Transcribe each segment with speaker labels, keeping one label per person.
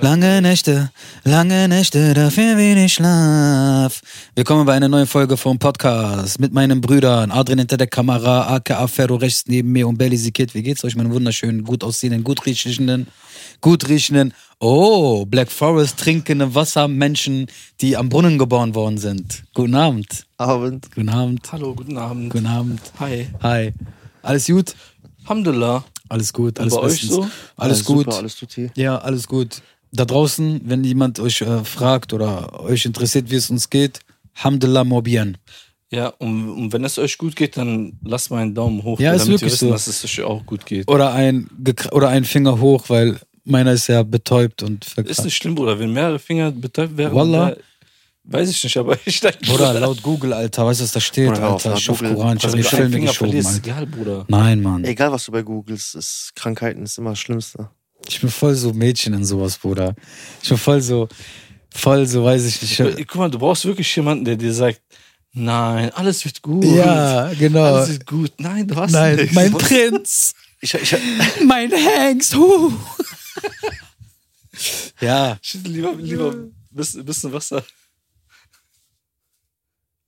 Speaker 1: Lange Nächte, lange Nächte, dafür wenig Schlaf. Willkommen bei einer neuen Folge vom Podcast mit meinen Brüdern. Adrian hinter der Kamera, aka Ferro rechts neben mir und Belly Sikit. Wie geht's euch, meine wunderschönen, gut aussehenden, gut riechenden, gut riechenden, oh, Black Forest trinkende Wassermenschen, die am Brunnen geboren worden sind. Guten Abend.
Speaker 2: Abend.
Speaker 1: Guten Abend.
Speaker 3: Hallo, guten Abend.
Speaker 1: Guten Abend.
Speaker 3: Hi.
Speaker 1: Hi. Alles gut?
Speaker 3: Alhamdulillah.
Speaker 1: Alles gut, alles
Speaker 3: bei euch
Speaker 1: bestens.
Speaker 3: so?
Speaker 1: Alles
Speaker 2: Ja,
Speaker 1: gut.
Speaker 2: Super, alles tutti.
Speaker 1: Ja, alles gut. Da draußen, wenn jemand euch äh, fragt oder euch interessiert, wie es uns geht, Hamdullah Morbian.
Speaker 3: Ja, und, und wenn es euch gut geht, dann lasst mal einen Daumen hoch,
Speaker 1: Ja, ist
Speaker 3: damit
Speaker 1: wirklich so.
Speaker 3: ihr wissen,
Speaker 1: Oh.
Speaker 3: dass es euch auch gut geht.
Speaker 1: Oder ein, gekr- oder ein Finger hoch, weil meiner ist ja betäubt und
Speaker 3: Ist
Speaker 1: verkratzt.
Speaker 3: nicht schlimm, Bruder. Wenn mehrere Finger betäubt wären,
Speaker 1: Wallah.
Speaker 3: wär- weiß ich nicht, aber ich denke,
Speaker 1: Oder laut Google, Alter, weißt du, was da steht,
Speaker 2: Oder hör auf,
Speaker 1: Alter?
Speaker 2: laut
Speaker 1: Ich hab
Speaker 2: Google.
Speaker 1: Koran, ich hab
Speaker 3: also
Speaker 1: die
Speaker 3: wenn du einen
Speaker 1: Filme
Speaker 3: Finger
Speaker 1: geschoben,
Speaker 3: verlierst, ist
Speaker 1: Alter.
Speaker 3: egal, Bruder.
Speaker 1: Nein, Mann.
Speaker 2: Egal, was du bei googelst, ist Krankheiten ist immer das Schlimmste.
Speaker 1: Ich bin voll so Mädchen in sowas, Bruder. Ich bin voll so, voll so, weiß ich nicht. äh,
Speaker 3: Guck mal, du brauchst wirklich jemanden, der dir sagt, nein, alles wird gut.
Speaker 1: Ja, genau.
Speaker 3: Alles ist gut. Nein, du hast
Speaker 1: Nein,
Speaker 3: nichts.
Speaker 1: mein Prinz.
Speaker 2: Ich, ich,
Speaker 1: Mein Hengst. huh. ja.
Speaker 3: Schüttel lieber, lieber ein bisschen, bisschen Wasser.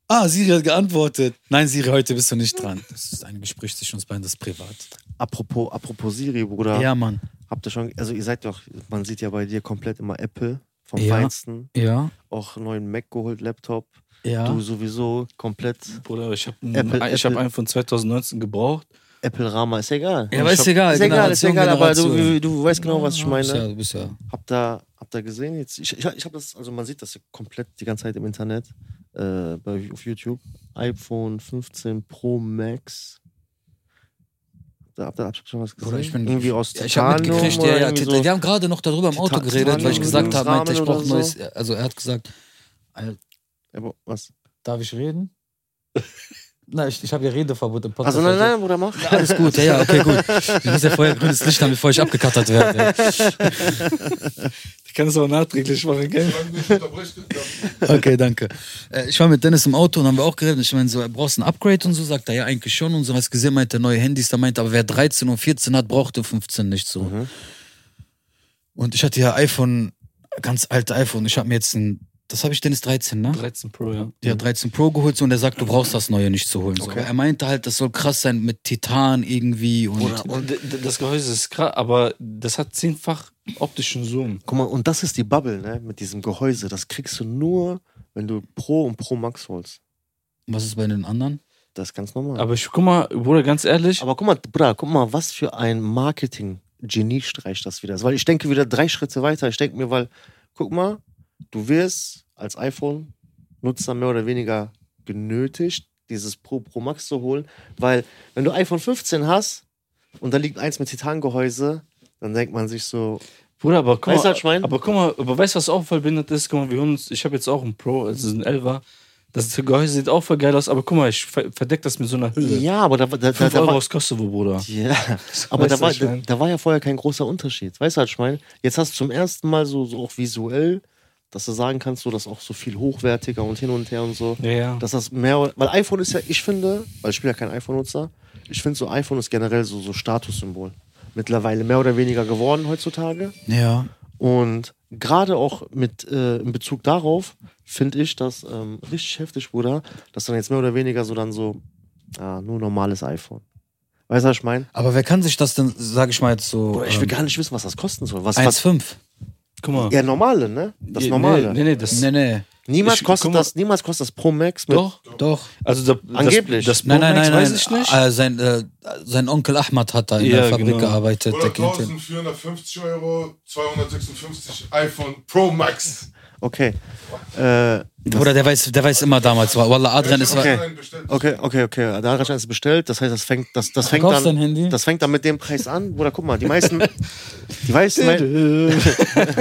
Speaker 1: Ah, Siri hat geantwortet. Nein, Siri, heute bist du nicht dran. Das ist ein Gespräch zwischen uns beiden, das ist privat.
Speaker 2: apropos, apropos Siri, Bruder.
Speaker 1: Ja, Mann.
Speaker 2: Habt ihr schon, also ihr seid doch, man sieht ja bei dir komplett immer Apple vom
Speaker 1: Ja.
Speaker 2: Feinsten.
Speaker 1: Ja,
Speaker 2: Auch neuen Mac geholt, Laptop.
Speaker 1: ja.
Speaker 2: Du sowieso komplett
Speaker 3: Bruder, ich habe
Speaker 2: Apple,
Speaker 3: ich hab
Speaker 2: Apple.
Speaker 3: einen von 2019 gebraucht.
Speaker 2: Apple Rama, ist egal.
Speaker 1: ja, aber ist egal.
Speaker 2: ist egal, ist
Speaker 1: Generation,
Speaker 2: egal, aber
Speaker 1: Generation.
Speaker 2: du, du weißt genau, was ich
Speaker 1: Ja,
Speaker 2: meine.
Speaker 1: du bist ja.
Speaker 2: Habt da, habt da gesehen jetzt? Ich, ich, ich habe das, also man sieht das ja komplett die ganze Zeit im Internet, äh, bei, auf YouTube. iPhone 15 Pro Max. Da habt ihr habt ihr schon was gesehen?
Speaker 1: Bruder, ich bin-
Speaker 2: irgendwie aus
Speaker 1: Ja, ich habe
Speaker 2: Titanium
Speaker 1: mitgekriegt,
Speaker 2: oder
Speaker 1: ja, ja.
Speaker 2: irgendwie
Speaker 1: Titel. Wir haben gerade noch darüber im Auto
Speaker 2: Titan-
Speaker 1: geredet, weil ich
Speaker 2: Titanium
Speaker 1: gesagt habe, meinte, ich
Speaker 2: Rahmen oder
Speaker 1: brauche
Speaker 2: so.
Speaker 1: neues. Also er hat gesagt,
Speaker 2: Aber was?
Speaker 1: darf ich reden? Nein, ich, ich habe ja Redeverbot im Podcast.
Speaker 2: Also nein, nein, Bruder, mach.
Speaker 1: Alles gut, ja, ja, okay, gut. Ich muss ja vorher grünes Licht haben, bevor ich abgekattert werde.
Speaker 3: Ich kann es auch nachträglich machen, gell?
Speaker 1: Okay, danke. Äh, Ich war mit Dennis im Auto und haben wir auch geredet. Ich meine, so, brauchst du ein Upgrade und so? Sagt er, ja, eigentlich schon. Und so, hast gesehen, meinte er, neue Handys. Da meinte er, aber wer 13 und 14 hat, brauchte 15 nicht so.
Speaker 2: Mhm.
Speaker 1: Und ich hatte ja iPhone, ganz alte iPhone. Ich habe mir jetzt ein, das habe ich Dennis 13, ne?
Speaker 3: 13 Pro, ja.
Speaker 1: Ja, 13 Pro geholt so, und er sagt, du brauchst das neue nicht zu holen. So.
Speaker 2: Okay.
Speaker 1: Er meinte halt, das soll krass sein mit Titan irgendwie. Und
Speaker 3: Bruder, und d- d- das Gehäuse ist krass, aber das hat zehnfach optischen Zoom.
Speaker 2: Guck mal, und das ist die Bubble, ne? Mit diesem Gehäuse. Das kriegst du nur, wenn du Pro und Pro Max holst.
Speaker 1: was ist bei den anderen?
Speaker 2: Das ist ganz normal.
Speaker 3: Aber ich guck mal, Bruder, ganz ehrlich,
Speaker 2: Aber guck mal, Bruder, guck mal, was für ein Marketing-Geniestreich das wieder ist. Weil ich denke wieder drei Schritte weiter. Ich denke mir, weil, guck mal, du wirst als iPhone-Nutzer mehr oder weniger genötigt, dieses Pro Pro Max zu holen. Weil, wenn du iPhone 15 hast und da liegt eins mit Titangehäuse, dann denkt man sich so,
Speaker 3: Bruder, aber guck
Speaker 2: Weißt du,
Speaker 3: mal,
Speaker 2: was ich meine?
Speaker 3: aber guck mal, aber weißt du, was auch voll behindert ist? Guck mal, wir holen uns, ich habe jetzt auch ein Pro, also ein 11er. Das Gehäuse sieht auch voll geil aus, aber guck mal, ich ver- verdeck das mit so einer Hülle.
Speaker 2: ja, aber da, da, da,
Speaker 3: 5
Speaker 2: da
Speaker 3: Euro
Speaker 2: war.
Speaker 3: aus Kosovo, Bruder.
Speaker 2: Ja, aber
Speaker 3: Weißt
Speaker 2: da war,
Speaker 3: du, was ich
Speaker 2: da,
Speaker 3: meine?
Speaker 2: da war ja vorher kein großer Unterschied. Weißt du, was ich meine? Jetzt hast du zum ersten Mal so, so auch visuell, dass du sagen kannst, so, dass auch so viel hochwertiger und hin und her und so.
Speaker 3: Ja, ja.
Speaker 2: Dass das mehr, weil iPhone ist ja, ich finde, weil ich bin ja kein iPhone-Nutzer, ich finde so iPhone ist generell so, so Statussymbol. Mittlerweile mehr oder weniger geworden heutzutage.
Speaker 1: Ja.
Speaker 2: Und gerade auch mit äh, in Bezug darauf finde ich das ähm, richtig heftig, Bruder, dass dann jetzt mehr oder weniger so dann so, ah, nur normales iPhone. Weißt du, was ich meine?
Speaker 1: Aber wer kann sich das denn, sag ich mal jetzt so,
Speaker 2: Boah, ich
Speaker 3: Ähm.
Speaker 2: will gar nicht wissen, was das kosten soll. Was,
Speaker 1: ähm,
Speaker 2: was
Speaker 1: 1,5?
Speaker 3: Guck mal.
Speaker 2: ja, normale, ne? Das
Speaker 3: Nee,
Speaker 2: normale.
Speaker 3: Nee, nee, das.
Speaker 1: Nee, nee.
Speaker 2: Niemals,
Speaker 3: Ich-
Speaker 2: kostet
Speaker 3: guck mal.
Speaker 2: das, niemals kostet das Pro Max mit.
Speaker 3: Doch.
Speaker 1: Doch.
Speaker 3: Also da,
Speaker 2: Angeblich.
Speaker 3: Das, das
Speaker 1: Nein, nein,
Speaker 3: Pro Max
Speaker 1: nein, nein.
Speaker 3: weiß ich nicht.
Speaker 1: Äh, sein, äh, sein Onkel Ahmad hat da in
Speaker 3: Ja,
Speaker 1: der Fabrik
Speaker 3: genau.
Speaker 1: gearbeitet.
Speaker 4: Oder
Speaker 1: Der kennt ihn.
Speaker 4: 1450 Euro, 256 iPhone Pro Max.
Speaker 2: Okay. Äh,
Speaker 1: Bruder, der weiß, der weiß immer damals. wa- Wallah, Adrian ist.
Speaker 2: Okay.
Speaker 4: Online bestellt.
Speaker 2: okay, okay, okay. Da hat er es bestellt. Das heißt, das fängt, das, das fängt
Speaker 1: Kaufst dein
Speaker 2: dann.
Speaker 1: Handy?
Speaker 2: Das fängt dann mit dem Preis an. Bruder, guck mal, die meisten. Die meisten. Mel-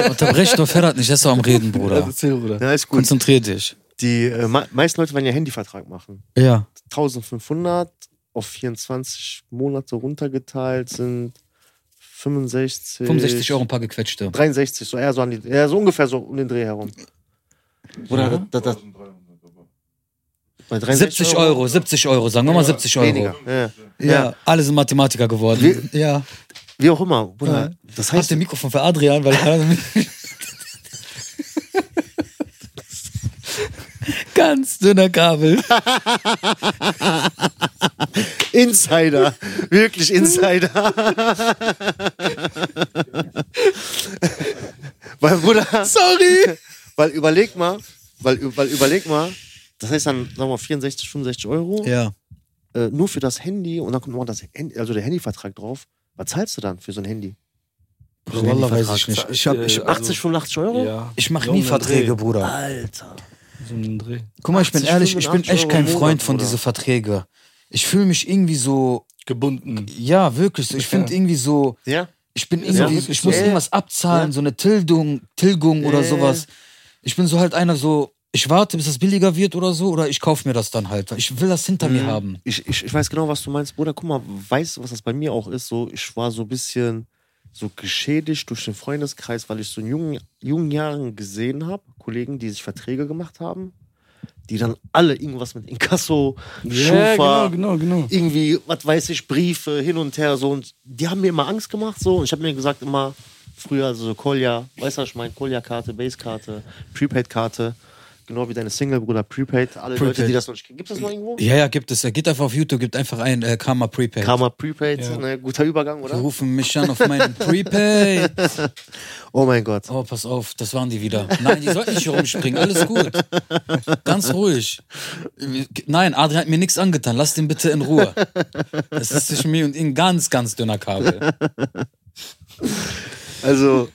Speaker 1: Unterbrich doch Ferrat nicht, der ist doch am Reden, Bruder.
Speaker 3: Erzähl, Bruder.
Speaker 2: ja, ist gut.
Speaker 1: Konzentrier dich.
Speaker 2: Die äh, me- meisten Leute werden ja Handyvertrag machen.
Speaker 1: Ja.
Speaker 2: 1500 auf 24 Monate runtergeteilt sind 65.
Speaker 1: 65 Euro ein paar gequetschte.
Speaker 2: 63, so eher so, an die, eher so ungefähr so um den Dreh herum. Oder da, da, da,
Speaker 4: 1300, aber-
Speaker 2: bei 63
Speaker 1: 70 Euro, 70 Euro, sagen wir mal 70 Euro.
Speaker 2: Weniger. Ja.
Speaker 1: Ja, alle sind Mathematiker geworden.
Speaker 2: Wie-
Speaker 1: ja. Halt
Speaker 2: Wie auch immer. Bruder,
Speaker 1: Ja.
Speaker 2: Das
Speaker 1: Hast
Speaker 2: heißt,
Speaker 1: du ein Mikrofon für Adrian? Weil ganz dünner Kabel.
Speaker 2: Insider. Wirklich Insider. weil, Bruder,
Speaker 1: Sorry.
Speaker 2: weil überleg mal, weil, ü- weil überleg mal, das heißt dann, sagen wir mal, 64, 65 Euro
Speaker 1: Ja.
Speaker 2: äh, nur für das Handy und dann kommt noch das Handy, also der Handyvertrag drauf. Was zahlst du dann für so ein Handy?
Speaker 1: Bruder, Wallah, weiß ich nicht. Ich, hab, ich,
Speaker 3: Äh,
Speaker 2: 80, 85 Euro?
Speaker 3: Ja.
Speaker 1: ich mache
Speaker 3: So
Speaker 1: nie
Speaker 3: einen
Speaker 1: Verträge,
Speaker 3: Dreh.
Speaker 1: Bruder.
Speaker 2: Alter.
Speaker 3: So einen Dreh.
Speaker 1: Guck mal, ich bin
Speaker 2: 80,
Speaker 1: ehrlich, ich bin
Speaker 2: 85
Speaker 1: echt
Speaker 2: Euro
Speaker 1: kein
Speaker 2: im Monat,
Speaker 1: Freund von
Speaker 2: Bruder.
Speaker 1: diese Verträge. Ich fühle mich irgendwie so,
Speaker 3: Gebunden.
Speaker 1: ja, wirklich so. Ich finde irgendwie so,
Speaker 2: Ja?
Speaker 1: ich bin
Speaker 3: Ja,
Speaker 1: irgendwie,
Speaker 3: wirklich
Speaker 1: ich muss
Speaker 2: so.
Speaker 1: irgendwas abzahlen,
Speaker 2: Ja.
Speaker 1: so eine Tilgung, Tilgung oder
Speaker 2: Ja.
Speaker 1: sowas. Ich bin so halt einer so, ich warte, bis das billiger wird oder so, oder ich kaufe mir das dann halt. weil Ich will das hinter
Speaker 2: Mhm.
Speaker 1: mir haben.
Speaker 2: Ich, ich, ich weiß genau, was du meinst, Bruder. Guck mal, weißt du, was das bei mir auch ist? So, ich war so ein bisschen so geschädigt durch den Freundeskreis, weil ich so in jungen, jungen Jahren gesehen habe, Kollegen, die sich Verträge gemacht haben, die dann alle irgendwas mit Inkasso,
Speaker 3: Ja,
Speaker 2: Schufa,
Speaker 3: genau, genau, genau.
Speaker 2: irgendwie, was weiß ich, Briefe hin und her so und die haben mir immer Angst gemacht so und ich habe mir gesagt immer früher also so Kolja, weißt du, was ich meine Kolja-Karte, Base-Karte, Prepaid-Karte, genau wie deine Single, Bruder, Prepaid, alle Leute,
Speaker 1: Prepaid.
Speaker 2: die das noch nicht kennen. Gibt es das noch irgendwo?
Speaker 1: Ja, ja, gibt es. Geht einfach auf YouTube, gibt einfach ein äh, Karma Prepaid.
Speaker 2: Karma Prepaid,
Speaker 3: Ja.
Speaker 2: ne, guter Übergang,
Speaker 1: Die
Speaker 2: oder?
Speaker 1: rufen mich an auf meinen Prepaid.
Speaker 2: Oh mein Gott.
Speaker 1: Oh, pass auf, das waren die wieder. Nein, die sollten nicht hier rumspringen, alles gut. Ganz ruhig. Nein, Adrian hat mir nichts angetan, lass den bitte in Ruhe. Das ist zwischen mir und ihm ganz, ganz dünner Kabel.
Speaker 2: Also,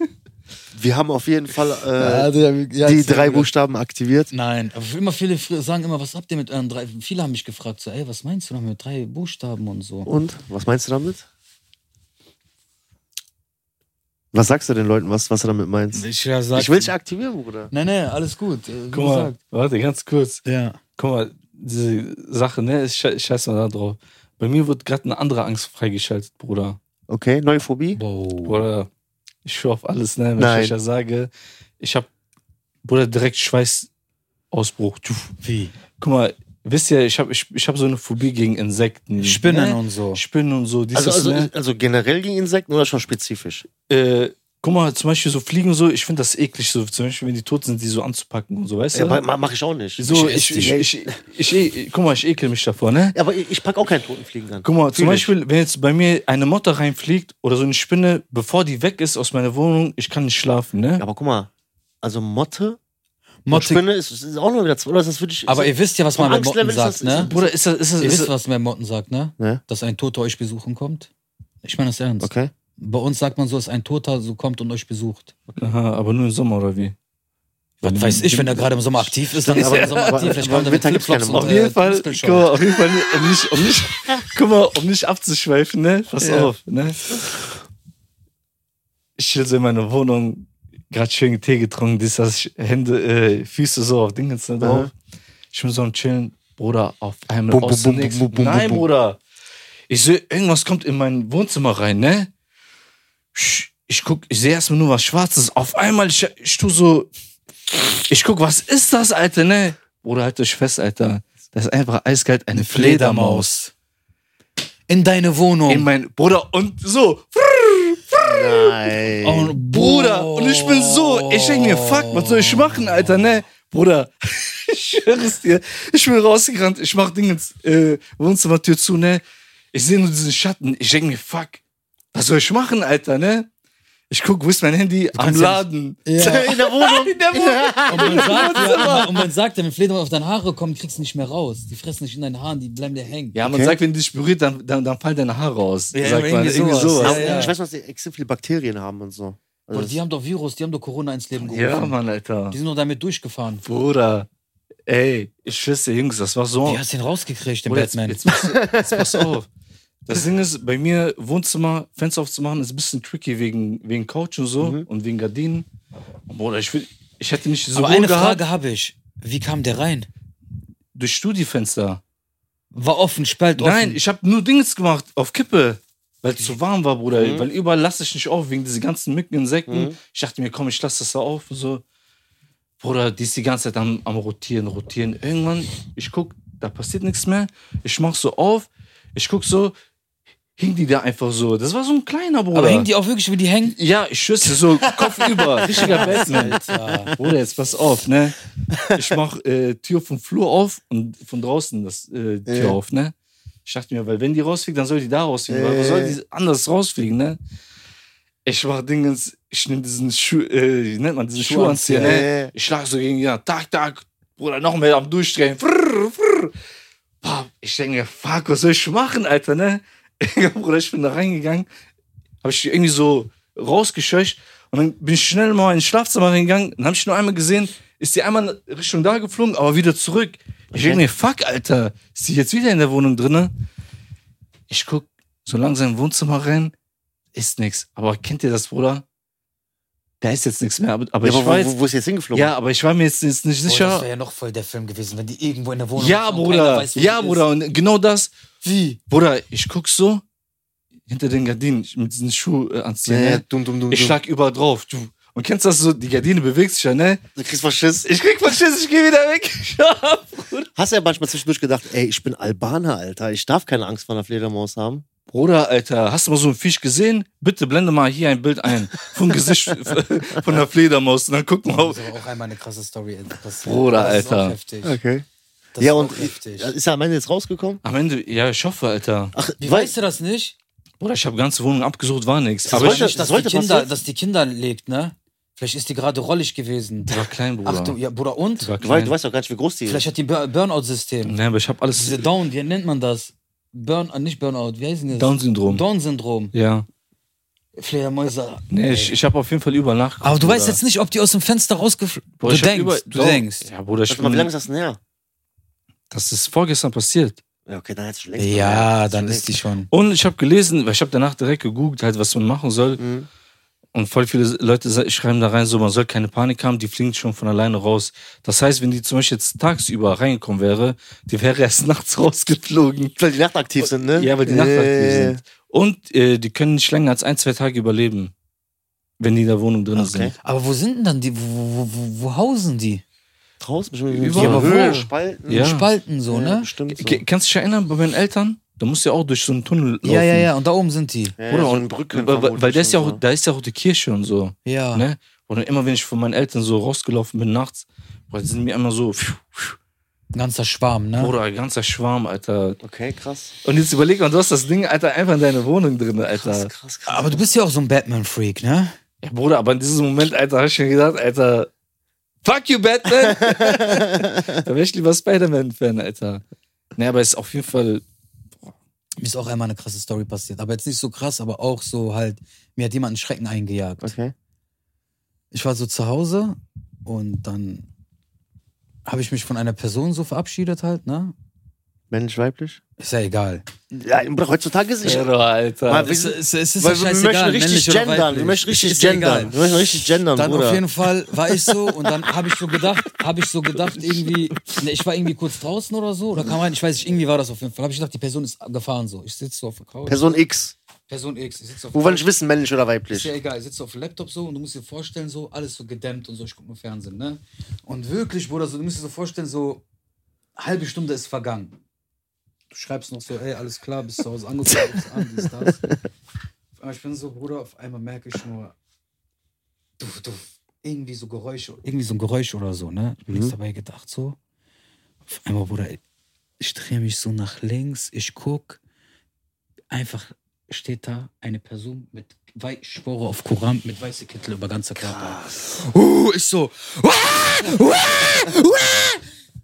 Speaker 2: wir haben auf jeden Fall äh,
Speaker 1: ja,
Speaker 2: die drei Buchstaben aktiviert.
Speaker 1: Nein, aber immer viele fr- sagen immer, was habt ihr mit euren drei? Viele haben mich gefragt, so, ey, was meinst du noch mit drei Buchstaben und so?
Speaker 2: Und was meinst du damit? Was sagst du den Leuten, was, was du damit meinst?
Speaker 1: Ich, ja, sag,
Speaker 2: Ich will dich aktivieren, Bruder.
Speaker 1: Nein, nein, alles gut. äh, Wie
Speaker 3: Guck mal,
Speaker 1: gesagt.
Speaker 3: warte, ganz kurz.
Speaker 1: Ja.
Speaker 3: Guck mal, diese Sache, ne, ich sche- scheiß mal da drauf. Bei mir wird gerade eine andere Angst freigeschaltet, Bruder.
Speaker 2: Okay, neue Phobie?
Speaker 1: Wow.
Speaker 3: Bruder, ich schwör auf alles, ne, wenn
Speaker 2: Nein.
Speaker 3: ich euch das sage. Ich hab, Bruder, direkt Schweißausbruch. Tschuf.
Speaker 1: Wie?
Speaker 3: Guck mal, wisst ihr, ich hab, ich, ich hab so eine Phobie gegen Insekten.
Speaker 1: Spinnen
Speaker 3: ne?
Speaker 1: und so.
Speaker 3: Spinnen und so. Dieses,
Speaker 2: Also, also,
Speaker 3: ne?
Speaker 2: also generell gegen Insekten oder schon spezifisch?
Speaker 3: äh, guck mal, zum Beispiel so Fliegen so, ich finde das eklig, so zum Beispiel, wenn die tot sind, die so anzupacken und so, weißt
Speaker 2: Ja,
Speaker 3: du?
Speaker 2: ma- ma- mach ich auch nicht.
Speaker 3: so,
Speaker 2: ich,
Speaker 3: ich,
Speaker 2: ess
Speaker 3: ich,
Speaker 2: die.
Speaker 3: ich, ich, ich, guck mal, ich ekel mich davor, ne?
Speaker 2: aber ich, ich pack auch keinen Totenfliegen an.
Speaker 3: Guck mal,
Speaker 2: Fühl
Speaker 3: zum
Speaker 2: ich.
Speaker 3: Beispiel, wenn jetzt bei mir eine Motte reinfliegt oder so eine Spinne, bevor die weg ist aus meiner Wohnung, ich kann nicht schlafen, ne?
Speaker 2: Aber guck mal, also Motte, Motte.
Speaker 1: Motte,
Speaker 2: Spinne ist, ist auch nur wieder zwei, oder ist das wirklich.
Speaker 1: aber ihr wisst ja, was
Speaker 2: Vom
Speaker 1: man bei Motten
Speaker 2: Angstlevel ist
Speaker 1: sagt,
Speaker 2: das-
Speaker 1: ne?
Speaker 3: Bruder, ist das, ist das,
Speaker 1: Ihr
Speaker 3: ist
Speaker 1: wisst,
Speaker 3: das
Speaker 1: was man Motten sagt, ne?
Speaker 2: Ne?
Speaker 1: Dass ein Toter euch besuchen kommt? Ich meine das ernst.
Speaker 2: Okay.
Speaker 1: Bei uns sagt man so, dass ein Toter so kommt und euch besucht.
Speaker 3: Aha, aber nur im Sommer oder wie?
Speaker 1: Was weiß ich, wenn er gerade im Sommer aktiv ist, dann ist er im Sommer aktiv. Vielleicht
Speaker 2: aber
Speaker 1: kommt er mit
Speaker 2: Winter gibt's keine
Speaker 1: Flipflops und
Speaker 2: Motten.
Speaker 3: Auf
Speaker 1: äh,
Speaker 3: jeden Fall, guck
Speaker 1: Muskelschau.
Speaker 3: mal, auf jeden Fall, nicht- um nicht, um nicht, guck mal, um nicht abzuschweifen, ne? Pass
Speaker 1: Ja.
Speaker 3: auf, ne? Ich chill so in meiner Wohnung, gerade schön Tee getrunken, dies, das, ich- Hände, äh, Füße so auf Dingens ne, drauf. Ich bin so am Chillen, Bruder, auf einmal
Speaker 2: Bum,
Speaker 3: aus
Speaker 2: bum,
Speaker 3: dem
Speaker 2: bum,
Speaker 3: nächsten.
Speaker 2: bum, bum, bum,
Speaker 3: Nein,
Speaker 2: bum.
Speaker 3: Bruder. Ich sehe, irgendwas kommt in mein Wohnzimmer rein, ne? Sch- Ich guck, ich sehe erstmal nur was Schwarzes. Auf einmal, ich, ich tu so, ich guck, was ist das, Alter, ne? Bruder, halt euch fest, Alter. Das ist einfach eiskalt eine Fledermaus.
Speaker 1: In deine Wohnung.
Speaker 3: In mein Bruder und so.
Speaker 2: Nein.
Speaker 1: Oh,
Speaker 3: Bruder,
Speaker 1: boah.
Speaker 3: und ich bin so, ich denke mir, fuck, was soll ich machen, Alter, ne? Bruder, ich schwöre es dir, ich bin rausgerannt, ich mach Dingens äh, Wohnzimmertür zu, ne? Ich sehe nur diesen Schatten, ich denke mir, fuck, was soll ich machen, Alter, ne? Ich guck, wo ist mein Handy? Am
Speaker 1: kannst ja
Speaker 3: Laden.
Speaker 1: Ja.
Speaker 2: In der Wohnung.
Speaker 3: In der Wohnung.
Speaker 1: Und man sagt ja, und man sagt ja, wenn Fledermaus auf deine Haare kommen, kriegst du nicht mehr raus. Die fressen nicht in deinen Haaren, die bleiben dir hängen.
Speaker 3: Ja, man
Speaker 2: Okay.
Speaker 3: sagt, wenn du dich berührt, dann, dann, dann fallen deine Haare aus.
Speaker 1: Ja,
Speaker 3: sagt man.
Speaker 1: irgendwie
Speaker 3: Irgendwie
Speaker 1: sowas.
Speaker 3: sowas.
Speaker 2: Aber
Speaker 1: ja.
Speaker 2: Ich weiß, noch, dass die extrem viele Bakterien haben und so. Also
Speaker 1: Boah, die haben doch Virus, die haben doch Corona ins Leben gerufen.
Speaker 3: Ja, Mann, Alter.
Speaker 1: Die sind doch damit durchgefahren.
Speaker 3: Bruder, ey, ich schwöre dir, Jungs, das war so.
Speaker 1: Wie hast du den rausgekriegt, den
Speaker 3: Bruder,
Speaker 1: Batman?
Speaker 3: Jetzt, jetzt, pass- jetzt pass auf. Das Ding ist, bei mir Wohnzimmer, Fenster aufzumachen, ist ein bisschen tricky wegen, wegen Couch und so und wegen Gardinen. Bruder, ich, will, ich hätte nicht
Speaker 1: Mhm.
Speaker 3: so
Speaker 1: Aber
Speaker 3: Ruhe
Speaker 1: eine
Speaker 3: gehabt
Speaker 1: Frage habe ich. Wie kam der rein?
Speaker 3: durch Studiefenster.
Speaker 1: War offen, spalt offen.
Speaker 3: Nein, ich habe nur Dings gemacht auf Kippe, weil es zu warm war, Bruder.
Speaker 1: Mhm.
Speaker 3: Weil überall lasse ich nicht auf wegen diese ganzen Mücken, Insekten. Ich dachte mir, komm, ich lasse das da auf und so. Bruder, die ist die ganze Zeit am, am rotieren, rotieren. Irgendwann, ich guck, da passiert nichts mehr. Ich mach so auf, ich guck so, hing die da einfach so. Das war so ein kleiner Bruder.
Speaker 1: Aber hing die auch wirklich, wie die hängen?
Speaker 3: ja, ich schüsse so Kopf über, richtiger Batman.
Speaker 1: Alter.
Speaker 3: Bruder, jetzt pass auf, ne? Ich mach äh, Tür vom Flur auf und von draußen das äh, Tür
Speaker 2: Ja.
Speaker 3: auf, ne? Ich dachte mir, weil wenn die rausfliegt, dann soll die da rausfliegen. Weil
Speaker 2: Ja.
Speaker 3: wo soll die anders rausfliegen, ne? Ich mach Dingens, ich nehm diesen Schuh, äh, wie nennt man diesen
Speaker 1: Schuhanzieher,
Speaker 3: Schuhanzieher,
Speaker 2: Ja,
Speaker 3: ne?
Speaker 2: ja, ja.
Speaker 3: Ich schlag so gegen die Hand. Tak, tak. Bruder, noch mehr am Durchdrehen. Frrr, frrr. Pah, Ich denke, mir, fuck, was soll ich machen, Alter, ne? Bruder, ich bin da reingegangen. Habe ich irgendwie so rausgescheucht. Und dann bin ich schnell mal ins Schlafzimmer reingegangen. Dann habe ich nur einmal gesehen, ist die einmal Richtung da geflogen, aber wieder zurück. Ich denke mir, fuck, Alter, ist die jetzt wieder in der Wohnung drinne? Ich guck so langsam im Wohnzimmer rein, ist nix. Aber kennt ihr das, Bruder? Da ist jetzt nichts mehr. Aber, aber
Speaker 2: Ja,
Speaker 3: ich
Speaker 2: aber
Speaker 3: weiß,
Speaker 2: wo, wo ist jetzt hingeflogen?
Speaker 3: ja, aber ich war mir jetzt nicht, nicht
Speaker 1: Boah, das
Speaker 3: sicher.
Speaker 1: wäre ja noch voll der Film gewesen, wenn die irgendwo in der Wohnung
Speaker 3: ja,
Speaker 1: ist und keiner
Speaker 3: Bruder.
Speaker 1: weiß, wo
Speaker 3: ja,
Speaker 1: die
Speaker 3: Bruder.
Speaker 1: ist.
Speaker 3: Und genau das.
Speaker 1: Wie?
Speaker 3: Bruder, ich guck so hinter den Gardinen mit diesen Schuh äh,
Speaker 2: Ja,
Speaker 3: anziehen.
Speaker 2: ja,
Speaker 3: ne?
Speaker 2: dumm, dumm, dumm.
Speaker 3: Ich
Speaker 2: dumm.
Speaker 3: schlag überall drauf. Du. Und kennst das so, die Gardine bewegt sich ja, ne?
Speaker 2: Du kriegst mal Schiss.
Speaker 3: Ich krieg mal Schiss, ich geh wieder weg.
Speaker 2: Hast ja manchmal zwischendurch gedacht, ey, ich bin Albaner, Alter. Ich darf keine Angst vor einer Fledermaus haben.
Speaker 3: Bruder, Alter, hast du mal so einen Fisch gesehen? Bitte blende mal hier ein Bild ein. Vom Gesicht von der Fledermaus. Und dann guck mal.
Speaker 1: Das ist aber auch einmal eine krasse Story. Das,
Speaker 3: Bruder,
Speaker 1: das
Speaker 3: Alter.
Speaker 1: Ist auch heftig.
Speaker 2: Okay.
Speaker 1: Das
Speaker 2: ja,
Speaker 1: ist auch
Speaker 2: und
Speaker 1: heftig.
Speaker 2: ist er am Ende jetzt rausgekommen?
Speaker 3: Am Ende, ja, ich hoffe, Alter.
Speaker 2: Ach,
Speaker 1: Wie weißt du das nicht?
Speaker 3: Bruder, ich habe ganze Wohnung abgesucht, war nichts.
Speaker 2: Das
Speaker 3: Aber
Speaker 1: Weil
Speaker 2: heute-
Speaker 3: ich
Speaker 1: nicht, dass die,
Speaker 2: sollte
Speaker 1: Kinder,
Speaker 2: passieren.
Speaker 1: dass die Kinder legt, ne? Vielleicht ist die gerade rollig gewesen.
Speaker 3: war klein, Bruder.
Speaker 1: Ach du, ja, Bruder, und?
Speaker 3: Ich war
Speaker 2: Du, weißt,
Speaker 3: klein.
Speaker 2: du weißt doch gar nicht, wie groß die ist.
Speaker 1: Vielleicht hat die Bur- Burnout-System.
Speaker 3: Ne, aber ich habe alles.
Speaker 1: Diese Down, wie nennt man das? Burn, äh, nicht Burnout, wie heißt denn das?
Speaker 3: Down-Syndrom.
Speaker 1: Down-Syndrom.
Speaker 3: Ja.
Speaker 1: Fledermäuse.
Speaker 3: Nee, ich, ich habe auf jeden Fall überall nachgeguckt.
Speaker 1: Aber du
Speaker 3: Bruder.
Speaker 1: weißt jetzt nicht, ob die aus dem Fenster rausgeflogen Du
Speaker 3: Bruder, ich hab
Speaker 1: denkst,
Speaker 3: überall-
Speaker 1: du
Speaker 3: Doch.
Speaker 1: denkst.
Speaker 3: Ja, Bruder, ich
Speaker 2: Warte mal, wie
Speaker 3: bin,
Speaker 2: lange ist das denn her?
Speaker 3: das ist vorgestern passiert.
Speaker 2: Ja, okay, dann hat schon längst.
Speaker 1: Ja, dann ist die schon.
Speaker 3: Und ich habe gelesen, weil ich habe danach direkt gegoogelt, halt, was man machen soll.
Speaker 2: Mhm.
Speaker 3: Und voll viele Leute sa- schreiben da rein, so, man soll keine Panik haben, die fliegen schon von alleine raus. Das heißt, wenn die zum Beispiel jetzt tagsüber reingekommen wäre, die wäre erst nachts rausgeflogen.
Speaker 2: Weil die Nacht aktiv sind, ne?
Speaker 3: Ja, weil die
Speaker 2: Äh,
Speaker 3: nachtaktiv sind. Und äh, die können nicht länger als ein, zwei Tage überleben, wenn die in der Wohnung drin
Speaker 2: Okay.
Speaker 3: sind.
Speaker 1: Aber wo sind denn dann die? Wo, wo, wo, wo hausen die?
Speaker 2: Draußen bestimmt
Speaker 3: Überall.
Speaker 2: mit
Speaker 3: Aber wo?
Speaker 2: Höhe, Spalten.
Speaker 1: In
Speaker 3: Ja.
Speaker 1: Spalten so,
Speaker 2: Ja,
Speaker 1: ne?
Speaker 2: Bestimmt so.
Speaker 3: Ke- Kannst du dich erinnern, bei meinen Eltern, da musst du ja auch durch so einen Tunnel laufen.
Speaker 1: Ja, ja, ja. Und da oben sind die.
Speaker 2: Ja,
Speaker 3: Oder
Speaker 2: so
Speaker 3: und-
Speaker 2: in Brücken.
Speaker 3: Weil, weil- weil
Speaker 2: vermutlich
Speaker 3: da ist ja auch,
Speaker 2: und
Speaker 3: da ist ja auch die Kirche und so.
Speaker 2: Ah.
Speaker 1: Ja.
Speaker 3: Ne? Und dann immer wenn ich von meinen Eltern so rausgelaufen bin nachts, boah, die sind mir immer so, pfiuh, pfiuh,
Speaker 1: Ein ganzer Schwarm,
Speaker 2: Ah.
Speaker 1: ne?
Speaker 3: Bruder, ein ganzer Schwarm, Alter.
Speaker 2: so. Okay, krass.
Speaker 3: Und jetzt überleg mal, du hast das Ding, Alter, einfach in deiner Wohnung drin,
Speaker 2: Krass,
Speaker 3: Alter.
Speaker 2: krass, krass.
Speaker 1: Aber du bist ja auch so ein Batman-Freak, ne?
Speaker 3: Ja, Bruder, aber in diesem Moment, Alter, hab ich mir gedacht, Alter, fuck you, Batman. da wäre ich lieber Spider-Man-Fan, Alter. Ne, aber ist auf jeden Fall,
Speaker 1: Mir ist auch einmal eine krasse Story passiert. Aber jetzt nicht so krass, aber auch so halt, mir hat jemand einen Schrecken eingejagt.
Speaker 2: Okay.
Speaker 1: Ich war so zu Hause und dann habe ich mich von einer Person so verabschiedet halt, ne?
Speaker 2: Mensch, weiblich?
Speaker 1: Ist ja egal.
Speaker 2: Ja, Bruder, heutzutage ist es.
Speaker 3: Terror, Alter.
Speaker 2: Mal-
Speaker 1: Es, es, es ist
Speaker 2: Weil
Speaker 1: ja
Speaker 2: wir möchten
Speaker 1: scheißegal,
Speaker 2: richtig
Speaker 1: männlich oder
Speaker 2: gendern. Wir
Speaker 1: weiblich.
Speaker 2: möchten richtig
Speaker 1: Ist ja
Speaker 2: gendern.
Speaker 1: egal.
Speaker 2: Wir möchten richtig gendern,
Speaker 1: Dann
Speaker 2: Bruder.
Speaker 1: auf jeden Fall war ich so und dann habe ich so gedacht, habe ich so gedacht, irgendwie, ne, ich war irgendwie kurz draußen oder so, oder kam rein, ich weiß nicht, irgendwie war das auf jeden Fall. Habe ich gedacht, die Person ist gefahren so. Ich sitze so auf der Couch.
Speaker 2: Person X.
Speaker 1: Person X, ich sitze auf
Speaker 2: Wo
Speaker 1: der
Speaker 2: wir nicht wissen, männlich oder weiblich.
Speaker 1: Ist ja egal, ich sitze auf dem Laptop so und du musst dir vorstellen, so alles so gedämmt und so, ich gucke mir Fernsehen, ne? Und wirklich, Bruder, so, du musst dir so vorstellen, so halbe Stunde ist vergangen. Du schreibst noch so, ey, alles klar, bist zu Hause angekommen, bist an, dies, das. Auf einmal, ich bin so, Bruder, auf einmal merke ich nur, duff, duff, irgendwie so Geräusche, irgendwie so ein Geräusch oder so, ne? Ich bin nichts dabei gedacht, so. Auf einmal, Bruder, ich drehe mich so nach links, ich guck, einfach steht da eine Person mit, wei- ich schwöre auf Koran, mit weißem Kittel über ganzer Körper. Uh, ich so, "Wah! Wah! Wah!"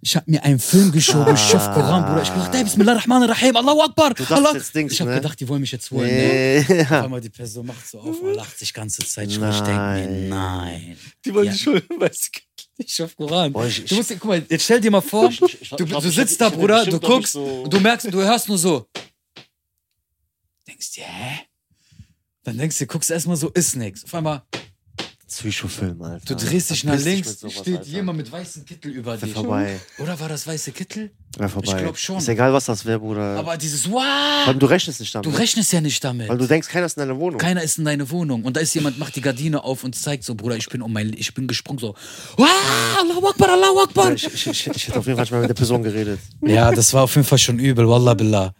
Speaker 1: ich hab mir einen Film geschoben, ich schaff Koran, Bruder. Ich hab gedacht, ey, Bismillah Rahman Rahim, Allahu Akbar.
Speaker 2: dachtest
Speaker 1: Allah.
Speaker 2: jetzt Dings,
Speaker 1: ich hab
Speaker 2: ne?
Speaker 1: gedacht, die wollen mich jetzt holen. Ne?
Speaker 2: Nee.
Speaker 1: Auf einmal die Person macht so auf und lacht sich ganze Zeit. Ich denk mir,
Speaker 2: Nein.
Speaker 1: nein.
Speaker 3: Die wollen
Speaker 1: Ja.
Speaker 3: die Schuld, weiß ich.
Speaker 1: Ich schaff Koran.
Speaker 2: Boah, ich-
Speaker 1: du musst, dir- guck mal, jetzt stell dir mal vor,
Speaker 2: ich- ich-
Speaker 1: du,
Speaker 2: ich glaub,
Speaker 1: du
Speaker 2: ich
Speaker 1: sitzt da,
Speaker 2: hab- ich hab
Speaker 1: Bruder, du
Speaker 2: bestimmt, glaub ich,
Speaker 1: guckst,
Speaker 2: so-
Speaker 1: du merkst, du hörst nur so. Denkst dir, hä? Dann denkst du, guckst erstmal so, ist nix. Auf einmal,
Speaker 2: Psychofilm, Alter.
Speaker 1: du drehst dich nach
Speaker 2: Verpiss dich
Speaker 1: links,
Speaker 2: mit sowas,
Speaker 1: steht
Speaker 2: Alter.
Speaker 1: jemand mit weißem Kittel über
Speaker 2: Wär
Speaker 1: dir.
Speaker 2: vorbei.
Speaker 1: Oder war das weiße Kittel?
Speaker 2: Wär vorbei.
Speaker 1: glaub schon.
Speaker 2: Ist egal, was das wäre, Bruder.
Speaker 1: Aber dieses
Speaker 2: Vor allem,
Speaker 1: Wow!
Speaker 2: du rechnest nicht damit.
Speaker 1: Du rechnest ja nicht damit.
Speaker 2: Weil du denkst, keiner ist in deiner Wohnung.
Speaker 1: Keiner ist in deine Wohnung. Und da ist jemand, macht die Gardine auf und zeigt so, Bruder, ich bin um mein, Le- ich bin gesprungen so. Wow! Allahu Akbar, Allahu Akbar!
Speaker 2: ich, ich, ich, ich hätte auf jeden Fall schon mal mit der Person geredet.
Speaker 1: Ja, das war auf jeden Fall schon übel, Wallah Billah.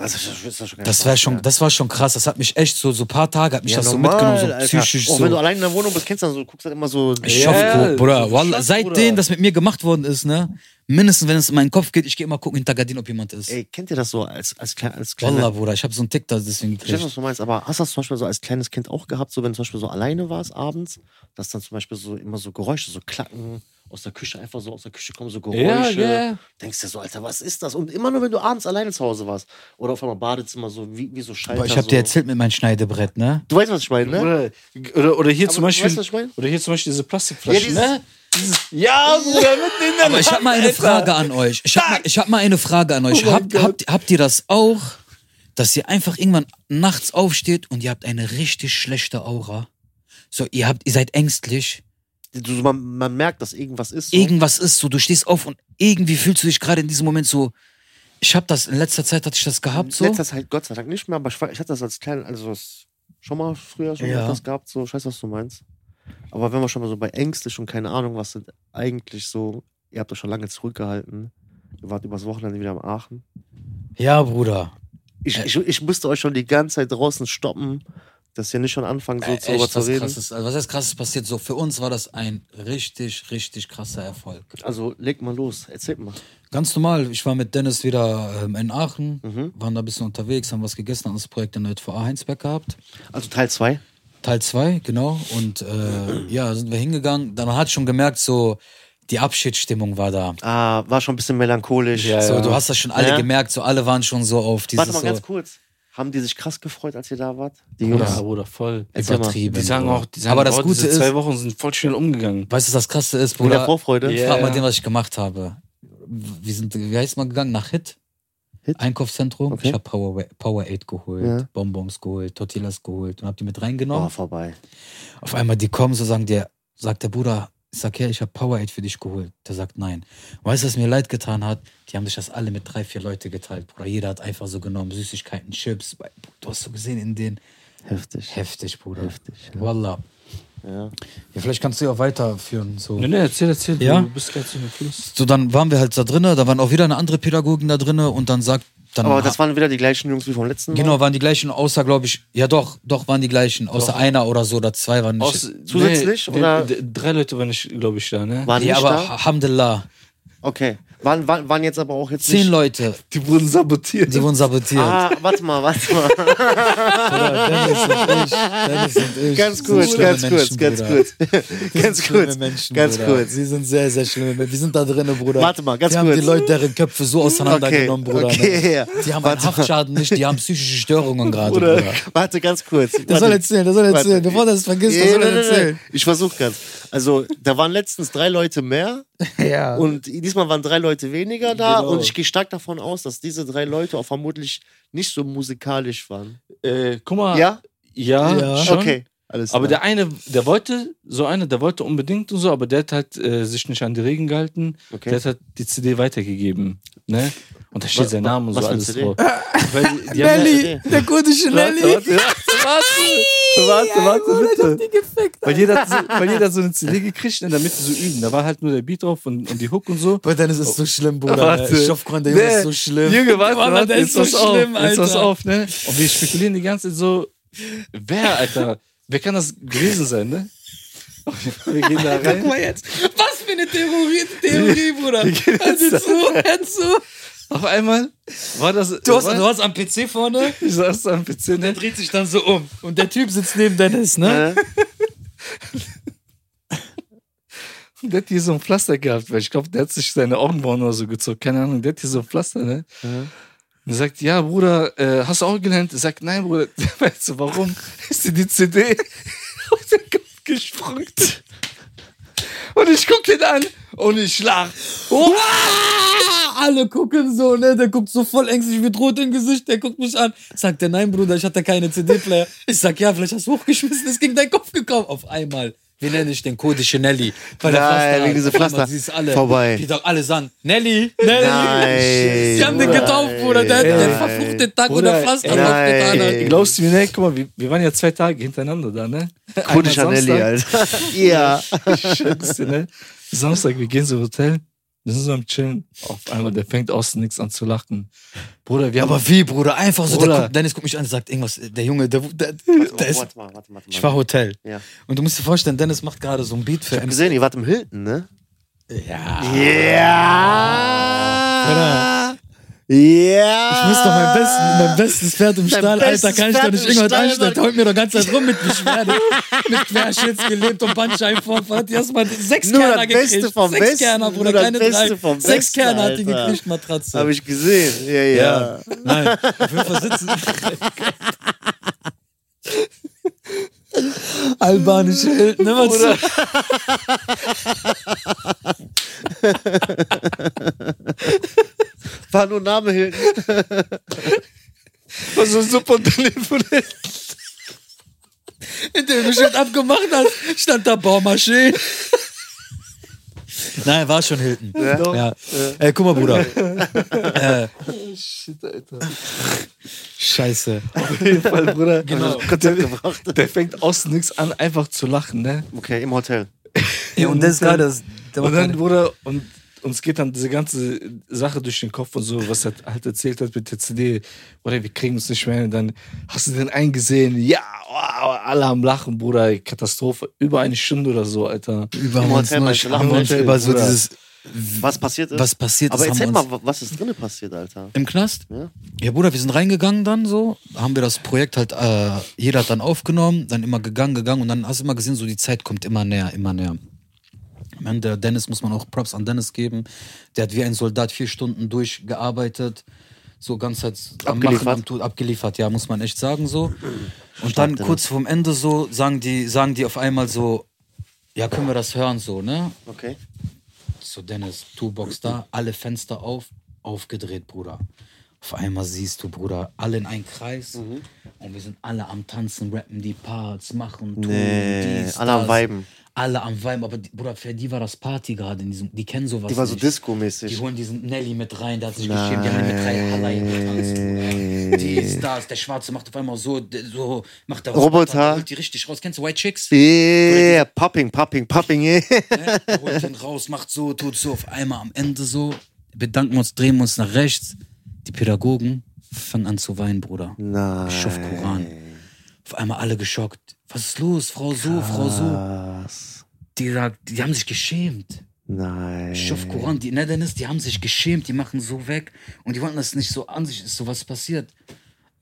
Speaker 2: Das, ist, das, ist schon
Speaker 1: Das war schon, das war schon krass. Das hat mich echt so, so ein paar Tage hat mich
Speaker 2: ja,
Speaker 1: das so
Speaker 2: normal,
Speaker 1: mitgenommen, so
Speaker 2: Alter.
Speaker 1: psychisch.
Speaker 2: Auch
Speaker 1: so.
Speaker 2: wenn du allein in der Wohnung bist, kennst du das so, guckst dann immer so.
Speaker 1: Ich
Speaker 3: Ja,
Speaker 1: hoffe,
Speaker 3: ja,
Speaker 1: Bruder.
Speaker 3: so
Speaker 1: Wallah,
Speaker 3: Schlag,
Speaker 1: seitdem
Speaker 3: Bruder.
Speaker 1: das mit mir gemacht worden ist, ne? Mindestens, wenn es in meinen Kopf geht, ich gehe immer gucken hinter Gardinen, ob jemand ist.
Speaker 2: Ey, kennt ihr das so als, als, klein, als kleiner
Speaker 1: Wallah, Bruder, ich habe so einen Tick da deswegen
Speaker 2: Ich weiß,
Speaker 1: gekriegt.
Speaker 2: was du meinst, aber hast du das zum Beispiel so als kleines Kind auch gehabt, so wenn du zum Beispiel so alleine warst abends, dass dann zum Beispiel so immer so Geräusche, so Klacken aus der Küche, einfach so aus der Küche kommen so
Speaker 3: Ja,
Speaker 2: Geräusche.
Speaker 3: ja.
Speaker 2: Denkst dir so, Alter, was ist das? Und immer nur, wenn du abends alleine zu Hause warst. Oder auf einmal Badezimmer, so wie, wie so also Schalter.
Speaker 1: Boah, ich habe
Speaker 2: so.
Speaker 1: dir erzählt mit meinem Schneidebrett, ne?
Speaker 2: Du weißt, was ich meine, ne?
Speaker 3: Oder, oder, oder hier
Speaker 2: Aber
Speaker 3: zum
Speaker 2: du
Speaker 3: Beispiel.
Speaker 2: weißt, was ich meine?
Speaker 3: Oder hier zum Beispiel diese Plastikflaschen.
Speaker 2: Ja, dieses-
Speaker 3: ne? dieses, ja Bruder, mit den
Speaker 1: Aber ich habe mal eine Frage an euch. Ich habe mal, ich hab mal eine Frage an
Speaker 2: Oh
Speaker 1: euch.
Speaker 3: mein
Speaker 1: habt,
Speaker 3: Gott.
Speaker 1: habt, habt ihr das auch, dass ihr einfach irgendwann nachts aufsteht und ihr habt eine richtig schlechte Aura? So, ihr, habt, ihr seid ängstlich.
Speaker 2: Du, man, man merkt, dass irgendwas ist. So.
Speaker 1: irgendwas ist, so du stehst auf und irgendwie fühlst du dich gerade in diesem Moment so, ich habe das, in letzter Zeit hatte ich das gehabt, so.
Speaker 2: Letzter Zeit, halt Gott sei Dank nicht mehr, aber ich, war- ich hatte das als klein, also das schon mal früher schon
Speaker 1: Ja.
Speaker 2: mal das gehabt, so, ich weiß, was du meinst. Aber wenn wir schon mal so bei ängstlich und keine Ahnung, was sind eigentlich so, ihr habt euch schon lange zurückgehalten. Ihr wart übers Wochenende wieder am Aachen.
Speaker 1: Ja, Bruder.
Speaker 2: Ich,
Speaker 1: Ä-
Speaker 2: ich, ich musste euch schon die ganze Zeit draußen stoppen, dass ihr nicht schon anfangt, so
Speaker 1: Äh,
Speaker 2: zu drüber
Speaker 1: echt
Speaker 2: zu
Speaker 1: was
Speaker 2: reden.
Speaker 1: krasses, also was heißt krasses passiert? So, für uns war das ein richtig, richtig krasser Erfolg.
Speaker 2: Also legt mal los, erzählt mal.
Speaker 1: Ganz normal, ich war mit Dennis wieder ähm, in Aachen,
Speaker 2: Mhm.
Speaker 1: waren da ein bisschen unterwegs, haben was gegessen, haben das Projekt in der JVA Heinsberg gehabt.
Speaker 2: Also Teil 2.
Speaker 1: Teil 2, genau. Und äh, ja, sind wir hingegangen. Dann hat schon gemerkt, so, die Abschiedsstimmung war da.
Speaker 2: Ah, war schon ein bisschen melancholisch.
Speaker 3: Ja,
Speaker 1: So, du hast das schon alle
Speaker 2: Ja.
Speaker 1: gemerkt, so alle waren schon so auf dieses
Speaker 2: Warte mal ganz
Speaker 1: so,
Speaker 2: kurz. Haben die sich krass gefreut, als ihr da wart? Die Jungs?
Speaker 3: Ja, Bruder, voll.
Speaker 2: Erzähl mal.
Speaker 1: übertrieben.
Speaker 3: Die sagen
Speaker 1: Bruder.
Speaker 3: auch, die sagen,
Speaker 1: Aber das
Speaker 3: boah,
Speaker 1: Gute
Speaker 3: diese
Speaker 1: ist,
Speaker 3: zwei Wochen sind voll schnell umgegangen.
Speaker 1: Weißt du, was das Krasse ist,
Speaker 2: In der
Speaker 1: Bruder?
Speaker 2: Vorfreude?
Speaker 3: Ja.
Speaker 1: Frag mal den, was ich gemacht habe. Wir sind, wie heißt mal gegangen? Nach Hit?
Speaker 2: Hit?
Speaker 1: Einkaufszentrum.
Speaker 2: Okay.
Speaker 1: Ich habe Power, Powerade geholt,
Speaker 2: Ja.
Speaker 1: Bonbons geholt, Tortillas geholt und hab die mit
Speaker 2: Oh,
Speaker 1: reingenommen.
Speaker 2: vorbei.
Speaker 1: Auf einmal die kommen, so sagen dir, sagt der Bruder, ich sag, ja, ich habe Powerade für dich geholt. Der sagt, nein. Weißt du, was mir leid getan hat? Die haben sich das alle mit drei, vier Leute geteilt, Bruder. Jeder hat einfach so genommen, Süßigkeiten, Chips. Du hast so gesehen in den...
Speaker 2: Heftig.
Speaker 1: Heftig, Bruder.
Speaker 2: Heftig, ja.
Speaker 1: Wallah.
Speaker 2: Ja.
Speaker 1: Ja, vielleicht kannst du ja weiterführen, so.
Speaker 3: Nee, nee, erzähl, erzähl.
Speaker 1: Ja?
Speaker 3: Du bist ganz im Fluss.
Speaker 1: So, dann waren wir halt da drinnen, da waren auch wieder eine andere Pädagogin da drinnen und dann sagt, dann
Speaker 2: Aber das waren wieder die gleichen Jungs wie vom letzten Mal.
Speaker 1: genau, waren die gleichen, außer glaube ich, ja doch, doch waren die gleichen, außer einer oder so oder zwei waren nicht.
Speaker 3: Aus,
Speaker 2: Zusätzlich, oder?
Speaker 3: d- d- Drei Leute waren nicht, glaube ich, da, ne?
Speaker 2: Waren
Speaker 1: ja,
Speaker 2: nicht
Speaker 1: aber
Speaker 2: da?
Speaker 1: Alhamdulillah,
Speaker 2: Okay. Waren, waren, waren jetzt aber auch jetzt
Speaker 1: zehn
Speaker 2: nicht...
Speaker 1: Leute,
Speaker 3: Die wurden sabotiert.
Speaker 1: die wurden sabotiert.
Speaker 2: Ah, warte mal, warte mal.
Speaker 1: Bruder, Dennis und ich, Dennis und ich
Speaker 2: ganz
Speaker 1: sind
Speaker 2: kurz,
Speaker 1: schlimme
Speaker 2: ganz kurz,
Speaker 1: Menschen,
Speaker 2: ganz
Speaker 1: Bruder.
Speaker 2: kurz.
Speaker 1: Wir
Speaker 2: ganz
Speaker 1: sind schlimme
Speaker 2: kurz,
Speaker 1: Menschen,
Speaker 2: ganz
Speaker 1: Bruder.
Speaker 2: kurz.
Speaker 1: Sie sind sehr, sehr schlimme Menschen. Wir sind da drinnen, Bruder.
Speaker 2: Warte mal, ganz
Speaker 1: Wir haben
Speaker 2: kurz.
Speaker 1: die Leute, deren Köpfe so auseinandergenommen,
Speaker 2: Okay,
Speaker 1: Bruder. ne?
Speaker 2: okay, ja.
Speaker 1: Die haben einen Haftschaden nicht, die haben psychische Störungen gerade,
Speaker 2: Oder?
Speaker 1: Bruder.
Speaker 2: Warte, ganz kurz.
Speaker 1: Der
Speaker 2: Warte.
Speaker 1: soll erzählen, der soll erzählen.
Speaker 2: Warte.
Speaker 1: Bevor er das vergisst, der
Speaker 2: Nee,
Speaker 1: soll
Speaker 2: nee, nee,
Speaker 1: er
Speaker 2: nee.
Speaker 1: erzählen.
Speaker 2: Ich versuche ganz. Also, da waren letztens drei Leute mehr
Speaker 1: Ja.
Speaker 2: und diesmal waren drei Leute weniger da
Speaker 3: Genau.
Speaker 2: und ich gehe stark davon aus, dass diese drei Leute auch vermutlich nicht so musikalisch waren.
Speaker 3: Äh, guck mal.
Speaker 2: Ja?
Speaker 3: Ja,
Speaker 1: Ja.
Speaker 3: Schon.
Speaker 2: Okay, alles
Speaker 3: Aber
Speaker 2: klar.
Speaker 3: der eine, der wollte, so einer, der wollte unbedingt und so, aber der hat halt äh, sich nicht an die Regeln gehalten.
Speaker 2: Okay.
Speaker 3: Der hat halt die CD weitergegeben. Ne? Und da steht
Speaker 2: Wa-
Speaker 3: sein
Speaker 2: wa-
Speaker 3: Name und so
Speaker 2: was für
Speaker 3: alles
Speaker 2: CD?
Speaker 3: drauf. Weil die- die haben ja-
Speaker 1: Nelly, der kurdische
Speaker 3: Warte,
Speaker 1: Nelly.
Speaker 3: warte, warte, warte, warte, warte, bitte. Weil jeder, hat so, weil jeder hat so eine CD gekriegt, ne, damit sie so üben. Da war halt nur der Beat drauf und, und die Hook und so.
Speaker 1: Boah, Dennis ist so schlimm, Bruder.
Speaker 3: Warte.
Speaker 1: Ich hoffe, Gott, der Junge
Speaker 3: Nee.
Speaker 1: ist so schlimm.
Speaker 3: Junge, warte,
Speaker 1: Mann,
Speaker 3: warte,
Speaker 1: der
Speaker 3: jetzt
Speaker 1: ist so
Speaker 3: pass auf,
Speaker 1: schlimm,
Speaker 3: jetzt pass
Speaker 1: Alter.
Speaker 3: auf, ne? Und wir spekulieren die ganze Zeit so, wer, Alter, wer kann das gewesen sein, ne? Wir gehen da
Speaker 1: Guck
Speaker 3: rein.
Speaker 1: mal jetzt. Was für eine Theorie, Theorie Bruder. Hör dir zu, hör zu.
Speaker 3: Auf einmal war das.
Speaker 1: Du hast, du hast am PC vorne,
Speaker 3: ich saß da am PC,
Speaker 1: der
Speaker 3: ne?
Speaker 1: dreht sich dann so um. Und der Typ sitzt neben Dennis, ne?
Speaker 2: Äh?
Speaker 3: Und Der hat hier so ein Pflaster gehabt, weil ich glaube, der hat sich seine Augenbrauen oder so gezogen. Keine Ahnung, der hat hier so ein Pflaster, ne? Und er sagt, ja, Bruder, äh, hast du auch gelernt? Er sagt, nein, Bruder. Weißt du, warum? Ist dir die CD auf den Kopf gesprungen? Und ich guck den an und ich lach. Oh,
Speaker 1: Ah, alle gucken so, ne? Der guckt so voll ängstlich mit rotem Gesicht, der guckt mich an. Sagt er, nein, Bruder, ich hatte keine CD-Player. Ich sag, ja, vielleicht hast du hochgeschmissen, ist gegen deinen Kopf gekommen. Auf einmal. Wir nennen dich den kodischen Nelly. Weil der
Speaker 2: Nein,
Speaker 1: Pflaster-
Speaker 2: wegen diesem
Speaker 1: Auf einmal
Speaker 2: Pflaster.
Speaker 1: siehst du alle.
Speaker 2: Vorbei.
Speaker 1: Die doch alle sagen, Nelly, Nelly.
Speaker 2: Nein.
Speaker 1: Sie haben den
Speaker 2: Bruder.
Speaker 1: getauft, Bruder. Der hat den
Speaker 2: Nein.
Speaker 1: verfluchten Tag, wo
Speaker 3: Bruder,
Speaker 1: der Pflaster
Speaker 2: nein.
Speaker 1: draufgetan hat.
Speaker 2: Ey.
Speaker 3: Glaubst du mir, ne? Guck mal, wir, wir waren ja zwei Tage hintereinander da, ne?
Speaker 2: Kurdischer
Speaker 3: Einmal
Speaker 2: Nelly,
Speaker 3: Samstag.
Speaker 2: Alter. ja.
Speaker 3: Schönste, ne? Samstag, wir gehen so ins Hotel. Wir sind so am Chillen. Auf einmal, der fängt aus nix an zu lachen. Bruder, wir haben
Speaker 1: Aber wie, Bruder? Einfach so. Der
Speaker 3: Bruder.
Speaker 1: guckt, Dennis guckt mich an und sagt irgendwas. Der Junge, der, der, der ist.
Speaker 2: warte mal, warte mal.
Speaker 1: Ich war Hotel.
Speaker 2: Ja.
Speaker 1: Und du musst dir vorstellen, Dennis macht gerade so ein Beat für MC.
Speaker 2: gesehen, ihr wart im Hilton, ne?
Speaker 1: Ja.
Speaker 2: Ja! Ja!
Speaker 1: Ich muss doch mein bestes, mein bestes Pferd im
Speaker 2: Dein
Speaker 1: Stall, Alter,
Speaker 2: bestes
Speaker 1: kann ich doch
Speaker 2: Pferd
Speaker 1: nicht
Speaker 2: im
Speaker 1: irgendwas
Speaker 2: Stall,
Speaker 1: anstellen. Der
Speaker 2: Mann.
Speaker 1: holt mir doch ganze Zeit rum mit Beschwerde. mit Querschütz gelebt und Bandscheibenvorfall. Hat die erstmal sechs
Speaker 2: Nur das
Speaker 1: Kerner
Speaker 2: Beste
Speaker 1: gekriegt.
Speaker 2: vom
Speaker 1: sechs
Speaker 2: Besten,
Speaker 1: Kerner, Bruder,
Speaker 2: nur das
Speaker 1: keine
Speaker 2: Beste
Speaker 1: drei.
Speaker 2: vom
Speaker 1: sechs
Speaker 2: Besten,
Speaker 1: Kerner hat die
Speaker 2: Alter.
Speaker 1: gekriegt, Matratze.
Speaker 2: Habe ich gesehen. Ja, ja.
Speaker 1: ja. Nein, auf jeden Fall sitzen. Albanische Hilden, ne, was?
Speaker 2: War nur Name Hilton.
Speaker 3: war so super daneben.
Speaker 1: den du bestimmt abgemacht hast, stand da Baumaschine. Nein, war schon Hilton. Ja. Äh, guck mal, Bruder. äh,
Speaker 3: Shit, Alter.
Speaker 1: scheiße.
Speaker 3: Auf jeden Fall, Bruder.
Speaker 1: Genau.
Speaker 2: Konzept gebracht.
Speaker 3: Der fängt aus nix an, einfach zu lachen, ne?
Speaker 2: Okay, im Hotel.
Speaker 1: Ja, und das ist geil, das. der
Speaker 3: Und
Speaker 1: macht
Speaker 3: dann,
Speaker 1: keine-
Speaker 3: Bruder, und uns geht dann diese ganze Sache durch den Kopf und so, was er halt erzählt hat mit der CD. Bruder, wir kriegen uns nicht mehr. hin. Und dann hast du den einen gesehen. Ja, wow, alle am Lachen, Bruder. Katastrophe. Über eine Stunde oder so, Alter.
Speaker 1: über
Speaker 2: Im
Speaker 1: uns
Speaker 2: Hotel,
Speaker 1: nur
Speaker 2: meinst du,
Speaker 1: haben
Speaker 2: im
Speaker 1: wir uns
Speaker 2: Hotel,
Speaker 1: über so
Speaker 2: Bruder.
Speaker 1: dieses,
Speaker 2: Was passiert ist?
Speaker 1: was passiert ist.
Speaker 2: Aber erzähl
Speaker 1: haben wir uns
Speaker 2: mal, wa- was ist drinnen passiert, Alter?
Speaker 1: Im Knast?
Speaker 2: Ja.
Speaker 1: Ja, Bruder, wir sind reingegangen dann so, haben wir das Projekt halt, äh, jeder hat dann aufgenommen, dann immer gegangen, gegangen und dann hast du immer gesehen, so die Zeit kommt immer näher, immer näher. Man, der Dennis muss man auch Props an Dennis geben. Der hat wie ein Soldat vier Stunden durchgearbeitet, so ganz halt am
Speaker 2: Abgeliefert.
Speaker 1: Machen, am Tun, abgeliefert, ja, muss man echt sagen so. Und dann kurz vorm Ende so sagen die, sagen die auf einmal so, ja, können wir das hören so, ne?
Speaker 2: Okay.
Speaker 1: So, Dennis, Toolbox da, alle Fenster auf, aufgedreht, Bruder. Auf einmal siehst du, Bruder, alle in einen Kreis und wir sind alle am Tanzen, rappen die Parts, machen, tun,
Speaker 2: Nee,
Speaker 1: dies,
Speaker 2: alle am
Speaker 1: das.
Speaker 2: Viben.
Speaker 1: Alle am Weiben, aber die, Bruder, für die war das Party gerade in diesem, die kennen sowas
Speaker 2: Die war so
Speaker 1: nicht. Die
Speaker 2: disco-mäßig.
Speaker 1: holen diesen Nelly mit rein, der hat sich geschämt, die haben ihn mit drei Halai getanzt. Dies, das, der Schwarze macht auf einmal so, d- so, macht der
Speaker 2: Roboter.
Speaker 1: holt die richtig raus. Kennst du White Chicks?
Speaker 2: Yeah, popping, popping, popping, yeah.
Speaker 1: Er holt ne? den raus, macht so, tut so, auf einmal am Ende so. Bedanken uns, drehen uns nach rechts. Die Pädagogen fangen an zu weinen, Bruder.
Speaker 2: Nein.
Speaker 1: Bischof Koran. Auf einmal alle geschockt. Was ist los, Frau so, Frau so?
Speaker 2: Was?
Speaker 1: Die, sagt, die haben sich geschämt.
Speaker 2: Nein.
Speaker 1: Bischof Koran, die, ne, Dennis, die haben sich geschämt, die machen so weg. Und die wollten das nicht so an sich, ist sowas passiert.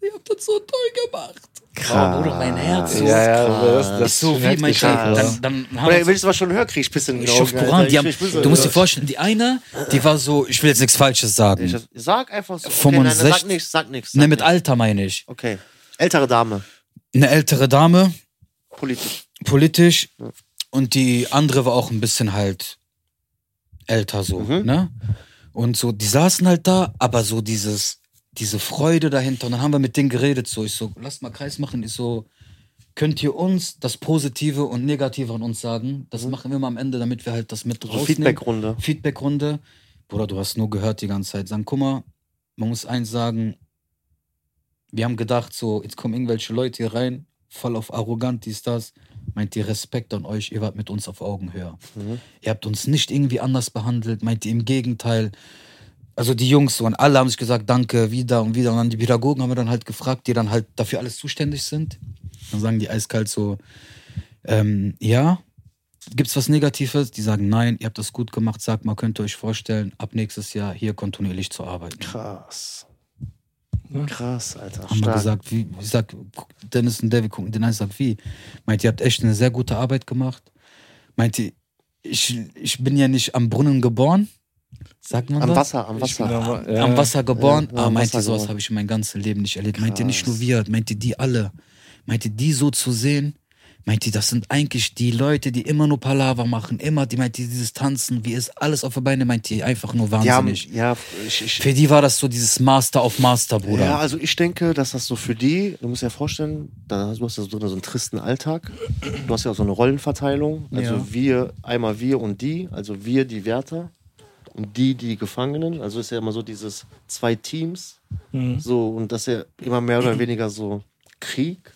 Speaker 1: Ihr habt das so toll gemacht. Krass. Bruder, mein Herz. So,
Speaker 3: das,
Speaker 1: ist so wie mein
Speaker 2: krass.
Speaker 1: Dann, dann haben wir
Speaker 2: Oder willst du was schon hören, krieg ich Piss in den
Speaker 1: Bischof
Speaker 2: Augen, Alter.
Speaker 1: Koran, die
Speaker 2: Genau, Ich-
Speaker 1: haben,
Speaker 2: ich bin so-
Speaker 1: du musst dir vorstellen, die eine, die war so, ich will jetzt nichts Falsches sagen.
Speaker 2: Ich hab- Sag einfach so. Okay, nein,
Speaker 1: 65.
Speaker 2: sag nichts, sag nichts. Sag
Speaker 1: Ne, mit
Speaker 2: nichts.
Speaker 1: Alter meine ich.
Speaker 2: Okay. Ältere Dame.
Speaker 1: Eine ältere Dame,
Speaker 2: Politisch.
Speaker 1: politisch. Und die andere war auch ein bisschen halt älter so,
Speaker 2: Mhm.
Speaker 1: ne? Und so, die saßen halt da, aber so dieses, diese Freude dahinter. Und dann haben wir mit denen geredet, so, ich so, lasst mal Kreis machen. Ich so, könnt ihr uns das Positive und Negative an uns sagen? Das machen wir mal am Ende, damit wir halt das mit
Speaker 2: Mhm. So
Speaker 1: rausnehmen.
Speaker 2: Feedback-Runde.
Speaker 1: Feedbackrunde. Bruder, du hast nur gehört die ganze Zeit. Sagen, guck mal, man muss eins sagen, wir haben gedacht, so, jetzt kommen irgendwelche Leute hier rein, voll auf arrogant, dies, das. Meint ihr Respekt an euch, ihr wart mit uns auf Augenhöhe.
Speaker 2: Mhm.
Speaker 1: Ihr habt uns nicht irgendwie anders behandelt, meint ihr im Gegenteil. Also die Jungs so, und alle haben sich gesagt, danke, wieder und wieder. Und dann die Pädagogen haben wir dann halt gefragt, die dann halt dafür alles zuständig sind. Dann sagen die eiskalt so, ähm, ja, Gibt es was Negatives? Die sagen, nein, ihr habt das gut gemacht, sagt mal, könnt ihr euch vorstellen, ab nächstes Jahr hier kontinuierlich zu arbeiten.
Speaker 2: Krass.
Speaker 3: Ja.
Speaker 2: Krass, Alter.
Speaker 1: Ne? Haben wir
Speaker 2: Stark.
Speaker 1: gesagt, wie, ich sag, guck, Dennis und David gucken den an, ich sag, wie? Meint, ihr habt echt eine sehr gute Arbeit gemacht. Meint ihr, ich, ich bin ja nicht am Brunnen geboren, sagt man
Speaker 2: Am
Speaker 1: das?
Speaker 2: Wasser, am
Speaker 3: Ich bin
Speaker 2: Wasser.
Speaker 3: aber- Genau, ja.
Speaker 1: am Wasser geboren.
Speaker 2: Ja,
Speaker 1: ah,
Speaker 2: am
Speaker 1: meint
Speaker 2: Wasser
Speaker 1: ihr, sowas
Speaker 2: geboren.
Speaker 1: habe ich mein ganzes Leben nicht erlebt. Meint ihr nicht nur
Speaker 2: Krass.
Speaker 1: wir, meint ihr die alle? Meint ihr die so zu sehen? Meint ihr, das sind eigentlich die Leute, die immer nur Palaver machen, immer, die meint ihr dieses Tanzen, wie ist alles auf der Beine, meint ihr einfach nur
Speaker 2: Die haben,
Speaker 1: wahnsinnig.
Speaker 2: ja, ich, ich,
Speaker 1: Für die war das so dieses Master auf Master, Bruder.
Speaker 2: Ja, also ich denke, dass das so für die, du musst dir vorstellen, da, du hast ja so, so einen tristen Alltag. Du hast ja auch so eine Rollenverteilung. Also
Speaker 1: Ja.
Speaker 2: wir, einmal wir und die, also wir die Wärter und die die Gefangenen. Also ist ja immer so dieses zwei Teams.
Speaker 3: Mhm.
Speaker 2: So, und das ist ja immer mehr oder weniger so Krieg.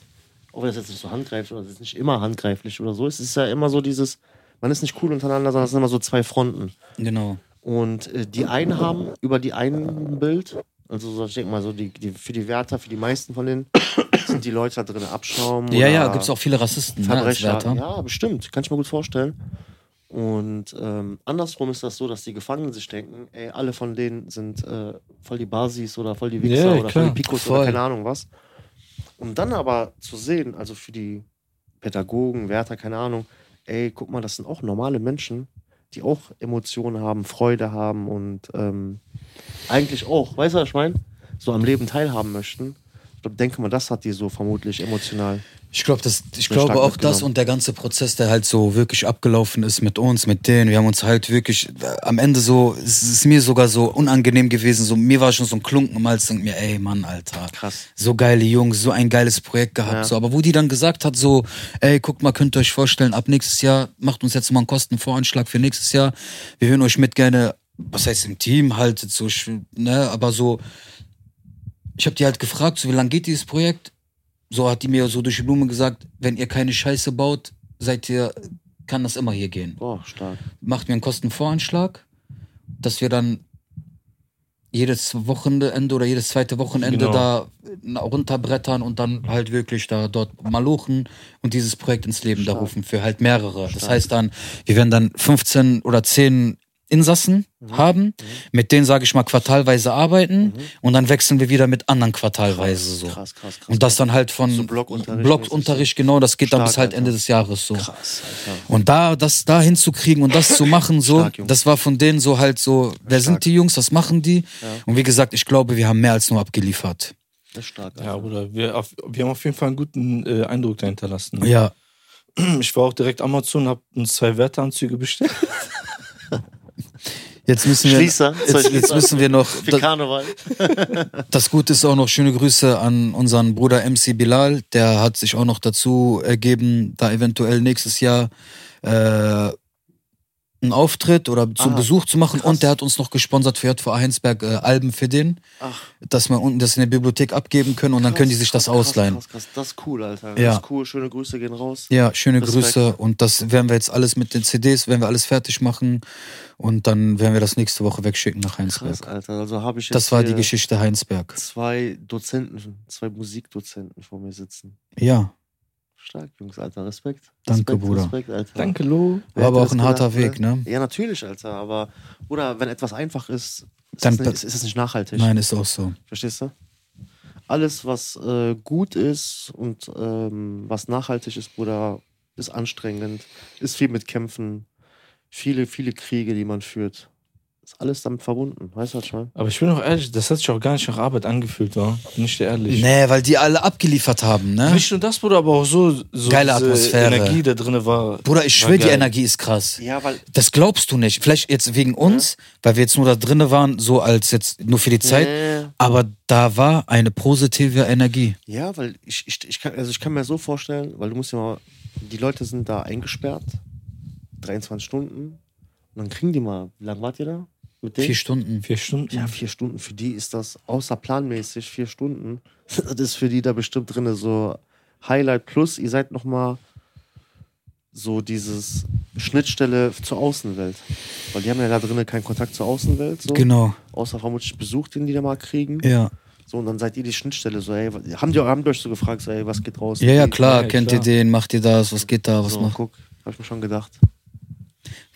Speaker 2: Auch wenn das jetzt nicht so handgreiflich oder das ist nicht immer handgreiflich oder so. Es ist ja immer so dieses, man ist nicht cool untereinander, sondern es sind immer so zwei Fronten.
Speaker 1: Genau.
Speaker 2: Und äh, die einen haben über die einen ein Bild, also so, ich denke mal so, die, die, für die Wärter, für die meisten von denen, sind die Leute da drin Abschaum.
Speaker 1: Ja, ja,
Speaker 2: oder
Speaker 1: gibt es auch viele Rassisten. Ne, als
Speaker 2: Verbrecher.
Speaker 1: Wärter.
Speaker 2: ja, bestimmt, kann ich mir gut vorstellen. Und ähm, andersrum ist das so, dass die Gefangenen sich denken, ey, alle von denen sind äh, voll die Basis oder voll die Wichser
Speaker 3: Ja,
Speaker 2: oder
Speaker 3: klar.
Speaker 2: voll die Pikos
Speaker 1: Voll.
Speaker 2: oder keine Ahnung was. Um dann aber zu sehen, also für die Pädagogen, Wärter, keine Ahnung, ey, guck mal, das sind auch normale Menschen, die auch Emotionen haben, Freude haben und ähm, eigentlich auch, weißt du, was ich meine? So am Leben teilhaben möchten. Ich glaub, denke mal, das hat die so vermutlich emotional.
Speaker 1: Ich glaube, das, ich
Speaker 2: Sehr stark
Speaker 1: glaube auch das
Speaker 2: mitgenommen.
Speaker 1: und der ganze Prozess, der halt so wirklich abgelaufen ist mit uns, mit denen. Wir haben uns halt wirklich äh, am Ende so, es ist mir sogar so unangenehm gewesen. So, mir war schon so ein Klunken im Hals und mir, ey Mann, Alter.
Speaker 2: Krass.
Speaker 1: So geile Jungs, so ein geiles Projekt gehabt.
Speaker 2: Ja.
Speaker 1: So, aber wo die dann gesagt hat, so, ey, guckt mal, könnt ihr euch vorstellen, ab nächstes Jahr macht uns jetzt mal einen Kostenvoranschlag für nächstes Jahr. Wir hören euch mit gerne, was heißt im Team haltet, so, sch- ne, aber so, ich habe die halt gefragt, so, wie lange geht dieses Projekt? So hat die mir so durch die Blume gesagt, wenn ihr keine Scheiße baut, seid ihr, kann das immer hier gehen.
Speaker 2: Boah, stark.
Speaker 1: Macht mir einen Kostenvoranschlag, dass wir dann jedes Wochenende oder jedes zweite Wochenende
Speaker 3: Genau.
Speaker 1: da na- runterbrettern und dann halt wirklich da dort malochen und dieses Projekt ins Leben da
Speaker 2: Stark.
Speaker 1: rufen für halt mehrere. Das
Speaker 2: Stark.
Speaker 1: heißt dann, wir werden dann 15 oder 10 Insassen
Speaker 2: Mhm.
Speaker 1: haben, mit denen, sage ich mal, quartalweise arbeiten und dann wechseln wir wieder mit anderen quartalweise so.
Speaker 2: Krass, krass, krass.
Speaker 1: Und das dann halt von
Speaker 2: So Blockunterricht
Speaker 1: Blockunterricht, genau, das geht dann
Speaker 2: Stark,
Speaker 1: bis halt
Speaker 2: Alter.
Speaker 1: Ende des Jahres so.
Speaker 2: Krass, Alter.
Speaker 1: Und da, das da hinzukriegen und das zu machen, so,
Speaker 2: Stark, Junge.
Speaker 1: das war von denen so halt so, wer sind die Jungs, was machen die? Und wie gesagt, ich glaube, wir haben mehr als nur abgeliefert.
Speaker 2: Das ist stark, Alter.
Speaker 3: Ja, Bruder, wir, auf, wir haben auf jeden Fall einen guten äh, Eindruck da hinterlassen.
Speaker 1: Ja.
Speaker 3: Ich war auch direkt Amazon, habe uns zwei Wärteranzüge bestellt.
Speaker 1: Jetzt müssen wir,
Speaker 2: Schließer, zwei
Speaker 1: jetzt, jetzt
Speaker 2: Schließer.
Speaker 1: müssen wir noch,
Speaker 2: Für Karneval.
Speaker 1: Das Gute ist auch noch schöne Grüße an unseren Bruder MC Bilal. Der hat sich auch noch dazu ergeben, da eventuell nächstes Jahr äh, einen Auftritt oder zum
Speaker 2: Ah,
Speaker 1: Besuch zu machen.
Speaker 2: krass.
Speaker 1: Und der hat uns noch gesponsert für JVA Heinsberg äh, Alben für den,
Speaker 2: Ach,
Speaker 1: dass wir unten das in der Bibliothek abgeben können und dann
Speaker 2: krass,
Speaker 1: können die sich das
Speaker 2: krass, krass,
Speaker 1: ausleihen.
Speaker 2: Krass, krass. Das ist cool, Alter.
Speaker 1: Ja.
Speaker 2: Das ist cool. Schöne Grüße gehen raus.
Speaker 1: Ja, schöne
Speaker 2: Respekt.
Speaker 1: Grüße. Und das werden wir jetzt alles mit den CDs, werden wir alles fertig machen. Und dann werden wir das nächste Woche wegschicken nach Heinsberg.
Speaker 2: Krass, Alter. Also habe ich jetzt
Speaker 1: Das war die
Speaker 2: hier
Speaker 1: Geschichte Heinsberg.
Speaker 2: Zwei Dozenten, zwei Musikdozenten vor mir sitzen.
Speaker 1: Ja,
Speaker 2: Stark, Jungs, Alter. Respekt.
Speaker 1: Danke,
Speaker 2: Respekt,
Speaker 1: Bruder.
Speaker 2: Respekt, Alter.
Speaker 3: Danke, Lo.
Speaker 2: Wer
Speaker 1: war aber
Speaker 2: hätte
Speaker 1: auch
Speaker 2: das
Speaker 1: ein harter
Speaker 2: gedacht,
Speaker 1: Weg, ne?
Speaker 2: Ja, natürlich, Alter. Aber, Bruder, wenn etwas einfach ist, ist,
Speaker 1: Dann
Speaker 2: es, nicht,
Speaker 1: pa-
Speaker 2: ist, ist es nicht nachhaltig.
Speaker 1: Nein, ist auch so.
Speaker 2: Verstehst du? Alles, was äh, gut ist und ähm, was nachhaltig ist, Bruder, ist anstrengend, ist viel mit Kämpfen, viele, viele Kriege, die man führt. Ist alles damit verbunden, weißt du was schon?
Speaker 3: Aber ich bin auch ehrlich, das hat sich auch gar nicht nach Arbeit angefühlt, war. Bin ich dir ehrlich.
Speaker 1: Nee, weil die alle abgeliefert haben, ne?
Speaker 3: Nicht nur das, Bruder, aber auch so, so
Speaker 1: Geile
Speaker 3: diese
Speaker 1: Atmosphäre.
Speaker 3: Energie da drin war.
Speaker 1: Bruder, ich
Speaker 3: war
Speaker 1: schwöre, die
Speaker 3: geil.
Speaker 1: Energie ist krass.
Speaker 2: Ja, weil.
Speaker 1: Das glaubst du nicht. Vielleicht jetzt wegen uns, weil wir jetzt nur da drinnen waren, so als jetzt nur für die Zeit.
Speaker 2: Äh,
Speaker 1: Aber da war eine positive Energie.
Speaker 2: ja, weil ich, ich, ich, kann, also ich kann mir so vorstellen, weil du musst ja mal, die Leute sind da eingesperrt, 23 Stunden, und dann kriegen die mal, wie lange wart ihr da? Mit denen?
Speaker 1: Vier Stunden.
Speaker 3: Vier Stunden.
Speaker 1: Hm.
Speaker 2: Ja, vier Stunden, für die ist das außerplanmäßig, vier Stunden. Das ist für die da bestimmt drin so Highlight plus, ihr seid nochmal so dieses Schnittstelle zur Außenwelt. Weil die haben ja da drinnen keinen Kontakt zur Außenwelt, so.
Speaker 1: Genau.
Speaker 2: außer vermutlich Besuch, den die da mal kriegen.
Speaker 1: Ja.
Speaker 2: So, und dann seid ihr die Schnittstelle, so, ey, was- haben die haben die euch so gefragt, so, ey, was geht raus?
Speaker 1: Ja, ja,
Speaker 2: Wie-
Speaker 1: klar.
Speaker 3: Ja,
Speaker 1: Kennt
Speaker 3: klar.
Speaker 1: ihr den? Macht ihr das? Was geht da? Was
Speaker 2: So,
Speaker 1: macht?
Speaker 2: guck, hab ich mir schon gedacht.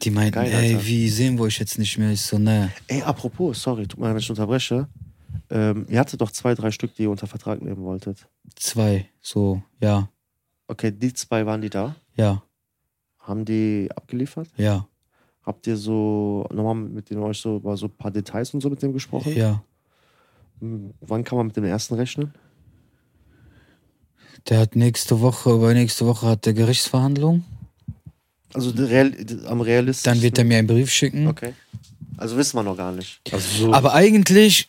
Speaker 1: Die meinten,
Speaker 2: Geil,
Speaker 1: ey,
Speaker 2: Alter.
Speaker 1: wie sehen wir euch jetzt nicht mehr? Ich so, ne.
Speaker 2: Ey, apropos, sorry, tut mir leid, wenn ich unterbreche. Ähm, ihr hattet doch zwei, drei Stück, die ihr unter Vertrag nehmen wolltet.
Speaker 1: Zwei. So, ja,
Speaker 2: Okay, die zwei waren die da.
Speaker 1: ja,
Speaker 2: Haben die abgeliefert?
Speaker 1: ja,
Speaker 2: Habt ihr so nochmal mit denen euch so über so ein paar Details und so mit dem gesprochen?
Speaker 1: ja.
Speaker 2: Hm, Wann kann man mit dem ersten rechnen?
Speaker 1: Der hat nächste Woche, übernächste Woche hat der Gerichtsverhandlung.
Speaker 2: Also der real, am realistischen.
Speaker 1: Dann wird er mir einen Brief schicken.
Speaker 2: Okay. Also wissen wir noch gar nicht.
Speaker 3: Also so
Speaker 1: Aber eigentlich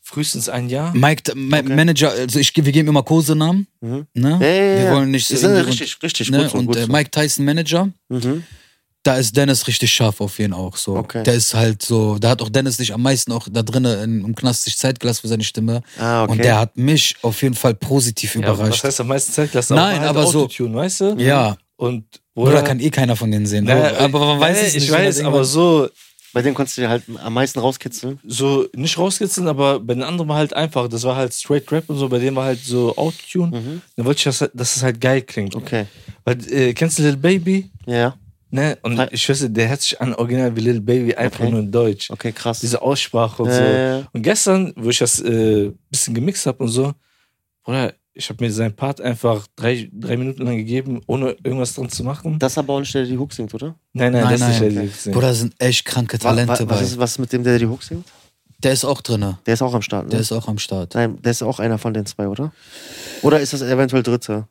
Speaker 3: frühestens ein Jahr.
Speaker 1: Mike, mein
Speaker 2: Okay.
Speaker 1: Manager, also ich, wir geben immer Kosenamen.
Speaker 2: Mhm.
Speaker 1: Ne?
Speaker 2: Ja, ja, ja.
Speaker 1: Wir wollen nicht so
Speaker 2: Wir sind
Speaker 1: irgendwie-
Speaker 2: richtig, richtig
Speaker 1: ne?
Speaker 2: gut so,
Speaker 1: und
Speaker 2: gut
Speaker 1: äh,
Speaker 2: so.
Speaker 1: Mike Tyson Manager,
Speaker 2: Mhm.
Speaker 1: da ist Dennis richtig scharf auf jeden auch so.
Speaker 2: Okay.
Speaker 1: Der ist halt so, da hat auch Dennis sich am meisten auch da drinnen im Knast sich Zeit gelassen für seine Stimme.
Speaker 2: Ah, okay.
Speaker 1: Und der hat mich auf jeden Fall positiv
Speaker 3: Ja, was
Speaker 1: überrascht.
Speaker 3: heißt am meisten Zeit gelassen?
Speaker 1: Nein, aber so-
Speaker 3: Autotune, weißt du?
Speaker 1: Ja.
Speaker 3: Und
Speaker 1: Bruder, kann eh keiner von denen sehen.
Speaker 3: Naja,
Speaker 1: aber man weiß
Speaker 3: naja,
Speaker 1: es nicht.
Speaker 3: Ich weiß,
Speaker 1: Deswegen-
Speaker 3: aber so,
Speaker 2: Bei dem konntest du dir halt am meisten rauskitzeln.
Speaker 3: so nicht rauskitzeln, aber bei den anderen war halt einfach. Das war halt Straight Rap und so, bei dem war halt so Autotune.
Speaker 1: Mhm.
Speaker 3: Dann wollte ich, dass, dass es halt geil klingt.
Speaker 2: Okay.
Speaker 3: Weil, äh, kennst du Lil Baby?
Speaker 2: Ja.
Speaker 3: Ne? Und
Speaker 2: Ja.
Speaker 3: ich weiß, nicht, der hört sich an original wie Lil Baby, einfach
Speaker 2: Okay. Äh.
Speaker 3: nur in Deutsch.
Speaker 2: Okay, krass.
Speaker 3: Diese Aussprache und
Speaker 2: Ja,
Speaker 3: so.
Speaker 2: ja, ja.
Speaker 3: Und gestern, wo ich das äh, bisschen gemixt habe und so, Bruder, ich habe mir seinen Part einfach drei, drei Minuten lang gegeben, ohne irgendwas dran zu machen.
Speaker 2: Das aber auch nicht der, der die Hook singt, oder?
Speaker 3: nein,
Speaker 1: Nein,
Speaker 3: nein, das ist
Speaker 1: nein.
Speaker 3: nicht der Lied.
Speaker 1: Bruder, da sind echt kranke
Speaker 2: Wa- wa-
Speaker 1: Talente
Speaker 2: was,
Speaker 1: bei.
Speaker 2: ist, was ist mit dem, der die Hook singt?
Speaker 1: Der ist auch drinne.
Speaker 2: Der ist auch am Start, ne?
Speaker 1: Der ist auch am Start.
Speaker 2: Nein, der ist auch einer von den zwei, oder? Oder ist das eventuell dritte?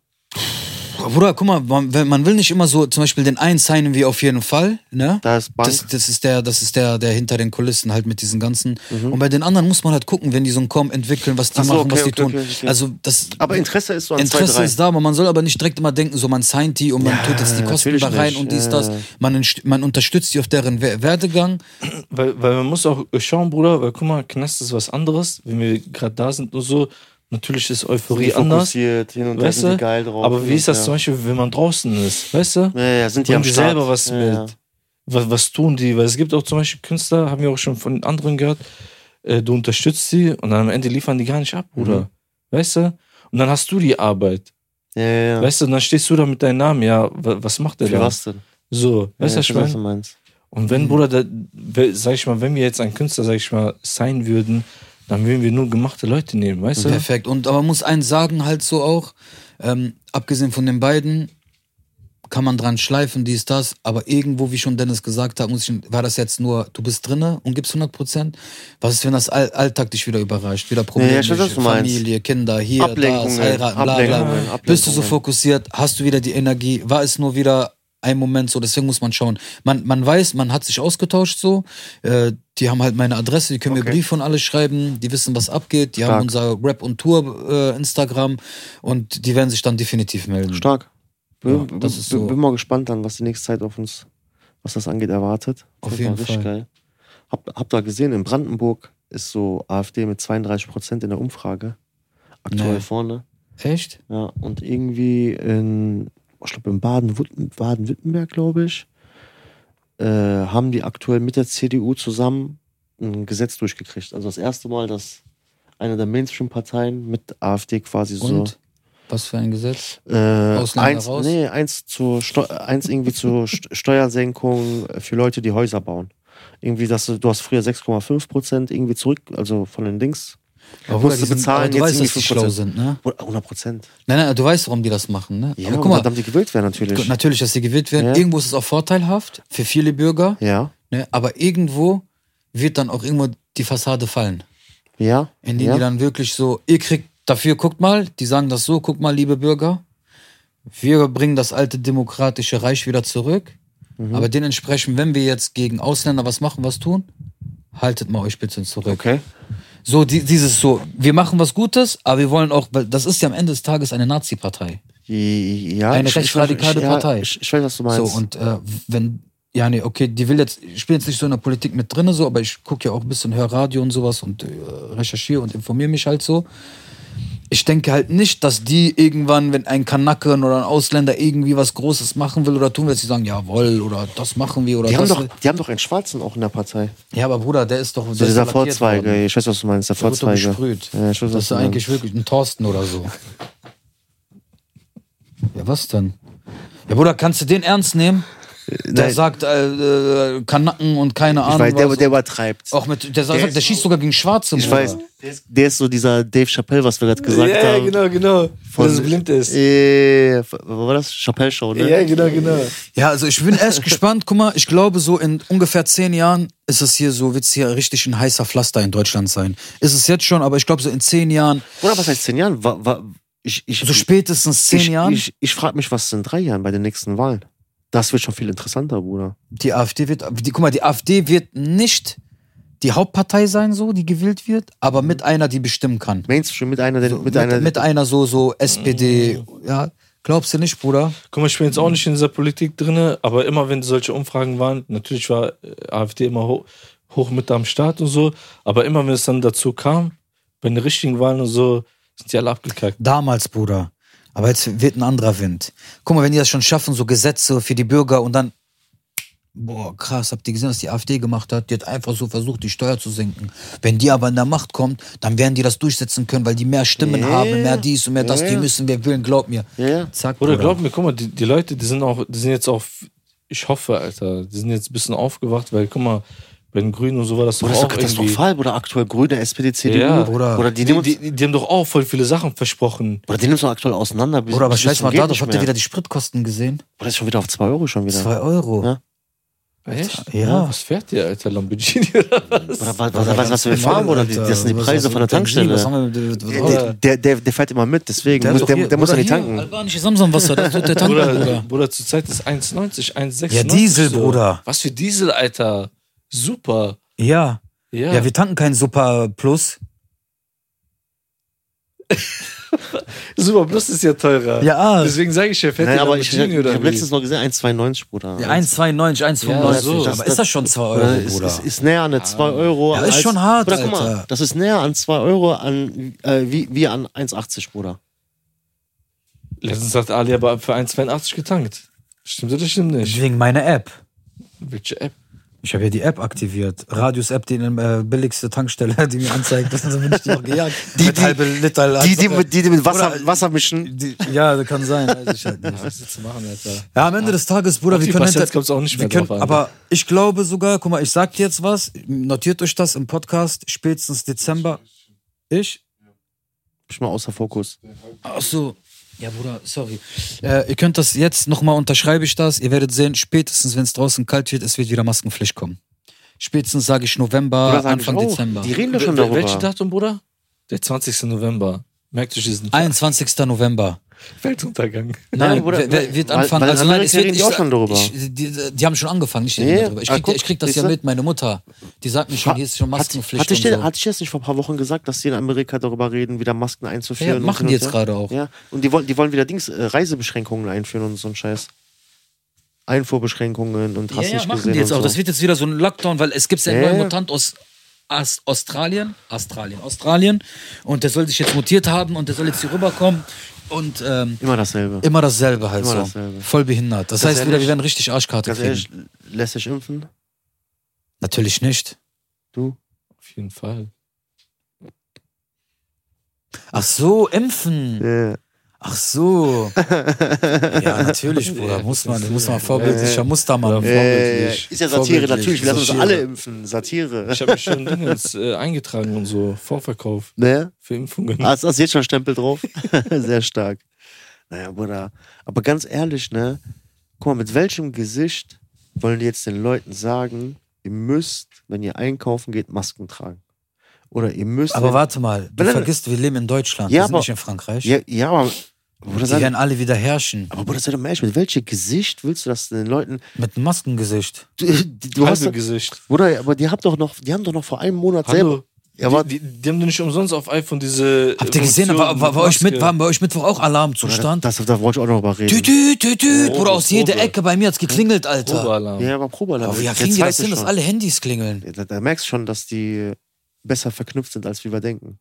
Speaker 1: Bruder, guck mal, man, wenn- man will nicht immer so, zum Beispiel den einen signen wir auf jeden Fall, ne?
Speaker 2: Da ist Bank.
Speaker 1: Das, das ist der, das ist der, der hinter den Kulissen halt mit diesen ganzen. Und bei den anderen muss man halt gucken, wenn die so einen Kom entwickeln, was die
Speaker 2: Mhm. Ach so,
Speaker 1: machen,
Speaker 2: okay,
Speaker 1: was die
Speaker 2: okay,
Speaker 1: tun.
Speaker 2: okay, okay.
Speaker 1: Also das.
Speaker 2: aber Interesse ist so an
Speaker 1: Interesse
Speaker 2: zwei, drei.
Speaker 1: ist da, aber man soll aber nicht direkt immer denken, so man signed die und man tut jetzt die Kosten
Speaker 2: natürlich
Speaker 1: da rein
Speaker 2: nicht.
Speaker 1: und dies,
Speaker 2: Ja,
Speaker 1: das.
Speaker 2: ja.
Speaker 1: Man, entst- man unterstützt die auf deren We- Werdegang.
Speaker 3: Weil, weil man muss auch schauen, Bruder, weil guck mal, Knast ist was anderes, wenn wir gerade da sind und so. Natürlich ist
Speaker 2: Sind
Speaker 3: Euphorie
Speaker 2: die
Speaker 3: anders,
Speaker 2: fokussiert, hin und her,
Speaker 3: weißt
Speaker 2: sind
Speaker 3: du?
Speaker 2: die geil drauf.
Speaker 3: aber wie ist das
Speaker 2: ja.
Speaker 3: zum Beispiel, wenn man draußen ist, weißt du?
Speaker 2: Ja, ja, sind die
Speaker 3: Bringen
Speaker 2: am
Speaker 3: die
Speaker 2: Start.
Speaker 3: selber was
Speaker 2: ja, ja.
Speaker 3: mit? Was, was tun die? Weil es gibt auch zum Beispiel Künstler, haben wir auch schon von anderen gehört, äh, du unterstützt sie und am Ende liefern die gar nicht ab, Bruder. Weißt du? Und dann hast du die Arbeit.
Speaker 2: Ja, ja, ja.
Speaker 3: Weißt du, und dann stehst du da mit deinem Namen, ja, wa- was macht der
Speaker 2: Für
Speaker 3: da?
Speaker 2: was denn?
Speaker 3: So, weißt du, was
Speaker 2: ich
Speaker 3: ich
Speaker 2: weiß, was du
Speaker 3: meine?
Speaker 2: meinst.
Speaker 3: Und wenn, Bruder, da, we- sag ich mal, wenn wir jetzt einen Künstler, sag ich mal, sein würden, dann würden wir nur gemachte Leute nehmen, weißt du?
Speaker 1: Perfekt. Und aber man muss eins sagen, halt so auch, ähm, abgesehen von den beiden, kann man dran schleifen, dies, das, aber irgendwo, wie schon Dennis gesagt hat, muss ich, war das jetzt nur, du bist drinne und gibst 100 Prozent. Was ist, wenn das All Alltag dich wieder überrascht? Wieder Probleme,
Speaker 2: Ja, ja, ich weiß, was du meinst.
Speaker 1: Familie, Kinder, hier,
Speaker 2: Ablenkungen,
Speaker 1: das, heiraten, bla, bla.
Speaker 2: Ablenkungen,
Speaker 1: Bist du so
Speaker 2: Ablenkungen.
Speaker 1: fokussiert? Hast du wieder die Energie? War es nur wieder ein Moment so? Deswegen muss man schauen. Man, man weiß, man hat sich ausgetauscht so. Äh, die haben halt meine Adresse, die können mir
Speaker 2: Okay.
Speaker 1: Briefe und alles schreiben. Die wissen, was abgeht. Die haben
Speaker 2: Stark.
Speaker 1: unser Rap und Tour äh, Instagram und die werden sich dann definitiv melden.
Speaker 2: Stark. Bin,
Speaker 1: Ja, das ist
Speaker 2: bin-
Speaker 1: so.
Speaker 2: bin mal gespannt dann, was die nächste Zeit auf uns, was das angeht, erwartet.
Speaker 1: Auf
Speaker 2: Das
Speaker 1: jeden
Speaker 2: war richtig
Speaker 1: Fall.
Speaker 2: Geil. Hab, hab da gesehen, in Brandenburg ist so AfD mit 32 Prozent in der Umfrage. Aktuell
Speaker 1: Nee.
Speaker 2: vorne.
Speaker 1: Echt?
Speaker 2: Ja, und irgendwie in, ich glaube, in Baden-Württemberg, Baden glaube ich, äh, haben die aktuell mit der CDU zusammen ein Gesetz durchgekriegt. Also das erste Mal, dass eine der Mainstream-Parteien mit AfD quasi so.
Speaker 1: Und? Was für ein Gesetz?
Speaker 2: Äh,
Speaker 1: Ausländer
Speaker 2: eins,
Speaker 1: raus?
Speaker 2: nee, eins, zur Steu eins irgendwie zur St Steuersenkung für Leute, die Häuser bauen. Irgendwie, dass du, du hast früher 6,5 Prozent irgendwie zurück, also von den Dings.
Speaker 1: Aber
Speaker 2: musst
Speaker 1: Bruder, die
Speaker 2: du bezahlen,
Speaker 1: aber du
Speaker 2: jetzt
Speaker 1: weißt, dass
Speaker 2: irgendwie
Speaker 1: die schlau
Speaker 2: 5%.
Speaker 1: sind, ne?
Speaker 2: 100 Prozent.
Speaker 1: Nein, nein, du weißt, warum die das machen, ne?
Speaker 2: Ja,
Speaker 1: aber
Speaker 2: und
Speaker 1: guck mal,
Speaker 2: damit die gewählt werden natürlich.
Speaker 1: natürlich, dass sie gewählt werden.
Speaker 2: Ja.
Speaker 1: Irgendwo ist es auch vorteilhaft für viele Bürger,
Speaker 2: Ja,
Speaker 1: ne? aber irgendwo wird dann auch irgendwo die Fassade fallen.
Speaker 2: ja.
Speaker 1: In denen
Speaker 2: ja.
Speaker 1: die dann wirklich so, ihr kriegt dafür, guckt mal, die sagen das so, guckt mal, liebe Bürger, wir bringen das alte demokratische Reich wieder zurück.
Speaker 2: Mhm.
Speaker 1: Aber dementsprechend, wenn wir jetzt gegen Ausländer was machen, was tun, haltet mal euch bitte zurück.
Speaker 2: okay.
Speaker 1: So, die, dieses so, wir machen was Gutes, aber wir wollen auch, weil das ist ja am Ende des Tages eine Nazi-Partei.
Speaker 2: Ja,
Speaker 1: Eine
Speaker 2: ich- ich-
Speaker 1: rechtsradikale
Speaker 2: ich, ja,
Speaker 1: Partei.
Speaker 2: Ich, ich weiß, was
Speaker 1: So,
Speaker 2: du meinst.
Speaker 1: und äh, wenn, ja, nee, okay, die will jetzt, ich bin jetzt nicht so in der Politik mit drin, so, aber ich gucke ja auch ein bisschen, höre Radio und sowas und äh, recherchiere und informiere mich halt so. Ich denke halt nicht, dass die irgendwann, wenn ein Kanaken oder ein Ausländer irgendwie was Großes machen will oder tun will, dass sie sagen, jawohl, oder das machen wir oder
Speaker 2: die, haben
Speaker 1: das.
Speaker 2: doch, die haben doch einen Schwarzen auch in der Partei.
Speaker 1: ja, aber Bruder, der ist doch.
Speaker 2: So dieser Vorzweige. Ich weiß, was du meinst. Der
Speaker 1: Der wird doch
Speaker 2: Vorzweige.
Speaker 1: besprüht.
Speaker 2: Ja, ich weiß, was
Speaker 1: das ist
Speaker 2: du
Speaker 1: eigentlich wirklich ein Thorsten oder so. Ja, was denn? Ja, Bruder, kannst du den ernst nehmen? Der
Speaker 2: nein.
Speaker 1: sagt äh, äh, Kanacken und keine
Speaker 2: Ich
Speaker 1: Ahnung.
Speaker 2: weiß, der,
Speaker 1: was.
Speaker 2: der übertreibt.
Speaker 1: auch mit, der, sagt,
Speaker 2: ist
Speaker 1: der schießt sogar gegen Schwarze.
Speaker 2: Ich
Speaker 1: Bruder.
Speaker 2: weiß, der ist, der ist so dieser Dave Chappelle, was wir gerade gesagt
Speaker 3: ja,
Speaker 2: haben.
Speaker 3: ja, genau, genau. Von, dass es blind ist.
Speaker 2: Äh, f- was war das? Chappelle Show, ne?
Speaker 3: Ja, genau, genau.
Speaker 1: Ja, also ich bin echt gespannt. Guck mal, ich glaube, so in ungefähr zehn Jahren ist es hier so, wird es hier richtig ein heißer Pflaster in Deutschland sein. Ist es jetzt schon, aber ich glaube, so in zehn Jahren,
Speaker 2: Oder was heißt zehn Jahren? Wa, wa, ich, ich,
Speaker 1: so Also spätestens zehn
Speaker 2: ich,
Speaker 1: Jahren,
Speaker 2: Ich, ich, frage mich, was ist in drei Jahren bei den nächsten Wahlen? Das wird schon viel interessanter, Bruder.
Speaker 1: die AfD wird, die, guck mal, die AfD wird nicht die Hauptpartei sein, so, die gewählt wird, aber mit einer, die bestimmen kann.
Speaker 2: Mainstream mit einer, der, Mhm. mit, einer. Mhm.
Speaker 1: mit einer so, so SPD, ja. Glaubst du nicht, Bruder?
Speaker 3: Guck mal, ich bin jetzt auch nicht in dieser Politik drin, aber immer wenn solche Umfragen waren, natürlich war äh, AfD immer ho hoch mit am Start und so, aber immer wenn es dann dazu kam, bei den richtigen Wahlen und so, sind die alle abgekackt.
Speaker 1: Damals, Bruder. Aber jetzt wird ein anderer Wind. Guck mal, wenn die das schon schaffen, so Gesetze für die Bürger und dann. Boah, krass, habt ihr gesehen, was die AfD gemacht hat? Die hat einfach so versucht, die Steuer zu senken. Wenn die aber in der Macht kommt, dann werden die das durchsetzen können, weil die mehr Stimmen
Speaker 2: Ja,
Speaker 1: haben, mehr dies und mehr das.
Speaker 2: ja,
Speaker 1: Die
Speaker 2: ja.
Speaker 1: müssen wir willen, glaub mir.
Speaker 2: Ja, ja.
Speaker 1: Zack,
Speaker 3: Bruder,
Speaker 1: Bruder.
Speaker 3: glaub mir, guck mal, die, die Leute, die sind auch, die sind jetzt auch, ich hoffe, Alter, die sind jetzt ein bisschen aufgewacht, weil guck mal, bei den Grünen und so war das doch
Speaker 2: Bruder, ist
Speaker 3: auch
Speaker 2: doch
Speaker 3: irgendwie.
Speaker 2: katastrophal, Bruder. Aktuell Grüne, SPD, CDU.
Speaker 3: Ja.
Speaker 1: Bruder.
Speaker 2: Bruder, die,
Speaker 3: Die,
Speaker 2: nehmen uns,
Speaker 3: die, die, die haben doch auch voll viele Sachen versprochen.
Speaker 2: Bruder, die nimmst du aktuell auseinander. bis-
Speaker 1: Bruder, aber
Speaker 2: bis
Speaker 1: scheiß
Speaker 2: zum
Speaker 1: mal
Speaker 2: geht
Speaker 1: darauf,
Speaker 2: nicht
Speaker 1: habt ihr
Speaker 2: mehr.
Speaker 1: wieder die Spritkosten gesehen?
Speaker 2: Bruder, ist schon wieder auf 2 Euro schon wieder.
Speaker 1: Zwei Euro.
Speaker 2: Ja.
Speaker 3: Echt?
Speaker 1: Ja.
Speaker 3: Was fährt ihr, Alter, Lamborghini oder was?
Speaker 2: Bruder, was, was, was, was wir fahren, Bruder, die, das sind die Preise von der Tankstelle.
Speaker 1: Was haben wir, was haben wir-
Speaker 2: Der, der, der, der fährt immer mit, deswegen.
Speaker 1: Der hat
Speaker 2: Der, muss,
Speaker 1: doch
Speaker 2: der,
Speaker 1: hier-
Speaker 2: der muss ja
Speaker 1: Bruder,
Speaker 2: nicht
Speaker 1: hier,
Speaker 2: tanken.
Speaker 1: Albanisches Samsonwasser, das tut der Tank,
Speaker 3: Bruder,
Speaker 1: Bruder.
Speaker 3: Bruder, zurzeit ist 1,90, 1,96.
Speaker 1: Ja, Diesel,
Speaker 3: so.
Speaker 1: Bruder.
Speaker 3: Was für Diesel, Alter. Super.
Speaker 1: Ja.
Speaker 3: Ja.
Speaker 1: ja. wir tanken kein Super Plus.
Speaker 3: Super Plus ist ja teurer.
Speaker 1: Ja,
Speaker 3: Deswegen sage ich ja, fährt
Speaker 2: Nein,
Speaker 3: ihr
Speaker 2: aber ich, ich,
Speaker 3: Lamborghini oder
Speaker 2: habe
Speaker 3: wie?
Speaker 2: letztens noch gesehen, 1,92, Bruder.
Speaker 1: 1,92, 1,95.
Speaker 3: Ja, so.
Speaker 1: Aber ist das schon 2 Euro,
Speaker 2: Bruder,
Speaker 1: Bruder?
Speaker 2: Ist, ist, ist näher an der 2 Euro.
Speaker 1: Ja, ist schon hart,
Speaker 2: Bruder, guck mal,
Speaker 1: Alter.
Speaker 2: das ist näher an 2 Euro an, äh, wie, wie an 1,80, Bruder.
Speaker 3: Letztens hat Ali aber für 1,82 getankt. Stimmt oder stimmt nicht?
Speaker 1: Wegen meiner App.
Speaker 3: Welche App?
Speaker 1: Ich habe ja die App aktiviert. Radius-App, die äh, billigste Tankstelle, die mir anzeigt, das bin ich noch gejagt.
Speaker 2: Die-
Speaker 1: Mit
Speaker 2: die-
Speaker 1: halbe Liter.
Speaker 2: Die, die, mit- die, die mit Wasser,
Speaker 1: Bruder,
Speaker 2: Wasser mischen.
Speaker 1: Die- ja, das kann sein. Weiß ich halt nicht.
Speaker 3: Was ist zu machen, Alter?
Speaker 1: Ja, am Ende des Tages, Bruder,
Speaker 3: Auf
Speaker 1: wir
Speaker 3: die
Speaker 1: können
Speaker 3: Patienz kommt's auch nicht
Speaker 1: wir
Speaker 3: mehr drauf
Speaker 1: können,
Speaker 3: an.
Speaker 2: ne?
Speaker 1: Aber ich glaube sogar, guck mal, ich sag dir jetzt was, notiert euch das im Podcast, spätestens Dezember. Ich?
Speaker 2: Ich mal außer Fokus.
Speaker 1: Ach so. Ja, Bruder, sorry. Äh, ihr könnt das jetzt nochmal unterschreibe ich das. Ihr werdet sehen, spätestens wenn es draußen kalt wird, es wird wieder Maskenpflicht kommen. Spätestens sage ich November,
Speaker 2: Bruder, sag ich
Speaker 1: Anfang
Speaker 2: auch.
Speaker 1: Dezember.
Speaker 2: Die reden doch schon
Speaker 3: Wel- Welche
Speaker 2: darüber.
Speaker 3: Datum, Bruder? Der 20. November. Merkt euch diesen
Speaker 1: 21. November.
Speaker 3: Weltuntergang.
Speaker 1: Nein,
Speaker 2: Bruder,
Speaker 1: wer- wer- wird
Speaker 2: weil-
Speaker 1: anfangen.
Speaker 2: weil in
Speaker 1: also nein,
Speaker 2: Amerika
Speaker 1: es wird,
Speaker 2: reden die
Speaker 1: ich,
Speaker 2: auch schon darüber.
Speaker 1: Ich, die, die haben schon angefangen, nicht die
Speaker 2: Nee,
Speaker 1: reden darüber. Ich
Speaker 2: aber
Speaker 1: krieg,
Speaker 2: guck,
Speaker 1: ich krieg das
Speaker 2: siehst
Speaker 1: ja
Speaker 2: du?
Speaker 1: mit, meine Mutter. Die sagt mir schon, hier ist schon Maskenpflicht.
Speaker 2: Hatte ich, dir-
Speaker 1: und so.
Speaker 2: hatte ich das nicht vor ein paar Wochen gesagt, dass die in Amerika darüber reden, wieder Masken einzuführen?
Speaker 1: ja,
Speaker 2: und
Speaker 1: machen
Speaker 2: hin
Speaker 1: die
Speaker 2: und
Speaker 1: jetzt
Speaker 2: her?
Speaker 1: gerade auch.
Speaker 2: Ja, und die wollen, die wollen wieder Dings, äh, Reisebeschränkungen einführen und so ein Scheiß. Einfuhrbeschränkungen und hast
Speaker 1: Ja, ja,
Speaker 2: nicht
Speaker 1: machen
Speaker 2: gesehen.
Speaker 1: die jetzt
Speaker 2: und
Speaker 1: auch.
Speaker 2: so.
Speaker 1: Das wird jetzt wieder so ein Lockdown, weil es gibt ja einen
Speaker 2: Ja,
Speaker 1: neuen
Speaker 2: ja.
Speaker 1: Mutant aus Ast Australien, Australien, Australien. Und der soll sich jetzt mutiert haben und der soll jetzt hier rüberkommen. Und ähm,
Speaker 2: Immer dasselbe.
Speaker 1: immer dasselbe halt
Speaker 2: Immer
Speaker 1: so.
Speaker 2: dasselbe.
Speaker 1: Voll behindert. Das,
Speaker 2: Ganz
Speaker 1: heißt wieder,
Speaker 2: ehrlich-
Speaker 1: wir werden richtig Arschkarte
Speaker 2: Ganz
Speaker 1: kriegen.
Speaker 2: ehrlich, lässt sich impfen?
Speaker 1: Natürlich nicht.
Speaker 2: Du?
Speaker 3: Auf jeden Fall.
Speaker 1: Ach so, impfen.
Speaker 2: Ja.
Speaker 1: Ach so. ja, natürlich, Bruder. Muss man, muss man vorbildlicher Mustermann.
Speaker 3: Ja, Vorbildlich.
Speaker 2: äh, Ist ja Satire,
Speaker 1: Vorbildlich.
Speaker 2: natürlich. Wir lassen uns
Speaker 1: Satire.
Speaker 2: alle impfen. Satire.
Speaker 3: Ich habe mich schon Dingens äh, eingetragen und so. Vorverkauf
Speaker 2: Ne?
Speaker 3: für
Speaker 1: Hm.
Speaker 3: Impfungen.
Speaker 1: Ah,
Speaker 2: Hast du jetzt schon Stempel drauf? Sehr stark. Naja, Bruder. Aber ganz ehrlich, ne? Guck mal, mit welchem Gesicht wollen die jetzt den Leuten sagen, ihr müsst, wenn ihr einkaufen geht, Masken tragen? Oder ihr müsst.
Speaker 1: Aber
Speaker 2: wenn-
Speaker 1: warte mal, du
Speaker 2: Wenn-
Speaker 1: vergisst, wir leben in Deutschland,
Speaker 2: Ja,
Speaker 1: wir sind
Speaker 2: aber-
Speaker 1: nicht in Frankreich.
Speaker 2: Ja, ja aber. Bruder,
Speaker 1: die
Speaker 2: sei,
Speaker 1: werden alle wieder herrschen.
Speaker 2: aber Bruder, sei doch mal ehrlich, mit welchem Gesicht willst du das den Leuten.
Speaker 1: Mit einem Maskengesicht.
Speaker 2: Du, äh, du, du hast.
Speaker 3: Halbe Gesicht.
Speaker 2: Bruder, aber die haben doch noch, die haben doch noch vor einem Monat selber.
Speaker 3: Hallo.
Speaker 2: Ja, warte.
Speaker 3: die, die, die haben doch nicht umsonst auf iPhone diese. äh,
Speaker 1: Habt ihr gesehen,
Speaker 3: Funktion
Speaker 1: war, war, war, euch
Speaker 3: Maske.
Speaker 1: mit, war bei euch Mittwoch auch Alarmzustand?
Speaker 2: Das, da wollte ich auch noch mal reden.
Speaker 1: Tü, tü, tü, tü.
Speaker 3: Oh,
Speaker 1: Bruder, aus
Speaker 3: Probe.
Speaker 1: jeder Ecke bei mir hat's geklingelt, Alter.
Speaker 3: Probealarm.
Speaker 2: Ja, aber Probealarm.
Speaker 1: Aber ja,
Speaker 2: Der
Speaker 1: kriegen die das
Speaker 2: zweite
Speaker 1: hin, dass
Speaker 2: schon.
Speaker 1: alle Handys klingeln?
Speaker 2: Ja, Da, da merkst du schon, dass die besser verknüpft sind, als wir denken.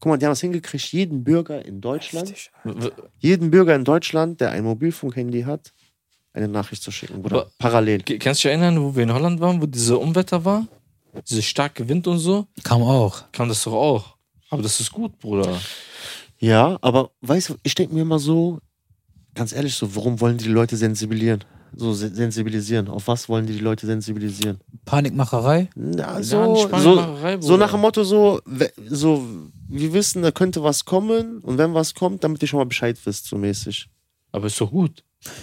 Speaker 2: Guck mal, die haben es hingekriegt, jeden Bürger in Deutschland,
Speaker 3: W- w-
Speaker 2: jeden Bürger in Deutschland, der ein Mobilfunkhandy hat, eine Nachricht zu schicken. Bruder,
Speaker 3: Aber-
Speaker 2: parallel.
Speaker 3: Ge- Kannst du dich erinnern, wo wir in Holland waren, wo diese Unwetter war? Diese starke Wind und so?
Speaker 1: Kam auch.
Speaker 3: Kam das doch auch. Aber das ist gut, Bruder.
Speaker 2: Ja, aber weißt du, ich denke mir immer so, ganz ehrlich, so, warum wollen die Leute sensibilisieren? So se- sensibilisieren. Auf was wollen die die Leute sensibilisieren?
Speaker 1: Panikmacherei?
Speaker 2: Na,
Speaker 3: Ja,
Speaker 2: so,
Speaker 3: eine spannende
Speaker 2: so,
Speaker 3: Macherei,
Speaker 2: So
Speaker 3: Bruder.
Speaker 2: nach dem Motto, so, we- so, wir wissen, da könnte was kommen und wenn was kommt, damit ihr schon mal Bescheid wisst, so mäßig.
Speaker 3: Aber ist doch gut.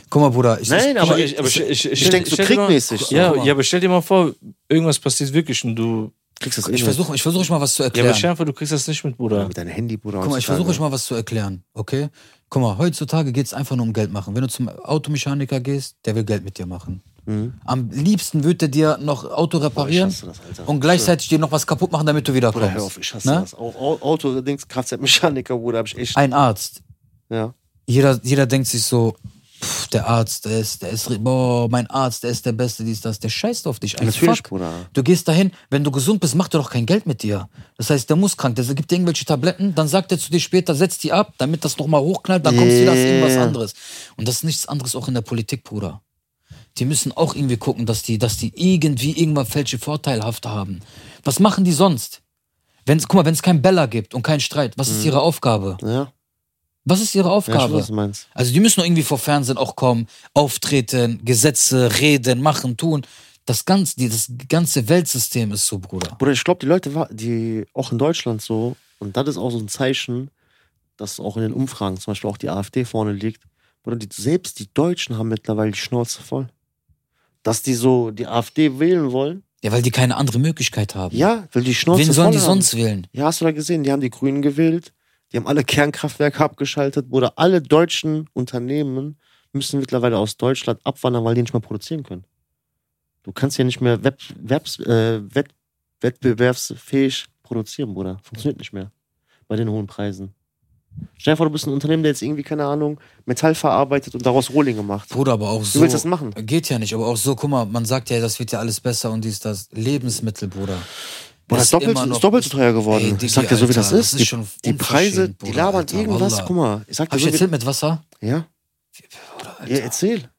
Speaker 1: Guck mal, Bruder. Ich,
Speaker 2: Nein, aber
Speaker 3: ich, aber ich, ich, ich,
Speaker 2: ich denk so
Speaker 3: stell dir mal-
Speaker 2: kriegmäßig.
Speaker 3: Ja,
Speaker 2: Guck mal.
Speaker 3: ja, aber stell dir mal vor, irgendwas passiert wirklich und du.
Speaker 2: Kriegst das eh
Speaker 1: ich, ich versuche ich versuch euch mal was zu
Speaker 3: Ja,
Speaker 1: erklären.
Speaker 3: aber stell dir vor, du kriegst das nicht mit, Bruder.
Speaker 2: mit deinem Handy, Bruder.
Speaker 1: Guck mal, ich versuche euch mal was zu erklären, okay? Guck mal, heutzutage geht es einfach nur um Geld machen. Wenn du zum Automechaniker gehst, der will Geld mit dir machen.
Speaker 2: Mhm.
Speaker 1: Am liebsten wird er dir noch Auto reparieren
Speaker 2: hasse das, Alter.
Speaker 1: und gleichzeitig dir noch was kaputt machen, damit du wiederkommst.
Speaker 2: Bruder, hör auf, ich hasse
Speaker 1: Ne?
Speaker 2: das. Auch Au- Auto, Dings, Kfz-Mechaniker, Bruder, hab ich echt.
Speaker 1: Ein Arzt.
Speaker 2: ja.
Speaker 1: Jeder, jeder denkt sich so, pff, der Arzt, der ist, der ist, boah, mein Arzt, der ist der Beste, dies, das, der scheißt auf dich. Ein
Speaker 2: Natürlich,
Speaker 1: Fuck.
Speaker 2: Bruder.
Speaker 1: Du gehst dahin, wenn du gesund bist, macht er doch kein Geld mit dir. Das heißt, der muss krank, der gibt dir irgendwelche Tabletten, dann sagt er zu dir später, setz die ab, damit das nochmal hochknallt, dann kommst du wieder auf irgendwas
Speaker 2: Yeah.
Speaker 1: anderes. Und das ist nichts anderes auch in der Politik, Bruder. Die müssen auch irgendwie gucken, dass die, dass die irgendwie irgendwann falsche Vorteilhaft haben. Was machen die sonst? Wenn's, guck mal, wenn es keinen Beller gibt und keinen Streit, was ist ihre Aufgabe?
Speaker 2: Ja,
Speaker 1: Was ist ihre
Speaker 2: Mhm. ja ich weiß,
Speaker 1: Aufgabe?
Speaker 2: was du meinst.
Speaker 1: Also die müssen doch irgendwie vor Fernsehen auch kommen, auftreten, Gesetze, reden, machen, tun. Das ganze, die- das ganze Weltsystem ist so, Bruder.
Speaker 2: Bruder, ich glaube, die Leute, wa- die auch in Deutschland so, und das ist auch so ein Zeichen, dass auch in den Umfragen zum Beispiel auch die AfD vorne liegt. Bruder, die, selbst die Deutschen haben mittlerweile die Schnauze voll. Dass die so die AfD wählen wollen.
Speaker 1: Ja, weil die keine andere Möglichkeit haben.
Speaker 2: Ja, weil die Schnauze
Speaker 1: Wen
Speaker 2: voll
Speaker 1: sollen die
Speaker 2: haben.
Speaker 1: sonst wählen?
Speaker 2: Ja, hast du da gesehen? Die haben die Grünen gewählt, die haben alle Kernkraftwerke abgeschaltet, Bruder. Alle deutschen Unternehmen müssen mittlerweile aus Deutschland abwandern, weil die nicht mehr produzieren können. Du kannst ja nicht mehr web, webs, äh, wett, wettbewerbsfähig produzieren, Bruder. Funktioniert nicht mehr. Bei den hohen Preisen. Stell dir vor, du bist ein Unternehmen, der jetzt irgendwie, keine Ahnung, Metall verarbeitet und daraus Rohlinge macht.
Speaker 1: Bruder, aber auch
Speaker 2: Du
Speaker 1: so.
Speaker 2: willst das machen?
Speaker 1: Geht ja nicht, aber auch so, guck mal, man sagt ja, das wird ja alles besser und dies, das. Lebensmittel, Bruder.
Speaker 2: Boah, das ist doppelt,
Speaker 1: immer noch-
Speaker 2: ist doppelt so teuer geworden.
Speaker 1: Ey,
Speaker 2: ich
Speaker 1: Digi,
Speaker 2: sag dir so, wie
Speaker 1: Alter,
Speaker 2: das ist.
Speaker 1: das ist
Speaker 2: die,
Speaker 1: schon
Speaker 2: die Preise,
Speaker 1: unverschämt,
Speaker 2: die
Speaker 1: Bruder,
Speaker 2: labern
Speaker 1: Alter,
Speaker 2: irgendwas.
Speaker 1: Wallah.
Speaker 2: Guck mal, ich sag dir
Speaker 1: Hab ich
Speaker 2: so, wie,
Speaker 1: erzählt mit Wasser?
Speaker 2: Ja,
Speaker 1: Bruder, Alter.
Speaker 2: ja erzähl.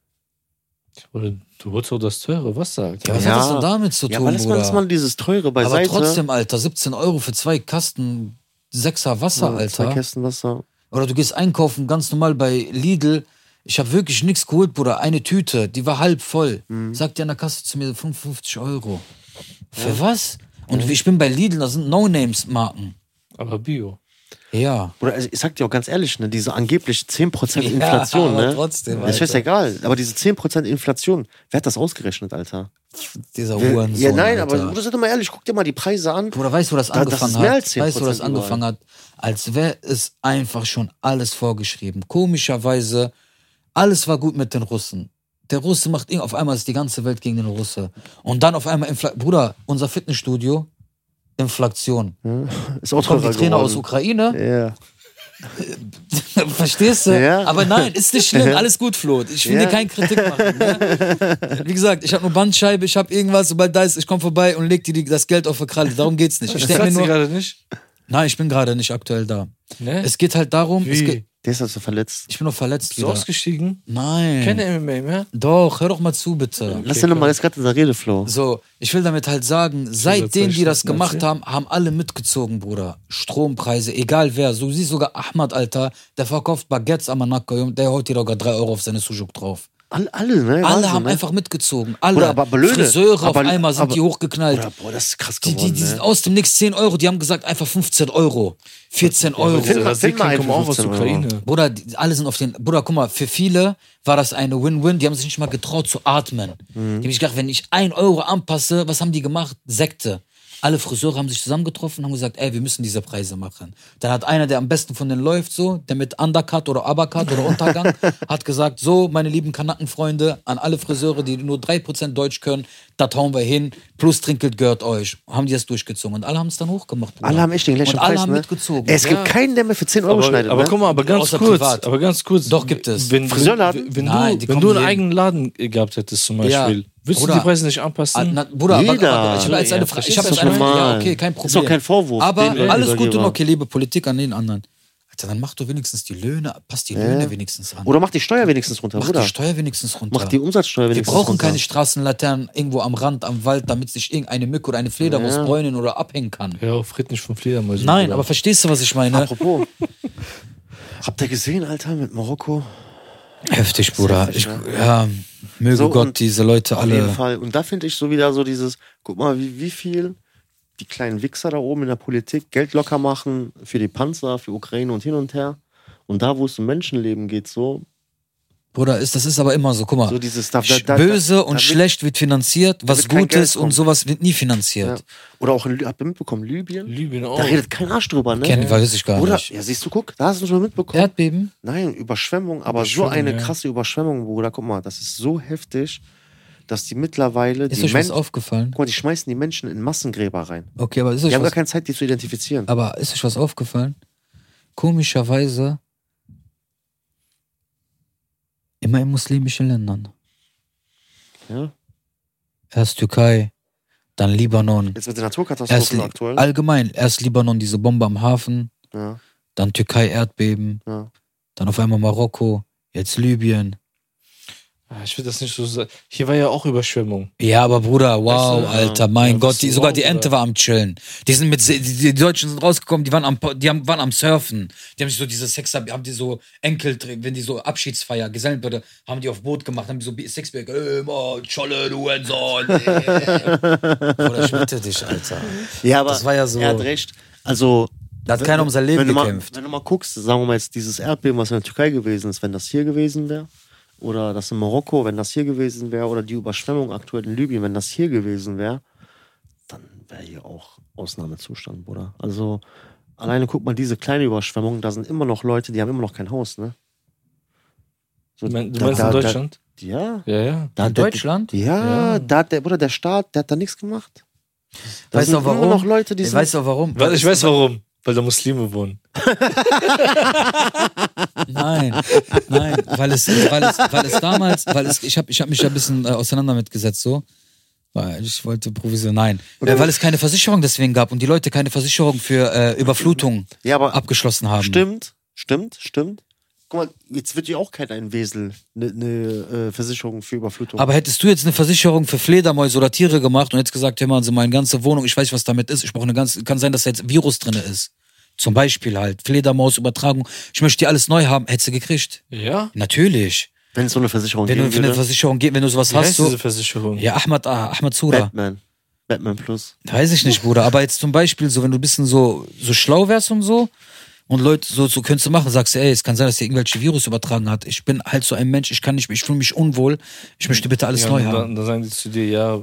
Speaker 3: Oder du holst doch das teure Wasser. Alter.
Speaker 1: Ja, was
Speaker 2: Ja.
Speaker 1: hat das denn damit zu
Speaker 2: Ja,
Speaker 1: tun,
Speaker 2: aber lass mal,
Speaker 1: Bruder?
Speaker 2: lass mal dieses teure
Speaker 1: aber
Speaker 2: beiseite.
Speaker 1: trotzdem, Alter, 17 Euro für zwei Kasten Sechser Wasser,
Speaker 2: Ja,
Speaker 1: Alter.
Speaker 2: Zwei Kästen Wasser.
Speaker 1: Oder du gehst einkaufen, ganz normal bei Lidl. Ich habe wirklich nichts geholt, Bruder. Eine Tüte, die war halb voll.
Speaker 2: Mhm.
Speaker 1: Sagt der an der Kasse zu mir 55 Euro. Für was? Und ich bin bei Lidl, da sind No-Names-Marken.
Speaker 3: Aber Bio.
Speaker 1: Ja.
Speaker 2: Oder also ich sag dir auch ganz ehrlich, ne, diese angeblich 10%
Speaker 1: Ja,
Speaker 2: Inflation,
Speaker 1: aber
Speaker 2: ne?
Speaker 1: trotzdem,
Speaker 2: ist
Speaker 1: Alter.
Speaker 2: scheißegal. Aber diese 10% Inflation, wer hat das ausgerechnet, Alter?
Speaker 1: Dieser
Speaker 2: Wer-
Speaker 1: Hurensohn.
Speaker 2: ja, nein,
Speaker 1: Alter.
Speaker 2: aber Bruder, sei doch mal ehrlich, guck dir mal die Preise an.
Speaker 1: Bruder, weißt du, wo das
Speaker 2: Da- das ist
Speaker 1: angefangen
Speaker 2: mehr
Speaker 1: hat?
Speaker 2: als 10%
Speaker 1: weißt du, wo das
Speaker 2: überall.
Speaker 1: angefangen hat? Als wäre es einfach schon alles vorgeschrieben. Komischerweise, alles war gut mit den Russen. Der Russe macht irgend, auf einmal ist die ganze Welt gegen den Russe. Und dann auf einmal, Infla Bruder, unser Fitnessstudio, Inflation.
Speaker 2: Ist auch
Speaker 1: Kommen
Speaker 2: teurer
Speaker 1: die Trainer aus
Speaker 2: geworden.
Speaker 1: Ukraine?
Speaker 2: Ja.
Speaker 1: Verstehst du?
Speaker 2: Ja.
Speaker 1: Aber nein, ist nicht schlimm. Alles gut, Flo. Ich will
Speaker 2: Ja.
Speaker 1: dir keine Kritik machen. Ne? Wie gesagt, ich habe nur Bandscheibe, ich habe irgendwas, sobald da ist, ich komme vorbei und leg dir die, das Geld auf die Kralle. Darum geht's nicht. Ich
Speaker 3: Das
Speaker 1: denk mir
Speaker 3: hat sie
Speaker 1: nur,
Speaker 3: gerade nicht.
Speaker 1: nein, ich bin gerade nicht aktuell da.
Speaker 3: Ne?
Speaker 1: Es geht halt darum, es
Speaker 3: Wie?
Speaker 1: geht,
Speaker 2: Der ist also verletzt.
Speaker 1: ich bin noch verletzt
Speaker 3: Bist du
Speaker 1: wieder.
Speaker 3: ausgestiegen?
Speaker 1: Nein.
Speaker 3: Keine MMA mehr?
Speaker 1: Doch, hör doch mal zu, bitte.
Speaker 2: Lass dir nochmal jetzt gerade in der Rede, Flo.
Speaker 1: So, ich will damit halt sagen, seitdem die das
Speaker 3: Stunden
Speaker 1: gemacht
Speaker 3: erzählen.
Speaker 1: haben, haben alle mitgezogen, Bruder. Strompreise, egal wer. So siehst sogar Ahmad, Alter, der verkauft Baguettes am Anakoyum, der haut dir sogar 3 Euro auf seine Sujuk drauf.
Speaker 2: Alle, alle, ne?
Speaker 1: Alle
Speaker 2: Wahnsinn,
Speaker 1: haben
Speaker 2: ne?
Speaker 1: einfach mitgezogen. Alle.
Speaker 2: Bruder, aber- aber Löhne.
Speaker 1: Friseure
Speaker 2: Aber-
Speaker 1: auf einmal sind
Speaker 2: aber-
Speaker 1: die hochgeknallt.
Speaker 2: Bruder, boah, das ist krass
Speaker 1: die, die,
Speaker 2: geworden.
Speaker 1: die sind
Speaker 2: ne?
Speaker 1: aus dem Nix 10 Euro, die haben gesagt einfach 15 Euro, 14 Euro.
Speaker 3: Also,
Speaker 2: find mal- find mal
Speaker 3: kommen auch aus
Speaker 2: 15 Euro.
Speaker 3: Ukraine.
Speaker 1: Genau. Bruder, die, alle sind auf den. Bruder, guck mal, für viele war das eine Win-Win. Die haben sich nicht mal getraut zu atmen.
Speaker 2: Mhm.
Speaker 1: Die haben sich gedacht, wenn ich ein Euro anpasse, was haben die gemacht? Sekte. Alle Friseure haben sich zusammengetroffen und haben gesagt, ey, wir müssen diese Preise machen. Dann hat einer, der am besten von denen läuft, so, der mit Undercut oder Abacut oder Untergang, hat gesagt, so, meine lieben Kanackenfreunde, an alle Friseure, die nur 3% Deutsch können, das hauen wir hin, plus Trinkgeld gehört euch. Haben die das durchgezogen und alle haben es dann hochgemacht, Bruder.
Speaker 2: alle haben echt den gleichen
Speaker 1: Und alle
Speaker 2: Preis,
Speaker 1: haben
Speaker 2: ne?
Speaker 1: mitgezogen.
Speaker 2: Es gibt
Speaker 1: Ja.
Speaker 2: keinen, der mehr für 10 Euro
Speaker 3: Aber,
Speaker 2: schneidet,
Speaker 3: aber
Speaker 2: ne?
Speaker 3: guck mal, aber ganz
Speaker 1: Außer
Speaker 3: kurz.
Speaker 1: privat.
Speaker 3: Aber ganz kurz.
Speaker 1: Doch, gibt es.
Speaker 3: Wenn,
Speaker 2: Friseurladen?
Speaker 3: Wenn, wenn
Speaker 1: Nein, die
Speaker 3: du,
Speaker 1: kommen
Speaker 3: wenn du einen
Speaker 1: jeden-
Speaker 3: eigenen Laden gehabt hättest zum
Speaker 1: Ja.
Speaker 3: Beispiel, würdest du
Speaker 1: Bruder. Ah,
Speaker 3: die Preise nicht anpassen?
Speaker 1: Na, Bruder, aber,
Speaker 2: Jeder.
Speaker 1: aber ich will jetzt
Speaker 3: Ja,
Speaker 1: eine Frage. Ich habe
Speaker 3: verstehst
Speaker 1: jetzt
Speaker 3: du,
Speaker 1: eine Frage.
Speaker 3: was ich
Speaker 1: Ja,
Speaker 2: meine?
Speaker 1: okay, kein Problem.
Speaker 2: Ist doch kein Vorwurf,
Speaker 1: Aber
Speaker 2: den Leuten
Speaker 1: alles gut und
Speaker 2: gegenüber.
Speaker 1: okay, liebe Politik an den anderen. Alter, dann mach doch wenigstens die Löhne, passt die Löhne wenigstens an.
Speaker 2: Oder mach die Steuer wenigstens runter,
Speaker 1: mach
Speaker 2: Bruder.
Speaker 1: die Steuer wenigstens runter.
Speaker 2: Mach die Umsatzsteuer
Speaker 1: Wir
Speaker 2: wenigstens
Speaker 1: brauchen
Speaker 2: runter.
Speaker 1: keine Straßenlaternen irgendwo am Rand, am Wald, damit sich irgendeine Mücke oder eine Fledermaus
Speaker 2: Ja.
Speaker 1: bräunen oder abhängen kann.
Speaker 3: Ja, fred nicht von Fledermäusen.
Speaker 1: Nein,
Speaker 3: Bruder.
Speaker 1: aber verstehst du, was ich meine?
Speaker 2: Apropos. Habt ihr gesehen, Alter, mit Marokko?
Speaker 1: Heftig, Bruder.
Speaker 2: heftig, ne?
Speaker 1: Ich, ja, möge
Speaker 2: So, und
Speaker 1: Gott diese Leute
Speaker 2: Auf jeden
Speaker 1: alle.
Speaker 2: Fall. Und da finde ich so wieder so dieses, guck mal, wie, wie viel die kleinen Wichser da oben in der Politik Geld locker machen für die Panzer, für Ukraine und hin und her. Und da, wo es um Menschenleben geht, so,
Speaker 1: Bruder, ist, das ist aber immer so. Guck mal.
Speaker 2: so dieses da, da,
Speaker 1: Sch-
Speaker 2: da, da,
Speaker 1: Böse
Speaker 2: da
Speaker 1: und
Speaker 2: wird-
Speaker 1: schlecht wird finanziert, was
Speaker 2: wird kein Geld
Speaker 1: Gutes und
Speaker 2: kommen.
Speaker 1: sowas wird nie
Speaker 2: Ja.
Speaker 1: finanziert.
Speaker 2: Oder auch in, Lib- habt ihr mitbekommen, Libyen?
Speaker 3: Libyen auch.
Speaker 2: Da redet kein Arsch drüber, ne?
Speaker 1: Kenn, weiß ich gar
Speaker 2: Oder,
Speaker 1: nicht.
Speaker 2: ja, siehst du, guck, da hast du schon mitbekommen.
Speaker 1: Erdbeben?
Speaker 2: Nein, Überschwemmung, aber
Speaker 3: Überschwemmung,
Speaker 2: so eine
Speaker 3: ja.
Speaker 2: krasse Überschwemmung, Bruder. Guck mal, das ist so heftig, dass die mittlerweile
Speaker 1: Ist
Speaker 2: die
Speaker 1: euch was
Speaker 2: Menschen.
Speaker 1: aufgefallen?
Speaker 2: Guck mal, die schmeißen die Menschen in Massengräber rein.
Speaker 1: Okay, aber ist
Speaker 2: Die
Speaker 1: euch,
Speaker 2: haben gar
Speaker 1: was,
Speaker 2: keine Zeit, die zu identifizieren.
Speaker 1: aber ist euch was aufgefallen? Komischerweise Immer in muslimischen Ländern.
Speaker 2: Ja.
Speaker 1: Erst Türkei, dann Libanon.
Speaker 2: Jetzt mit den
Speaker 1: Erst
Speaker 2: Naturkatastrophen
Speaker 1: Li
Speaker 2: aktuell.
Speaker 1: allgemein, erst Libanon, diese Bombe am Hafen,
Speaker 2: ja.
Speaker 1: dann Türkei, Erdbeben,
Speaker 2: Ja.
Speaker 1: dann auf einmal Marokko, jetzt Libyen.
Speaker 3: Ah, Ich will das nicht so sagen. Hier war ja auch Überschwemmung.
Speaker 1: Ja, aber Bruder, wow,
Speaker 2: Weißt du, ja.
Speaker 1: Alter, mein
Speaker 3: Ja,
Speaker 1: Gott,
Speaker 3: weißt
Speaker 1: die,
Speaker 3: du,
Speaker 1: sogar
Speaker 3: wow,
Speaker 1: die Ente
Speaker 3: Bruder.
Speaker 1: war am Chillen. Die sind mit, Se- die, die Deutschen sind rausgekommen, die waren am, Po- die haben, waren am Surfen. Die haben sich so diese Sex, haben die so Enkel, wenn die so Abschiedsfeier, Gesellenbürde, haben die auf Boot gemacht, haben die so Bi- Sixpack, äh, Mann, Scholle, du Henson. Oder ich bitte dich, Alter.
Speaker 2: ja, aber
Speaker 1: Das war ja so-
Speaker 2: er hat recht. Also,
Speaker 1: Da hat keiner um sein Leben
Speaker 2: wenn du, mal,
Speaker 1: gekämpft.
Speaker 2: wenn du mal guckst, sagen wir mal jetzt dieses Erdbeben, was in der Türkei gewesen ist, wenn das hier gewesen wäre, oder das in Marokko, wenn das hier gewesen wäre, oder die Überschwemmung aktuell in Libyen, wenn das hier gewesen wäre, dann wäre hier auch Ausnahmezustand, Bruder. Also alleine guck mal diese kleine Überschwemmung, da sind immer noch Leute, die haben immer noch kein Haus, ne? So,
Speaker 3: Du meinst
Speaker 2: da-
Speaker 3: in
Speaker 2: da- da-
Speaker 3: Deutschland?
Speaker 2: Ja.
Speaker 3: Ja, ja.
Speaker 2: Da
Speaker 1: In
Speaker 2: hat der-
Speaker 1: Deutschland?
Speaker 2: Ja,
Speaker 3: Ja.
Speaker 2: da hat der, Bruder, der Staat, der hat da nichts gemacht. Da
Speaker 1: Weißt
Speaker 2: sind
Speaker 1: du, warum?
Speaker 2: immer noch Leute, die
Speaker 1: Ich
Speaker 2: sind.
Speaker 1: weiß auch warum.
Speaker 3: Weil ich weiß warum. Weil da Muslime wohnen.
Speaker 1: Nein, nein, weil es, weil es, weil es damals, weil es, ich habe ich hab mich ja ein bisschen äh, auseinander mitgesetzt, so. Weil ich wollte Provision, nein. Äh, weil es keine Versicherung deswegen gab und die Leute keine Versicherung für äh, Überflutung
Speaker 2: ja, aber
Speaker 1: abgeschlossen haben.
Speaker 2: stimmt, stimmt, stimmt. Guck mal, jetzt wird ja auch keiner in Wesel eine ne, äh, Versicherung für Überflutung.
Speaker 1: Aber hättest du jetzt eine Versicherung für Fledermäuse oder Tiere gemacht und hättest gesagt, hör mal, also meine ganze Wohnung, ich weiß, was damit ist, ich brauche eine ganze, kann sein, dass da jetzt Virus drin ist. Zum Beispiel halt, Fledermausübertragung, ich möchte dir alles neu haben, hättest du gekriegt.
Speaker 3: Ja?
Speaker 1: Natürlich.
Speaker 2: wenn es so eine Versicherung
Speaker 1: Wenn du
Speaker 2: geben
Speaker 1: für eine
Speaker 2: würde,
Speaker 1: Versicherung geht, wenn du sowas
Speaker 3: Wie
Speaker 1: hast,
Speaker 3: heißt
Speaker 1: so.
Speaker 3: diese Versicherung?
Speaker 1: Ja, Ahmad, ah, Ahmad Sura.
Speaker 2: Batman. Batman Plus.
Speaker 1: Weiß ich nicht, Bruder. Aber jetzt zum Beispiel, so wenn du ein bisschen so, so schlau wärst und so und Leute, so, so könntest du machen, sagst du, ey, es kann sein, dass dir irgendwelche Virus übertragen hat. Ich bin halt so ein Mensch, ich kann nicht mehr, ich fühle mich unwohl, ich möchte bitte alles
Speaker 3: Ja,
Speaker 1: neu
Speaker 3: und
Speaker 1: haben.
Speaker 3: Dann, dann sagen die zu dir, ja.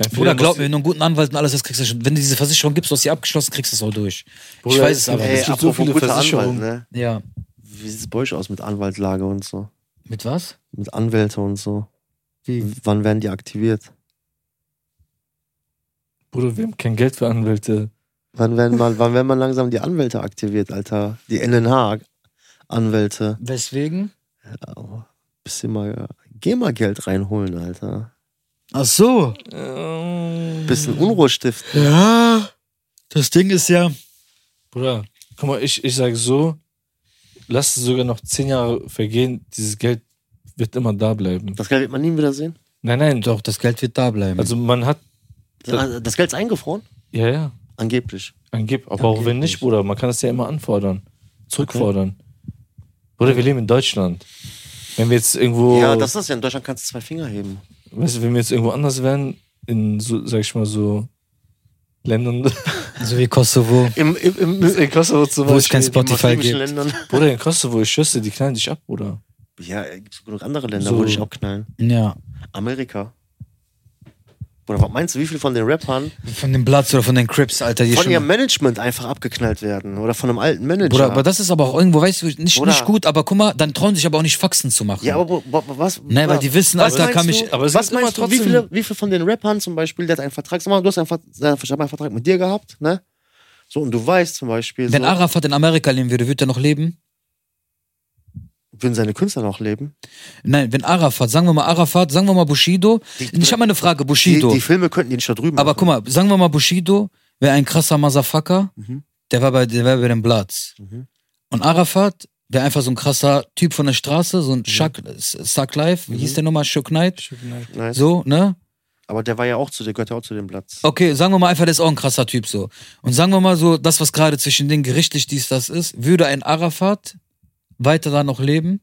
Speaker 3: Ein
Speaker 1: Bruder,
Speaker 3: Fehler
Speaker 1: glaub
Speaker 3: muss-
Speaker 1: mir, wenn du einen guten Anwalt und alles hast, kriegst du das schon. Wenn du diese Versicherung gibst, du hast sie abgeschlossen, kriegst du es auch durch. ich
Speaker 3: Bruder,
Speaker 1: weiß es aber
Speaker 3: ey,
Speaker 1: nicht.
Speaker 3: es gibt so viele
Speaker 2: guter
Speaker 3: Versicherungen.
Speaker 2: Anwalt, ne?
Speaker 1: Ja.
Speaker 2: Wie sieht es bei euch aus mit Anwaltslage und so?
Speaker 1: Mit was?
Speaker 2: Mit Anwälte und so?
Speaker 1: Wie?
Speaker 2: Wann werden die aktiviert?
Speaker 3: Bruder, wir haben kein Geld für Anwälte.
Speaker 2: Wann werden mal, wann werden mal langsam die Anwälte aktiviert, Alter? Die NNH-Anwälte.
Speaker 1: Weswegen?
Speaker 2: Au. Oh, Bisschen mal, geh mal Geld reinholen, Alter.
Speaker 1: Ach so. Ähm,
Speaker 2: Bisschen Unruhe stiften.
Speaker 1: Ja. Das Ding ist ja.
Speaker 3: Bruder, guck mal, ich, ich sag so, lass es sogar noch zehn Jahre vergehen, dieses Geld wird immer da bleiben.
Speaker 2: Das Geld wird man nie wieder sehen.
Speaker 3: Nein, nein, doch.
Speaker 1: Doch, das Geld wird da bleiben.
Speaker 3: Also man hat,
Speaker 2: Ah, Das, das Geld ist eingefroren?
Speaker 3: ja, ja,
Speaker 2: Angeblich.
Speaker 3: angeblich. Aber auch wenn nicht,
Speaker 1: Angeblich.
Speaker 3: Bruder, man kann das ja immer anfordern, zurückfordern. Bruder, wir leben in Deutschland. Wenn wir jetzt irgendwo,
Speaker 2: Ja, das ist ja. In Deutschland kannst du zwei Finger heben.
Speaker 3: weißt du, wenn wir jetzt irgendwo anders wären, in so, sag ich mal so, Ländern,
Speaker 1: so Also wie Kosovo.
Speaker 2: Im, im, im,
Speaker 3: in Kosovo zum
Speaker 1: Wo es kein
Speaker 3: Beispiel.
Speaker 1: Spotify
Speaker 2: muslimischen
Speaker 1: gibt.
Speaker 2: Ländern.
Speaker 3: Bruder, in Kosovo, ich schüsse, die knallen dich ab, Bruder.
Speaker 2: Ja, gibt genug andere Länder,
Speaker 3: So.
Speaker 2: wo dich abknallen.
Speaker 1: Ja.
Speaker 2: Amerika. Oder was meinst du, wie viel von den Rappern
Speaker 1: Von den Bloods oder von den Crips, Alter. Die
Speaker 2: von
Speaker 1: schon
Speaker 2: ihrem Management einfach abgeknallt werden? Oder von einem alten Manager?
Speaker 1: Bruder, aber das ist aber auch irgendwo, weißt du, nicht,
Speaker 2: Bruder.
Speaker 1: nicht gut, aber guck mal, dann trauen sich aber auch nicht Faxen zu machen.
Speaker 2: ja, aber wo- wo- wo- was?
Speaker 1: Nein, weil die wissen,
Speaker 2: was
Speaker 1: Alter,
Speaker 2: meinst
Speaker 1: kann
Speaker 2: du-
Speaker 1: mich.
Speaker 3: Aber es
Speaker 2: was
Speaker 3: gibt immer
Speaker 2: meinst du, wie
Speaker 3: trotzdem-
Speaker 2: viele, wie viele von den Rappern zum Beispiel, der hat einen Vertrag, sag mal, du hast einen, Ver äh, ich hab einen Vertrag mit dir gehabt, ne? So, und du weißt zum Beispiel,
Speaker 1: Wenn
Speaker 2: so,
Speaker 1: Arafat in Amerika leben würde, würde er noch leben?
Speaker 2: würden seine Künstler noch leben?
Speaker 1: Nein, wenn Arafat, sagen wir mal Arafat, sagen wir mal Bushido.
Speaker 2: Die-
Speaker 1: ich habe mal eine Frage,
Speaker 2: Die,
Speaker 1: Bushido.
Speaker 2: die Filme könnten die nicht da drüben
Speaker 1: aber
Speaker 2: machen.
Speaker 1: guck mal, sagen wir mal Bushido wäre ein krasser Motherfucker,
Speaker 2: Mhm.
Speaker 1: der war bei, der war bei den Bloods.
Speaker 2: Mhm.
Speaker 1: Und Arafat wäre einfach so ein krasser Typ von der Straße,
Speaker 2: Mhm.
Speaker 1: so ein Shuck, Suck Life, wie hieß der nochmal, Shook Knight?
Speaker 2: Nein,
Speaker 1: So, ne?
Speaker 2: aber der war ja auch zu, der gehört ja auch zu dem Platz.
Speaker 1: Okay, sagen wir mal einfach, der ist auch ein krasser Typ so. Und sagen wir mal so, das, was gerade zwischen den gerichtlich dies, das ist, würde ein Arafat weiter da noch leben?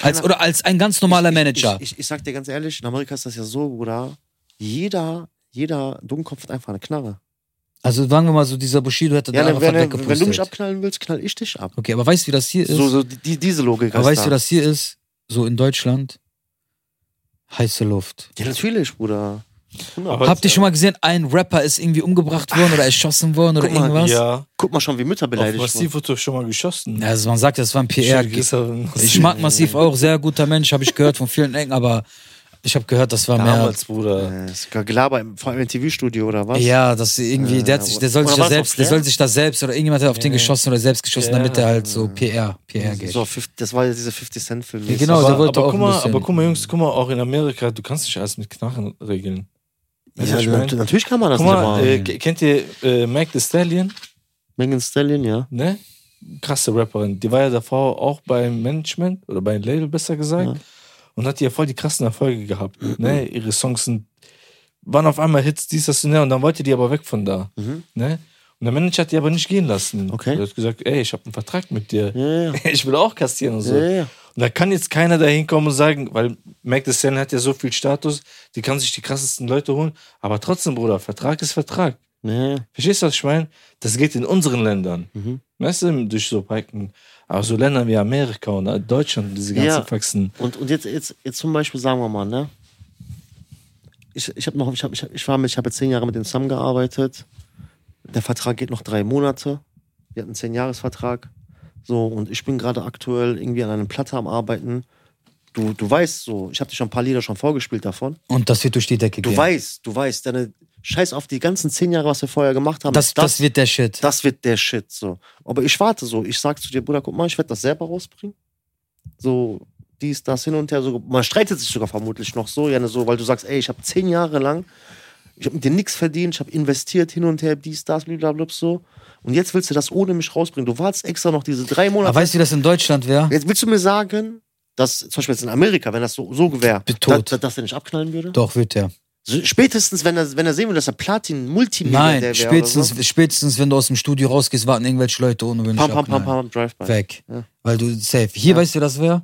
Speaker 1: Als,
Speaker 2: Keiner-
Speaker 1: oder als ein ganz normaler
Speaker 2: ich,
Speaker 1: Manager?
Speaker 2: Ich, ich, ich sag dir ganz ehrlich, in Amerika ist das ja so, Bruder, jeder, jeder Dummkopf hat einfach eine Knarre.
Speaker 1: also sagen wir mal so, dieser Bushido hätte
Speaker 2: Ja,
Speaker 1: den
Speaker 2: dann,
Speaker 1: Arafat
Speaker 2: wenn, wenn, wenn du mich
Speaker 1: weggepustet.
Speaker 2: abknallen willst, knall ich dich ab.
Speaker 1: Okay, aber weißt du, wie das hier ist?
Speaker 2: So, so die, diese Logik
Speaker 1: aber
Speaker 2: ist
Speaker 1: weißt du, wie
Speaker 2: da.
Speaker 1: das hier ist? So in Deutschland, heiße Luft.
Speaker 2: Ja, natürlich, Bruder.
Speaker 3: Aber-
Speaker 1: Habt ihr schon mal gesehen, ein Rapper ist irgendwie umgebracht worden oder erschossen worden oder
Speaker 2: guck mal,
Speaker 1: irgendwas? Ja.
Speaker 3: Ja,
Speaker 2: Guck mal schon, wie Mütter
Speaker 3: auf
Speaker 2: beleidigt wurden.
Speaker 3: Massiv wurde schon mal geschossen.
Speaker 1: Also man sagt, das war ein PR.
Speaker 3: Schöne Grüße an-
Speaker 1: Ich mag Massiv auch, sehr guter Mensch, habe ich gehört von vielen Ecken, aber Ich habe gehört, das war mehr.
Speaker 3: Damals, Bruder.
Speaker 2: Äh, ist gar Gelaber, im- vor allem im TV-Studio oder was?
Speaker 1: Ja, das irgendwie, der, hat sich, der soll
Speaker 2: Oder
Speaker 1: sich da
Speaker 2: war's auf
Speaker 1: selbst, der
Speaker 2: Flair?
Speaker 1: soll sich da selbst oder irgendjemand hat auf den geschossen oder selbst geschossen,
Speaker 3: Ja.
Speaker 1: damit er halt so PR, PR geht.
Speaker 2: So, 50, das war ja diese 50-Cent-Film.
Speaker 1: Ja, genau, der
Speaker 3: aber,
Speaker 1: wollte
Speaker 3: aber,
Speaker 1: auch ein
Speaker 3: guck mal,
Speaker 1: bisschen-
Speaker 3: aber guck mal, Jungs, guck mal, auch in Amerika, du kannst nicht alles mit Knarren regeln. Weißt du,
Speaker 2: Ja,
Speaker 3: was ich
Speaker 2: nat-
Speaker 3: meine?
Speaker 2: natürlich kann man das
Speaker 3: Guck
Speaker 2: nicht
Speaker 3: mal,
Speaker 2: machen.
Speaker 3: äh, ke- kennt ihr äh, Mac The Stallion?
Speaker 2: Megan Stallion, ja.
Speaker 3: Ne? Krasse Rapperin. Die war ja davor auch beim Management oder beim Label besser gesagt
Speaker 2: Ja.
Speaker 3: und hat ja voll die krassen Erfolge gehabt. Ne? Ihre Songs sind, waren auf einmal Hits, dies, das und ne? und dann wollte die aber weg von da.
Speaker 2: Mhm.
Speaker 3: Ne? Und der Manager hat die aber nicht gehen lassen.
Speaker 2: Okay.
Speaker 3: Er hat gesagt, ey, ich habe einen Vertrag mit dir.
Speaker 2: Ja, ja.
Speaker 3: Ich will auch kassieren und so.
Speaker 2: ja, ja.
Speaker 3: Und da kann jetzt keiner da hinkommen und sagen, weil Mac the Stallion hat ja so viel Status, die kann sich die krassesten Leute holen. Aber trotzdem, Bruder, Vertrag ist Vertrag.
Speaker 2: ja, ja.
Speaker 3: Verstehst du, was ich meine? Das geht in unseren Ländern.
Speaker 2: Mhm.
Speaker 3: Weißt du, durch so Balken. Aber so Länder wie Amerika und Deutschland, diese ganzen
Speaker 2: Ja.
Speaker 3: Faxen.
Speaker 2: Und, und jetzt, jetzt, jetzt zum Beispiel sagen wir mal, ne? Ich, ich habe noch, ich habe, ich, hab, ich war mit, ich habe zehn Jahre mit denen zusammengearbeitet. Der Vertrag geht noch drei Monate. Wir hatten einen zehn Jahresvertrag. So und ich bin gerade aktuell irgendwie an einer Platte am arbeiten. Du, du weißt so, ich habe dir schon ein paar Lieder schon vorgespielt davon.
Speaker 1: Und das wird durch die Decke
Speaker 2: Du
Speaker 1: gehen.
Speaker 2: weißt, du weißt, deine Scheiß auf die ganzen zehn Jahre, was wir vorher gemacht haben.
Speaker 1: das, das, wird der Shit.
Speaker 2: das wird der Shit so. Aber ich warte so. Ich sag zu dir, Bruder, guck mal, ich werde das selber rausbringen. So dies, das hin und her. So, man streitet sich sogar vermutlich noch so, Janne, so, weil du sagst, ey, ich habe zehn Jahre lang, ich habe mit dir nichts verdient, ich habe investiert hin und her, dies, das, blablabla, so. Und jetzt willst du das ohne mich rausbringen. Du wartest extra noch diese drei
Speaker 1: Aber
Speaker 2: Monate.
Speaker 1: weißt du, wie das in Deutschland wäre?
Speaker 2: jetzt willst du mir sagen, dass zum Beispiel jetzt in Amerika, wenn das so, so wäre,
Speaker 1: Bin tot.
Speaker 2: dass, dass er nicht abknallen würde?
Speaker 1: Doch, wird der.
Speaker 2: So, Spätestens, wenn er, wenn er sehen würde, dass er Platin-Multimillionär
Speaker 1: Nein,
Speaker 2: wäre.
Speaker 1: spätestens,
Speaker 2: Oder
Speaker 1: spätestens, wenn du aus dem Studio rausgehst, warten irgendwelche Leute ohne
Speaker 2: so.
Speaker 1: Wünsche.
Speaker 2: Pam, pam, pam, pam, Drive-by.
Speaker 1: Weg.
Speaker 2: Ja.
Speaker 1: Weil du safe. Hier
Speaker 2: Ja.
Speaker 1: weißt du, das wäre?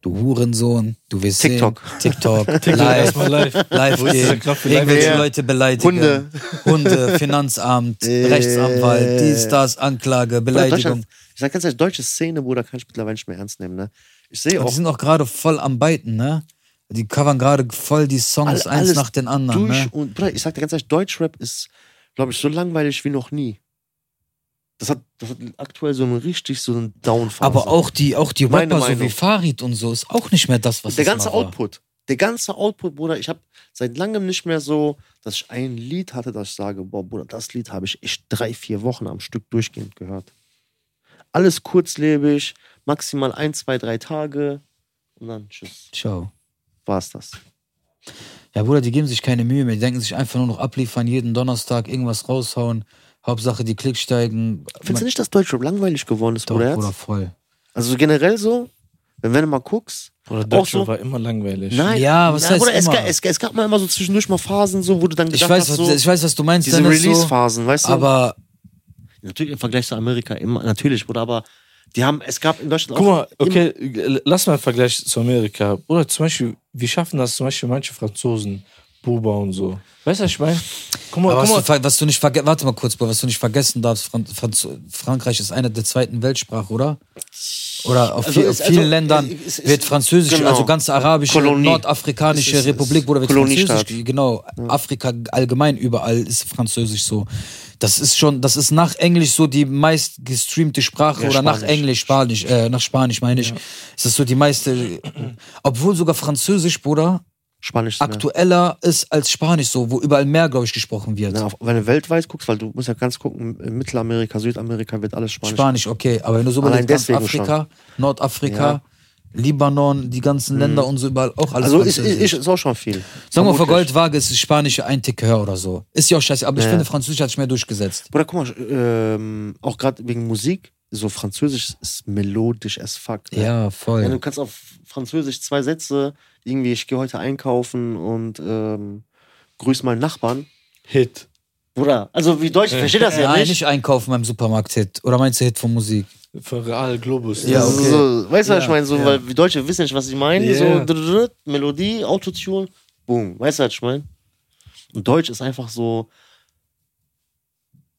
Speaker 1: Du Hurensohn, du wirst
Speaker 2: TikTok.
Speaker 1: sehen. TikTok. TikTok. Live.
Speaker 3: Erstmal live.
Speaker 1: Live
Speaker 3: dieser
Speaker 1: gehen,
Speaker 3: Knopf für live
Speaker 1: irgendwelche
Speaker 2: gehen?
Speaker 1: Leute beleidigen.
Speaker 2: Hunde.
Speaker 1: Hunde, Finanzamt,
Speaker 2: Äh.
Speaker 1: Rechtsanwalt, dies, das, Anklage,
Speaker 2: Bruder,
Speaker 1: Beleidigung.
Speaker 2: Deutschland- Ich sag ganz ehrlich, deutsche Szene, Bruder, kann ich mittlerweile nicht mehr ernst nehmen. Ne? Ich sehe
Speaker 1: Und
Speaker 2: auch
Speaker 1: die sind auch gerade voll am Beiten, ne? Die covern gerade voll die Songs,
Speaker 2: all-
Speaker 1: eins nach den anderen,
Speaker 2: durch
Speaker 1: ne?
Speaker 2: und Bruder, ich sag dir ganz ehrlich, Deutschrap ist, glaube ich, so langweilig wie noch nie. Das hat, das hat aktuell so einen richtig so einen Downfall.
Speaker 1: Aber auch die, auch die
Speaker 2: Meine
Speaker 1: Rapper, so
Speaker 2: Meinung.
Speaker 1: wie Farid und so, ist auch nicht mehr das, was
Speaker 2: der
Speaker 1: es
Speaker 2: ganze
Speaker 1: mal war.
Speaker 2: Output, der ganze Output, Bruder, ich habe seit langem nicht mehr so, dass ich ein Lied hatte, dass ich sage, boah, Bruder, das Lied habe ich echt drei, vier Wochen am Stück durchgehend gehört. Alles kurzlebig, maximal ein, zwei, drei Tage und dann tschüss,
Speaker 1: Ciao.
Speaker 2: war's das.
Speaker 1: Ja, Bruder, die geben sich keine Mühe mehr. Die denken sich einfach nur noch abliefern, jeden Donnerstag irgendwas raushauen. Hauptsache die Klicks steigen.
Speaker 2: Findest du nicht, dass Deutschrap langweilig geworden ist,
Speaker 1: Doch,
Speaker 2: Bruder?
Speaker 1: Bruder,
Speaker 2: Jetzt?
Speaker 1: voll.
Speaker 2: Also so generell so, wenn, wenn du mal guckst.
Speaker 3: Oder
Speaker 2: Auch
Speaker 3: Deutsche
Speaker 2: so-
Speaker 3: war immer langweilig.
Speaker 2: Nein,
Speaker 1: Ja, was
Speaker 2: nein,
Speaker 1: heißt
Speaker 2: Bruder, es,
Speaker 1: immer?
Speaker 2: gab, es, es gab mal immer so zwischendurch mal Phasen, so, wo du dann
Speaker 1: Ich
Speaker 2: gedacht
Speaker 1: weiß,
Speaker 2: hast,
Speaker 1: was,
Speaker 2: so,
Speaker 1: ich weiß, was du meinst.
Speaker 2: diese
Speaker 1: Dennis, so,
Speaker 2: Release-Phasen, weißt du?
Speaker 1: aber
Speaker 2: Natürlich im Vergleich zu Amerika, immer, natürlich, Bruder, aber die haben, es gab in Deutschland
Speaker 3: Guck
Speaker 2: auch.
Speaker 3: mal, okay, äh, lass mal einen Vergleich zu Amerika. Oder zum Beispiel, wie schaffen das zum Beispiel manche Franzosen, Buba und so. Weißt du, was ich meine? Guck mal,
Speaker 1: Aber
Speaker 3: guck
Speaker 1: was,
Speaker 3: mal.
Speaker 1: du, ver- was du nicht vergessen, warte mal kurz, Bro, was du nicht vergessen darfst, Fran Franz Frankreich ist eine der zweiten Weltsprachen, oder? Oder auf,
Speaker 2: Also
Speaker 1: viel,
Speaker 2: ist-
Speaker 1: auf vielen
Speaker 2: also,
Speaker 1: Ländern
Speaker 2: äh, ist- ist-
Speaker 1: wird Französisch,
Speaker 2: genau.
Speaker 1: also ganze arabische,
Speaker 2: Kolonie.
Speaker 1: nordafrikanische
Speaker 2: Es ist-
Speaker 1: Republik, oder wird
Speaker 2: Koloniestaat.
Speaker 1: Französisch, genau, Afrika allgemein überall ist Französisch so. Das ist schon, das ist nach Englisch so die meist gestreamte Sprache
Speaker 2: Ja,
Speaker 1: oder nach
Speaker 2: Spanisch.
Speaker 1: Englisch, Spanisch, äh, nach Spanisch meine ich. Es ist so die meiste, obwohl sogar Französisch, Bruder,
Speaker 2: Spanisch ist mehr.
Speaker 1: aktueller ist als Spanisch so, wo überall mehr, glaube ich, gesprochen wird.
Speaker 2: Na, auf, wenn du weltweit guckst, weil du musst ja ganz gucken, in Mittelamerika, Südamerika wird alles Spanisch.
Speaker 1: Spanisch, okay. Aber wenn du so
Speaker 2: Allein
Speaker 1: überlegst, ganz
Speaker 2: deswegen
Speaker 1: Afrika, Nordafrika, Libanon, die ganzen Länder und so überall auch alles
Speaker 2: Mhm. also ist,
Speaker 1: Französisch.
Speaker 2: ist, ist, ist auch schon viel.
Speaker 1: Sagen wir mal, vor
Speaker 2: Vermutlich.
Speaker 1: Goldwaage ist das Spanische ein Tick höher oder so. Ist ja auch scheiße, aber ich
Speaker 2: Ja.
Speaker 1: finde, Französisch hat sich mehr durchgesetzt.
Speaker 2: Bruder, guck mal, ähm, auch gerade wegen Musik, so Französisch ist melodisch as fuck. ne?
Speaker 1: Ja,
Speaker 2: Ja, du
Speaker 1: voll.
Speaker 2: kannst auf Französisch zwei Sätze, irgendwie, ich gehe heute einkaufen und ähm, grüß meinen Nachbarn.
Speaker 3: Hit.
Speaker 2: Bruder, also wie Deutsch, ich verstehe das ja
Speaker 1: Nein,
Speaker 2: nicht.
Speaker 1: nicht einkaufen beim Supermarkt-Hit. Oder meinst du Hit von Musik?
Speaker 3: Für Real Globus.
Speaker 1: Ja,
Speaker 2: Das ist
Speaker 1: okay.
Speaker 2: so, weißt du, was
Speaker 1: Ja,
Speaker 2: ich meine? So,
Speaker 1: ja.
Speaker 2: Weil wir Deutsche wissen nicht, was ich meine.
Speaker 3: Ja.
Speaker 2: So, drrrr, Melodie, Autotune, boom. Weißt du, was ich meine? Und Deutsch ist einfach so.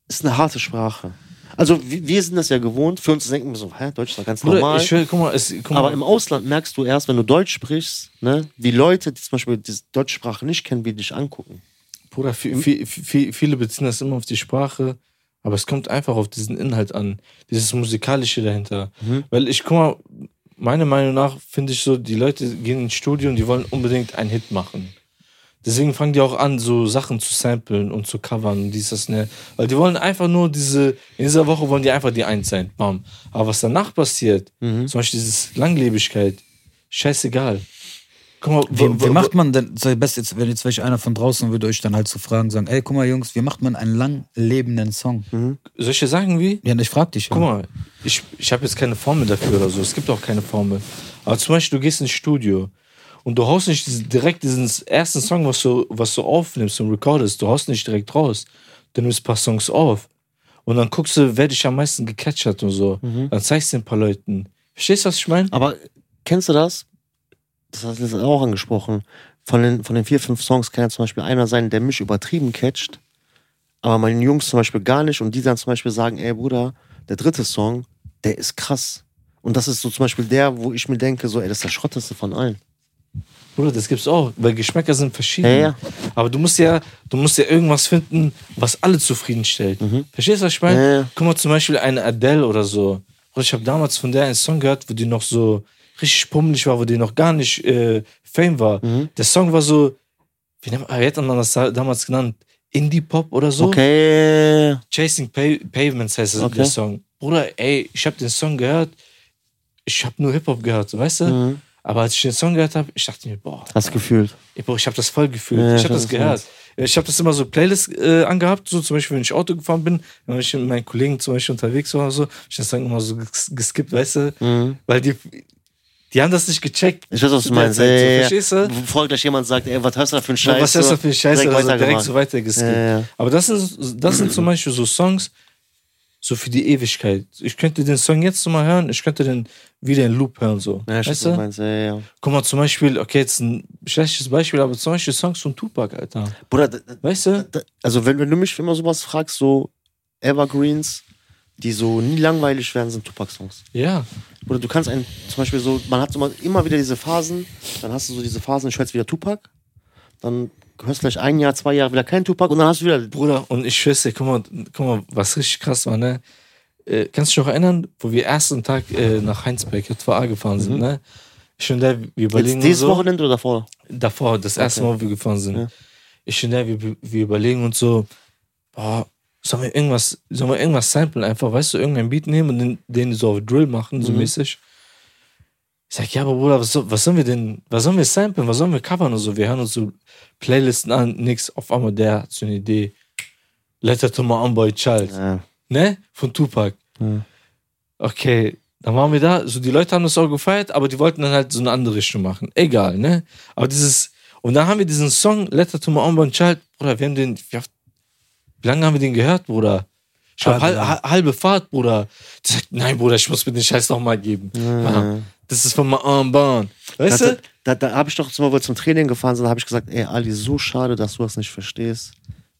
Speaker 2: Ist eine harte Sprache. Also, wir, wir sind das ja gewohnt. Für uns denken wir so, hä, Deutsch ist doch ganz
Speaker 3: Bruder,
Speaker 2: normal.
Speaker 3: ich will, guck mal, es, guck mal.
Speaker 2: Aber im Ausland merkst du erst, wenn du Deutsch sprichst, ne, wie Leute, die zum Beispiel die deutsche Sprache nicht kennen, wie dich angucken.
Speaker 3: Bruder, viel, viel, viel, viele beziehen das immer auf die Sprache, aber es kommt einfach auf diesen Inhalt an, dieses musikalische dahinter.
Speaker 2: Mhm.
Speaker 3: Weil ich guck mal, meiner Meinung nach finde ich so, die Leute gehen ins Studio und die wollen unbedingt einen Hit machen. Deswegen fangen die auch an, so Sachen zu samplen und zu covern und dies, das, ne. Weil die wollen einfach nur diese, in dieser Woche wollen die einfach die Eins sein. Bam. Aber was danach passiert, zum Beispiel dieses Langlebigkeit, scheißegal. Guck mal,
Speaker 1: Wie,
Speaker 3: wo-
Speaker 1: wie
Speaker 3: wo-
Speaker 1: macht man denn, so best jetzt, wenn jetzt welche einer von draußen würde euch dann halt zu so fragen, sagen, ey, guck mal Jungs, wie macht man einen lang lebenden Song?
Speaker 2: Mhm.
Speaker 3: soll ich dir sagen, wie?
Speaker 1: Ja, und ich frag dich. ja.
Speaker 3: Guck mal, ich, ich habe jetzt keine Formel dafür oder so. Es gibt auch keine Formel. Aber zum Beispiel, du gehst ins Studio und du haust nicht diesen, direkt diesen ersten Song, was du, was du aufnimmst und recordest, du haust nicht direkt raus. Du nimmst ein paar Songs auf. Und dann guckst du, wer dich am meisten gecatcht hat und so. Dann zeigst du den ein paar Leuten. Verstehst du, was ich meine?
Speaker 2: Aber kennst du das? Das hast du letztens auch angesprochen. Von den, von den vier, fünf Songs kann ja zum Beispiel einer sein, der mich übertrieben catcht, aber meinen Jungs zum Beispiel gar nicht und die dann zum Beispiel sagen, ey Bruder, der dritte Song, der ist krass. Und das ist so zum Beispiel der, wo ich mir denke, so, ey, das ist der schrotteste von allen.
Speaker 3: Bruder, das gibt's auch, weil Geschmäcker sind verschieden.
Speaker 2: Ja, ja.
Speaker 3: Aber du musst ja, du musst ja irgendwas finden, was alle zufriedenstellt. Verstehst du, was ich meine?
Speaker 2: Mhm. Ja, ja.
Speaker 3: Guck mal, zum Beispiel eine Adele oder so. Bruder, ich habe damals von der einen Song gehört, wo die noch so richtig pummelig war, wo die noch gar nicht äh, Fame war.
Speaker 2: Mhm.
Speaker 3: Der Song war so, wie nennt man- ah, wie hat man das da- damals genannt? Indie-Pop oder so?
Speaker 2: Okay.
Speaker 3: Chasing Pa- Pavements heißt
Speaker 2: Okay.
Speaker 3: der Song. Bruder, ey, ich habe den Song gehört, ich habe nur Hip-Hop gehört, weißt du?
Speaker 2: Mhm.
Speaker 3: Aber als ich den Song gehört habe, ich dachte mir, boah,
Speaker 2: Hast gefühlt.
Speaker 3: Ey, boah, ich habe das voll gefühlt.
Speaker 2: Ja,
Speaker 3: ich
Speaker 2: ich
Speaker 3: habe
Speaker 2: weiß, was
Speaker 3: das
Speaker 2: du
Speaker 3: gehört. Ich habe das immer so Playlist äh, angehabt, so zum Beispiel, wenn ich Auto gefahren bin, wenn ich mit meinen Kollegen zum Beispiel unterwegs war oder so, hab ich das dann immer so ges- geskippt, weißt du?
Speaker 2: Mhm.
Speaker 3: Weil die, die haben das nicht gecheckt.
Speaker 2: Ich weiß, was du
Speaker 3: zu der
Speaker 2: meinst.
Speaker 3: Zeit, so,
Speaker 2: Ey,
Speaker 3: verstehst du?
Speaker 2: Bevor gleich jemand sagt, ey, was hast du da für einen Scheiß?
Speaker 3: Was ist das für eine Scheiße?
Speaker 2: Direkt
Speaker 3: Direkt, also direkt
Speaker 2: weitergemacht.
Speaker 3: so weitergeskippt.
Speaker 2: Ja, ja.
Speaker 3: Aber das sind, das sind zum Beispiel so Songs, so für die Ewigkeit. Ich könnte den Song jetzt nochmal hören, ich könnte den wieder in Loop hören, so.
Speaker 2: Ja, ich weiß,
Speaker 3: weißt
Speaker 2: was du
Speaker 3: du?
Speaker 2: meinst. Ja, ja. ja.
Speaker 3: Guck mal, zum Beispiel, okay, jetzt ein schlechtes Beispiel, aber zum Beispiel Songs von Tupac, Alter.
Speaker 2: Bruder, d- d-
Speaker 3: Weißt du?
Speaker 2: Da- also wenn, wenn du mich immer sowas fragst, so Evergreens, die so nie langweilig werden, sind Tupac-Songs.
Speaker 3: Ja.
Speaker 2: Oder du kannst einen, zum Beispiel so, man hat so mal, immer wieder diese Phasen, dann hast du so diese Phasen, ich höre jetzt wieder Tupac, dann hörst du vielleicht ein Jahr, zwei Jahre wieder keinen Tupac und dann hast du wieder,
Speaker 3: Bruder, und ich schwör's dir, guck mal, guck mal, was richtig krass war, ne? Äh, kannst du dich noch erinnern, wo wir ersten Tag äh, nach Heinsberg, JVA gefahren sind, ne? Ich und der, wir überlegen
Speaker 2: Mhm. jetzt dieses
Speaker 3: so,
Speaker 2: Wochenende oder davor?
Speaker 3: davor, das erste Mal, wo wir gefahren sind.
Speaker 2: Ja.
Speaker 3: Ich und der, wir, wir überlegen uns so, boah, sollen wir irgendwas, sollen wir irgendwas samplen einfach, weißt du, irgendein Beat nehmen und den, den so auf Drill machen,
Speaker 2: Mhm.
Speaker 3: so mäßig. Ich sag, ja, aber Bruder, was, soll- was sollen wir denn, was sollen wir samplen, was sollen wir covern und so? Wir hören uns so Playlisten an, nix, auf einmal der hat so eine Idee. Letter to my Unboy Child
Speaker 2: Ja.
Speaker 3: ne? Von Tupac.
Speaker 2: Ja.
Speaker 3: Okay, dann waren wir da. So, die Leute haben das auch gefeiert, aber die wollten dann halt so eine andere Richtung machen. Egal, ne? Aber dieses, und dann haben wir diesen Song, Letter to My Unborn Child, Bruder, wir haben den, wir, haben- wie lange haben wir den gehört, Bruder? Ich glaube, hal, hal- halbe Fahrt, Bruder. Die sagt, nein, Bruder, ich muss mir den Scheiß nochmal geben. Ah, Das ist von My Unborn. Weißt
Speaker 2: da,
Speaker 3: du?
Speaker 2: da, da, da habe ich doch zum Beispiel zum Training gefahren, sind, da habe ich gesagt, ey Ali, so schade, dass du das nicht verstehst,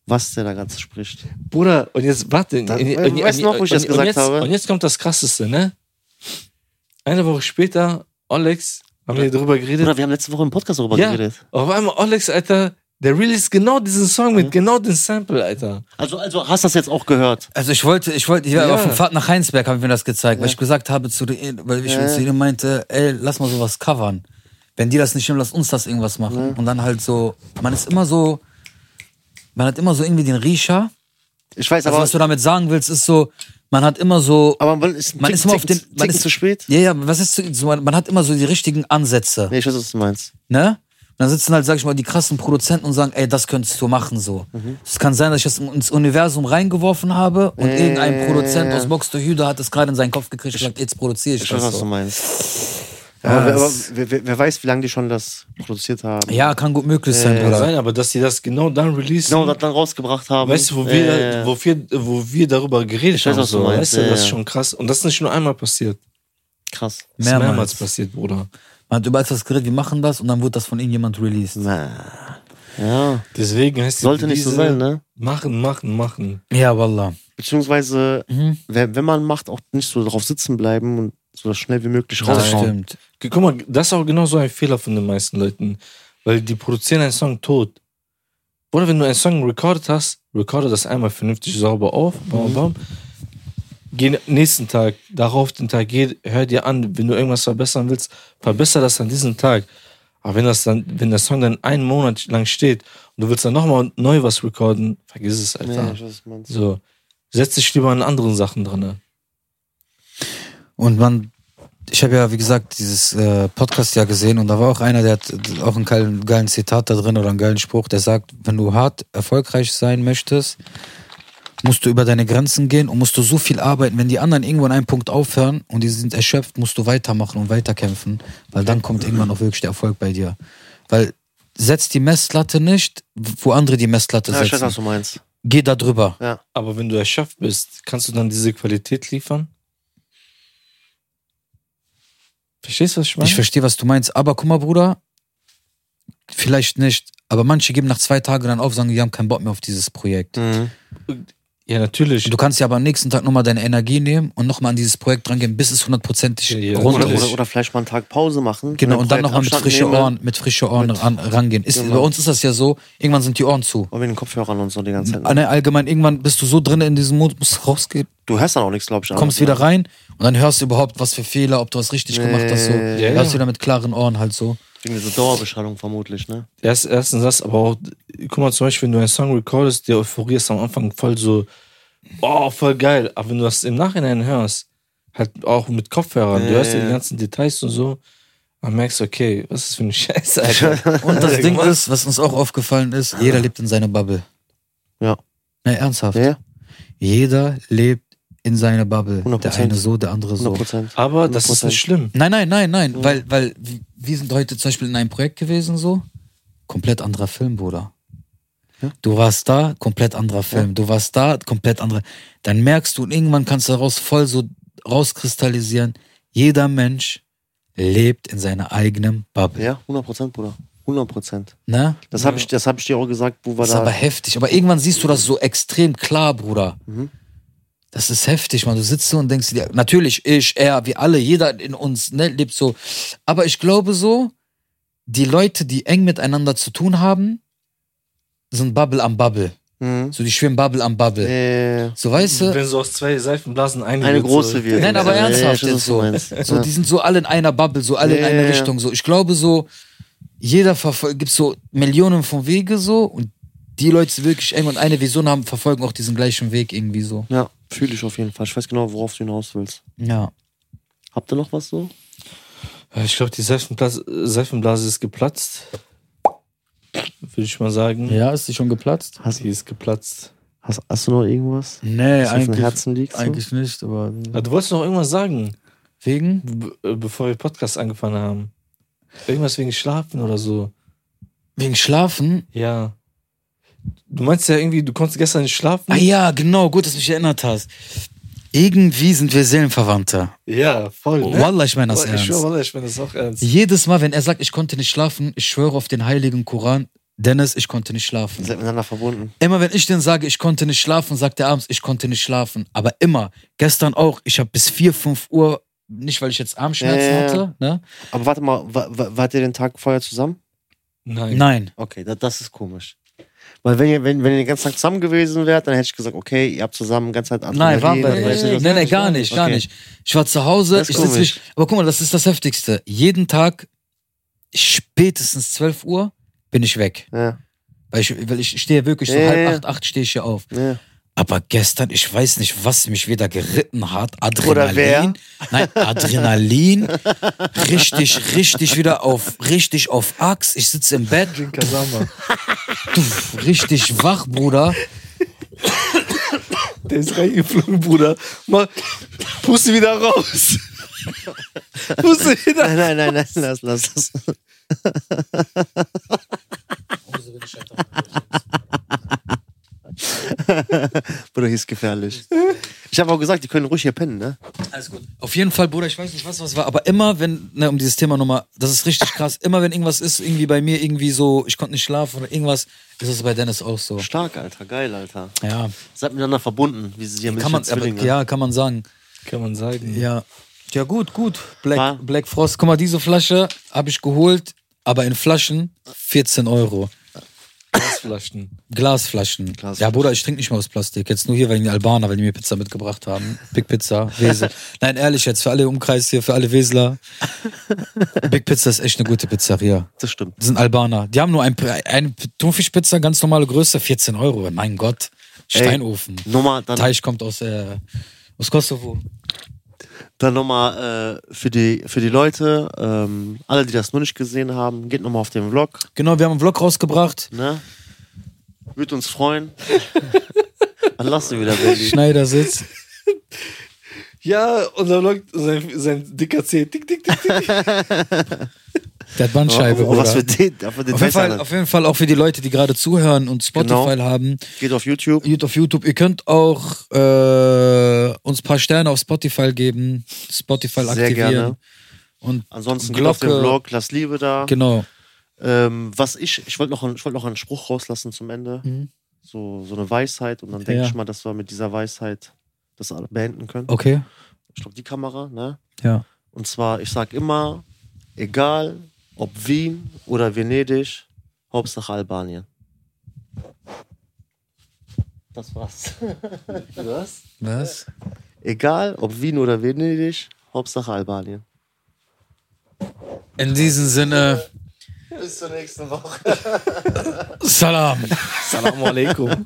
Speaker 2: was der da ganz spricht.
Speaker 3: Bruder, und jetzt warte.
Speaker 2: Da- äh, weißt du noch, wo ich das
Speaker 3: und
Speaker 2: gesagt
Speaker 3: jetzt,
Speaker 2: habe?
Speaker 3: Und jetzt kommt das Krasseste, ne? Eine Woche später, Olex, haben wir darüber geredet.
Speaker 2: Oder wir haben letzte Woche im Podcast darüber
Speaker 3: ja,
Speaker 2: geredet.
Speaker 3: auf einmal Olex, Alter, der release genau diesen Song
Speaker 2: Mhm.
Speaker 3: mit genau dem Sample, Alter.
Speaker 2: Also, also hast du das jetzt auch gehört?
Speaker 1: Also ich wollte, ich wollte, ja,
Speaker 3: Ja.
Speaker 1: auf der Fahrt nach Heinsberg haben wir das gezeigt, weil ich gesagt habe zu denen, weil ich
Speaker 2: Ja.
Speaker 1: zu denen meinte, ey, lass mal sowas covern. Wenn die das nicht nehmen, lass uns das irgendwas machen. Und dann halt so, man ist immer so, man hat immer so irgendwie den Riecher.
Speaker 2: Ich weiß,
Speaker 1: Also
Speaker 2: aber...
Speaker 1: was du damit sagen willst, ist so, man hat immer so,
Speaker 2: aber man ist, ein
Speaker 1: man
Speaker 2: Tick-
Speaker 1: ist immer auf
Speaker 2: Tick-
Speaker 1: den, man
Speaker 2: Ticken
Speaker 1: ist
Speaker 2: zu spät.
Speaker 1: Ja, ja, was ist zu, so, man, man hat immer so die richtigen Ansätze,
Speaker 2: Nee, ich weiß, was du meinst.
Speaker 1: ne? Und dann sitzen halt, sag ich mal, die krassen Produzenten und sagen, ey, das könntest du machen so.
Speaker 2: Mhm.
Speaker 1: Es kann sein, dass ich das in- ins Universum reingeworfen habe und
Speaker 2: Ja, ja, ja,
Speaker 1: irgendein Produzent
Speaker 2: ja.
Speaker 1: aus Box de Hüde hat es gerade in seinen Kopf gekriegt und sagt, jetzt produziere ich,
Speaker 2: Äh. Ich weiß,
Speaker 1: das
Speaker 2: was du
Speaker 1: so.
Speaker 2: meinst. Aber, wer, aber
Speaker 1: das-
Speaker 2: wer, wer, wer weiß, wie lange die schon das produziert haben.
Speaker 1: Ja, kann gut möglich
Speaker 2: Äh.
Speaker 1: sein,
Speaker 3: Kann
Speaker 1: Bruder.
Speaker 3: sein, aber dass die das genau dann release.
Speaker 2: Genau, das dann rausgebracht haben.
Speaker 3: Weißt du, wo
Speaker 2: Äh,
Speaker 3: wir, wo wir, wo wir darüber geredet
Speaker 2: Ich weiß,
Speaker 3: haben,
Speaker 2: was du
Speaker 3: so,
Speaker 2: meinst.
Speaker 3: weißt du,
Speaker 2: Ja,
Speaker 3: das ist
Speaker 2: ja.
Speaker 3: schon krass. Und das ist nicht nur einmal passiert.
Speaker 2: krass.
Speaker 3: Das ist
Speaker 1: Mehrmals.
Speaker 3: mehrmals passiert, Bruder.
Speaker 1: Man hat über etwas geredet, wir machen das und dann wurde das von irgendjemand released.
Speaker 2: Na. Ja,
Speaker 3: Deswegen heißt die
Speaker 2: sollte nicht so
Speaker 3: Devise,
Speaker 2: sein, ne?
Speaker 3: Machen, machen, machen.
Speaker 1: Ja, Wallah.
Speaker 2: Beziehungsweise,
Speaker 1: Mhm.
Speaker 2: wenn, wenn man macht, auch nicht so drauf sitzen bleiben und so das schnell wie möglich
Speaker 1: Das
Speaker 2: raushauen.
Speaker 1: stimmt.
Speaker 3: Guck mal, das ist auch genau so ein Fehler von den meisten Leuten, weil die produzieren einen Song tot. Oder wenn du einen Song recorded hast, recorde das einmal vernünftig sauber auf, bam, bam. geh nächsten Tag, darauf den Tag, geh, hör dir an, wenn du irgendwas verbessern willst, verbessere das an diesem Tag. Aber wenn das dann, wenn der Song dann einen Monat lang steht und du willst dann nochmal neu was recorden, vergiss es,
Speaker 2: Ja,
Speaker 3: Alter.
Speaker 2: ich weiß, was du meinst.
Speaker 3: so, setz dich lieber an anderen Sachen dran.
Speaker 1: Und man, ich habe ja, wie gesagt, dieses äh, Podcast ja gesehen und da war auch einer, der hat auch einen geilen, geilen Zitat da drin oder einen geilen Spruch, der sagt, wenn du hart erfolgreich sein möchtest, musst du über deine Grenzen gehen und musst du so viel arbeiten. Wenn die anderen irgendwo an einem Punkt aufhören und die sind erschöpft, musst du weitermachen und weiterkämpfen, weil dann kommt irgendwann auch wirklich der Erfolg bei dir. Weil setz die Messlatte nicht, wo andere die Messlatte
Speaker 2: Ja, ich weiß, was
Speaker 1: setzen.
Speaker 2: du meinst.
Speaker 1: Geh da drüber.
Speaker 3: Aber wenn du erschafft bist, kannst du dann diese Qualität liefern? Verstehst du, was ich meine?
Speaker 1: Ich verstehe, was du meinst. Aber guck mal, Bruder, vielleicht nicht. Aber manche geben nach zwei Tagen dann auf, sagen, die haben keinen Bock mehr auf dieses Projekt.
Speaker 2: Mhm.
Speaker 3: ja, natürlich.
Speaker 1: Du kannst ja aber am nächsten Tag nochmal deine Energie nehmen und nochmal an dieses Projekt drangehen, bis es hundertprozentig
Speaker 3: Ja, ja,
Speaker 1: rund
Speaker 2: Oder,
Speaker 1: ist.
Speaker 2: oder, oder vielleicht mal einen Tag Pause machen.
Speaker 1: Genau, und dann
Speaker 2: Projekt
Speaker 1: nochmal mit
Speaker 2: Abstand
Speaker 1: frische
Speaker 2: nehmen.
Speaker 1: Ohren, mit frische Ohren ran, rangehen. Ist,
Speaker 2: Genau.
Speaker 1: Bei uns ist das ja so, irgendwann sind die Ohren zu.
Speaker 2: Und mit den Kopfhörern und so die ganze Zeit.
Speaker 1: Ah, ne, Allgemein, irgendwann bist du so drin in diesem Mut, musst rausgehen,
Speaker 2: Du hörst dann auch nichts, glaube ich. ne?
Speaker 1: kommst wieder rein und dann hörst du überhaupt, was für Fehler, ob du was richtig gemacht hast. So.
Speaker 2: Ja,
Speaker 1: Ja,
Speaker 3: ja.
Speaker 1: Hörst wieder mit klaren Ohren halt so.
Speaker 2: Wegen dieser Dauerbeschallung vermutlich, ne?
Speaker 3: Erst, erstens das, aber auch, guck mal, zum Beispiel, wenn du einen Song recordest, der Euphorie ist am Anfang voll so, oh, voll geil. Aber wenn du das im Nachhinein hörst, halt auch mit Kopfhörern,
Speaker 2: Ja,
Speaker 3: du hörst
Speaker 2: ja.
Speaker 3: die ganzen Details und so, dann merkst du, okay, was ist für eine Scheiße, Alter.
Speaker 1: Und das Ding ist, was uns auch aufgefallen ist, jeder lebt in seiner Bubble.
Speaker 2: Ja.
Speaker 1: Ne, ernsthaft.
Speaker 2: Ja, ja,
Speaker 1: Jeder lebt in seiner Bubble.
Speaker 2: 100%.
Speaker 1: Der eine so, der andere so.
Speaker 2: 100 Prozent.
Speaker 3: Aber das ist
Speaker 2: 100%.
Speaker 3: nicht schlimm.
Speaker 1: Nein, nein, nein, nein. Weil, weil w- wir sind heute zum Beispiel in einem Projekt gewesen, so. Komplett anderer Film, Bruder.
Speaker 2: Ja.
Speaker 1: Du warst da, komplett anderer Film. Du warst da, komplett anderer. Dann merkst du und irgendwann kannst du daraus voll so rauskristallisieren. Jeder Mensch lebt in seiner eigenen Bubble.
Speaker 2: Ja, 100 Prozent, Bruder. 100 Prozent.
Speaker 1: Ne?
Speaker 2: Das habe ich, das hab ich dir auch gesagt, wo wir
Speaker 1: Das ist aber
Speaker 2: da.
Speaker 1: heftig. Aber irgendwann siehst du das so extrem klar, Bruder.
Speaker 2: Mhm.
Speaker 1: Das ist heftig, man. Du sitzt so und denkst dir, natürlich, ich, er, wir alle, jeder in uns ne, lebt so. Aber ich glaube so, die Leute, die eng miteinander zu tun haben, sind Bubble am Bubble.
Speaker 2: Mhm.
Speaker 1: So, die schwimmen Bubble am Bubble.
Speaker 2: Äh,
Speaker 1: So, weißt du?
Speaker 3: Wenn so aus zwei Seifenblasen eine,
Speaker 2: eine
Speaker 3: wird,
Speaker 2: große wird.
Speaker 1: Nein, aber
Speaker 2: Ja,
Speaker 1: ernsthaft,
Speaker 2: ich weiß,
Speaker 1: ist
Speaker 2: was du
Speaker 1: so.
Speaker 2: meinst.
Speaker 1: So,
Speaker 2: Ja.
Speaker 1: die sind so alle in einer Bubble, so alle in
Speaker 2: Ja,
Speaker 1: einer
Speaker 2: ja, ja.
Speaker 1: Richtung. So, ich glaube so, jeder verfolgt, gibt so Millionen von Wege so und die Leute, die wirklich eng und eine Vision haben, verfolgen auch diesen gleichen Weg irgendwie so.
Speaker 2: Ja, fühle ich auf jeden Fall. Ich weiß genau, worauf du hinaus willst.
Speaker 1: Ja.
Speaker 2: Habt ihr noch was so?
Speaker 3: Ja, Äh, Ich glaube, die Seifenblase, Seifenblase ist geplatzt. Würde ich mal sagen.
Speaker 1: Ja, ist die schon geplatzt?
Speaker 2: Hast,
Speaker 3: Die ist geplatzt.
Speaker 2: hast, hast du noch irgendwas?
Speaker 1: Nee,
Speaker 2: Was auf dem
Speaker 1: eigentlich,
Speaker 2: Herzen liegt? So?
Speaker 1: eigentlich nicht, aber
Speaker 3: Ah, Du wolltest noch irgendwas sagen.
Speaker 1: wegen?
Speaker 3: be- äh, bevor wir Podcast angefangen haben. Irgendwas wegen Schlafen oder so.
Speaker 1: Wegen Schlafen?
Speaker 3: Ja. Du meinst ja irgendwie, du konntest gestern nicht schlafen?
Speaker 1: Ah ja, genau, gut, dass du mich erinnert hast. Irgendwie sind wir Seelenverwandte.
Speaker 3: Ja, voll. Ne?
Speaker 1: Wallah, Oh. ich meine das
Speaker 3: ich
Speaker 1: ernst.
Speaker 3: schwöre, Wallah, ich meine das auch ernst.
Speaker 1: Jedes Mal, wenn er sagt, ich konnte nicht schlafen, ich schwöre auf den heiligen Koran, Dennis, ich konnte nicht
Speaker 2: Ihr
Speaker 1: schlafen.
Speaker 2: Seid miteinander verbunden.
Speaker 1: Immer wenn ich denn sage, ich konnte nicht schlafen, sagt er abends, ich konnte nicht schlafen. Aber immer, gestern auch, ich habe bis 4, 5 Uhr, nicht weil ich jetzt Armschmerzen
Speaker 2: Ja, ja, ja.
Speaker 1: hatte, ne?
Speaker 2: Aber warte mal, wa- wa- wart ihr den Tag vorher zusammen?
Speaker 3: Nein.
Speaker 1: Nein.
Speaker 2: Okay, da, das ist komisch. Weil wenn ihr, wenn, wenn ihr den ganzen Tag zusammen gewesen wärt, dann hätte ich gesagt, okay, ihr habt zusammen die ganze Zeit
Speaker 1: Nein, war
Speaker 2: Adrenalin
Speaker 1: bei
Speaker 2: und
Speaker 1: mir.
Speaker 2: weiß
Speaker 1: nicht.
Speaker 2: ich
Speaker 1: Nein,
Speaker 2: ne?
Speaker 1: nein,
Speaker 2: was.
Speaker 1: gar nicht, gar
Speaker 2: Okay.
Speaker 1: nicht. Ich war zu Hause,
Speaker 2: Das ist
Speaker 1: ich sitze
Speaker 2: komisch.
Speaker 1: mich. Aber guck mal, das ist das Heftigste. Jeden Tag, spätestens 12 Uhr, bin ich weg.
Speaker 2: Ja,
Speaker 1: Weil ich, weil ich stehe wirklich so
Speaker 2: Ja, ja,
Speaker 1: halb
Speaker 2: ja.
Speaker 1: acht, acht stehe ich hier auf.
Speaker 2: ja.
Speaker 1: Aber gestern, ich weiß nicht, was mich wieder geritten hat. Adrenalin.
Speaker 2: Oder wer?
Speaker 1: Nein, Adrenalin. richtig, richtig wieder auf, richtig auf Axt. Ich sitze im Bett,
Speaker 3: Jin Kasama.
Speaker 1: richtig wach, Bruder.
Speaker 3: Der ist reingeflogen, Bruder. Mal, puste wieder raus. puste wieder.
Speaker 2: Nein, nein, nein, nein, lass, lass das. Bruder, hier ist gefährlich. Ich habe auch gesagt, die können ruhig hier pennen, ne?
Speaker 1: Alles gut. Auf jeden Fall, Bruder, ich weiß nicht, was was war, aber immer, wenn, ne, um dieses Thema nochmal, das ist richtig krass, immer wenn irgendwas ist, irgendwie bei mir irgendwie so, ich konnte nicht schlafen oder irgendwas, ist es bei Dennis auch so.
Speaker 2: Stark, Alter, geil, Alter.
Speaker 1: Ja,
Speaker 2: Seid miteinander verbunden, wie sie hier mit
Speaker 1: kann man, aber,
Speaker 2: Zwillinge.
Speaker 1: ja, kann man sagen.
Speaker 3: Kann man sagen.
Speaker 1: Ja. Ja, gut, gut. Black,
Speaker 2: Ah.
Speaker 1: Black Frost. Guck mal, diese Flasche habe ich geholt, aber in Flaschen 14 Euro.
Speaker 5: Glasflaschen.
Speaker 1: Glasflaschen.
Speaker 2: Glasflaschen.
Speaker 1: Ja, Bruder, ich trinke nicht mehr aus Plastik. Jetzt nur hier wegen den Albaner, weil die mir Pizza mitgebracht haben. Big Pizza, Wesel. Nein, ehrlich jetzt, für alle im Umkreis hier, für alle Weseler. Big Pizza ist echt eine gute Pizzeria.
Speaker 2: Das stimmt.
Speaker 1: Das sind Albaner. Die haben nur ein, eine Thunfischpizza, ganz normale Größe, 14 Euro. Mein Gott. Steinofen.
Speaker 2: Nochmal, dann,
Speaker 1: Teich kommt aus, äh, aus Kosovo.
Speaker 2: dann nochmal äh, für, die, für die Leute, ähm, alle, die das noch nicht gesehen haben, geht nochmal auf den Vlog.
Speaker 1: Genau, wir haben einen Vlog rausgebracht.
Speaker 2: Ne? Würde uns freuen. dann lass sie wieder, Baby.
Speaker 1: Schneider sitzt.
Speaker 5: Ja, unser Vlog, sein, sein dicker Zeh, tick, tick, tick, tick.
Speaker 1: Der hat Bandscheibe,
Speaker 2: Oh,
Speaker 1: Bruder.
Speaker 2: was für den, für den
Speaker 1: auf, jeden
Speaker 2: Detail
Speaker 1: Fall,
Speaker 2: hat.
Speaker 1: auf jeden Fall auch für die Leute, die gerade zuhören und Spotify
Speaker 2: Genau.
Speaker 1: haben.
Speaker 2: Geht auf YouTube.
Speaker 1: Gut, auf YouTube. Ihr könnt auch äh, uns ein paar Sterne auf Spotify geben, Spotify
Speaker 2: Sehr
Speaker 1: aktivieren.
Speaker 2: gerne.
Speaker 1: Und
Speaker 2: Ansonsten geht auf
Speaker 1: Glocke.
Speaker 2: den Vlog, lass Liebe da.
Speaker 1: genau.
Speaker 2: Ähm, was ich, ich wollte noch, ein- ich wollte noch einen Spruch rauslassen zum Ende.
Speaker 1: Mhm.
Speaker 2: So, so eine Weisheit. Und dann denke
Speaker 1: Ja.
Speaker 2: ich mal, dass wir mit dieser Weisheit das alle beenden können.
Speaker 1: Okay.
Speaker 2: Ich glaube, die Kamera, ne?
Speaker 1: Ja.
Speaker 2: Und zwar, ich sag immer, egal ob Wien oder Venedig, Hauptsache Albanien. Das war's.
Speaker 5: Was?
Speaker 1: Was?
Speaker 2: Egal ob Wien oder Venedig, Hauptsache Albanien.
Speaker 1: In diesem Sinne,
Speaker 2: Bis zur nächsten Woche.
Speaker 1: Salam.
Speaker 5: Salam alaikum.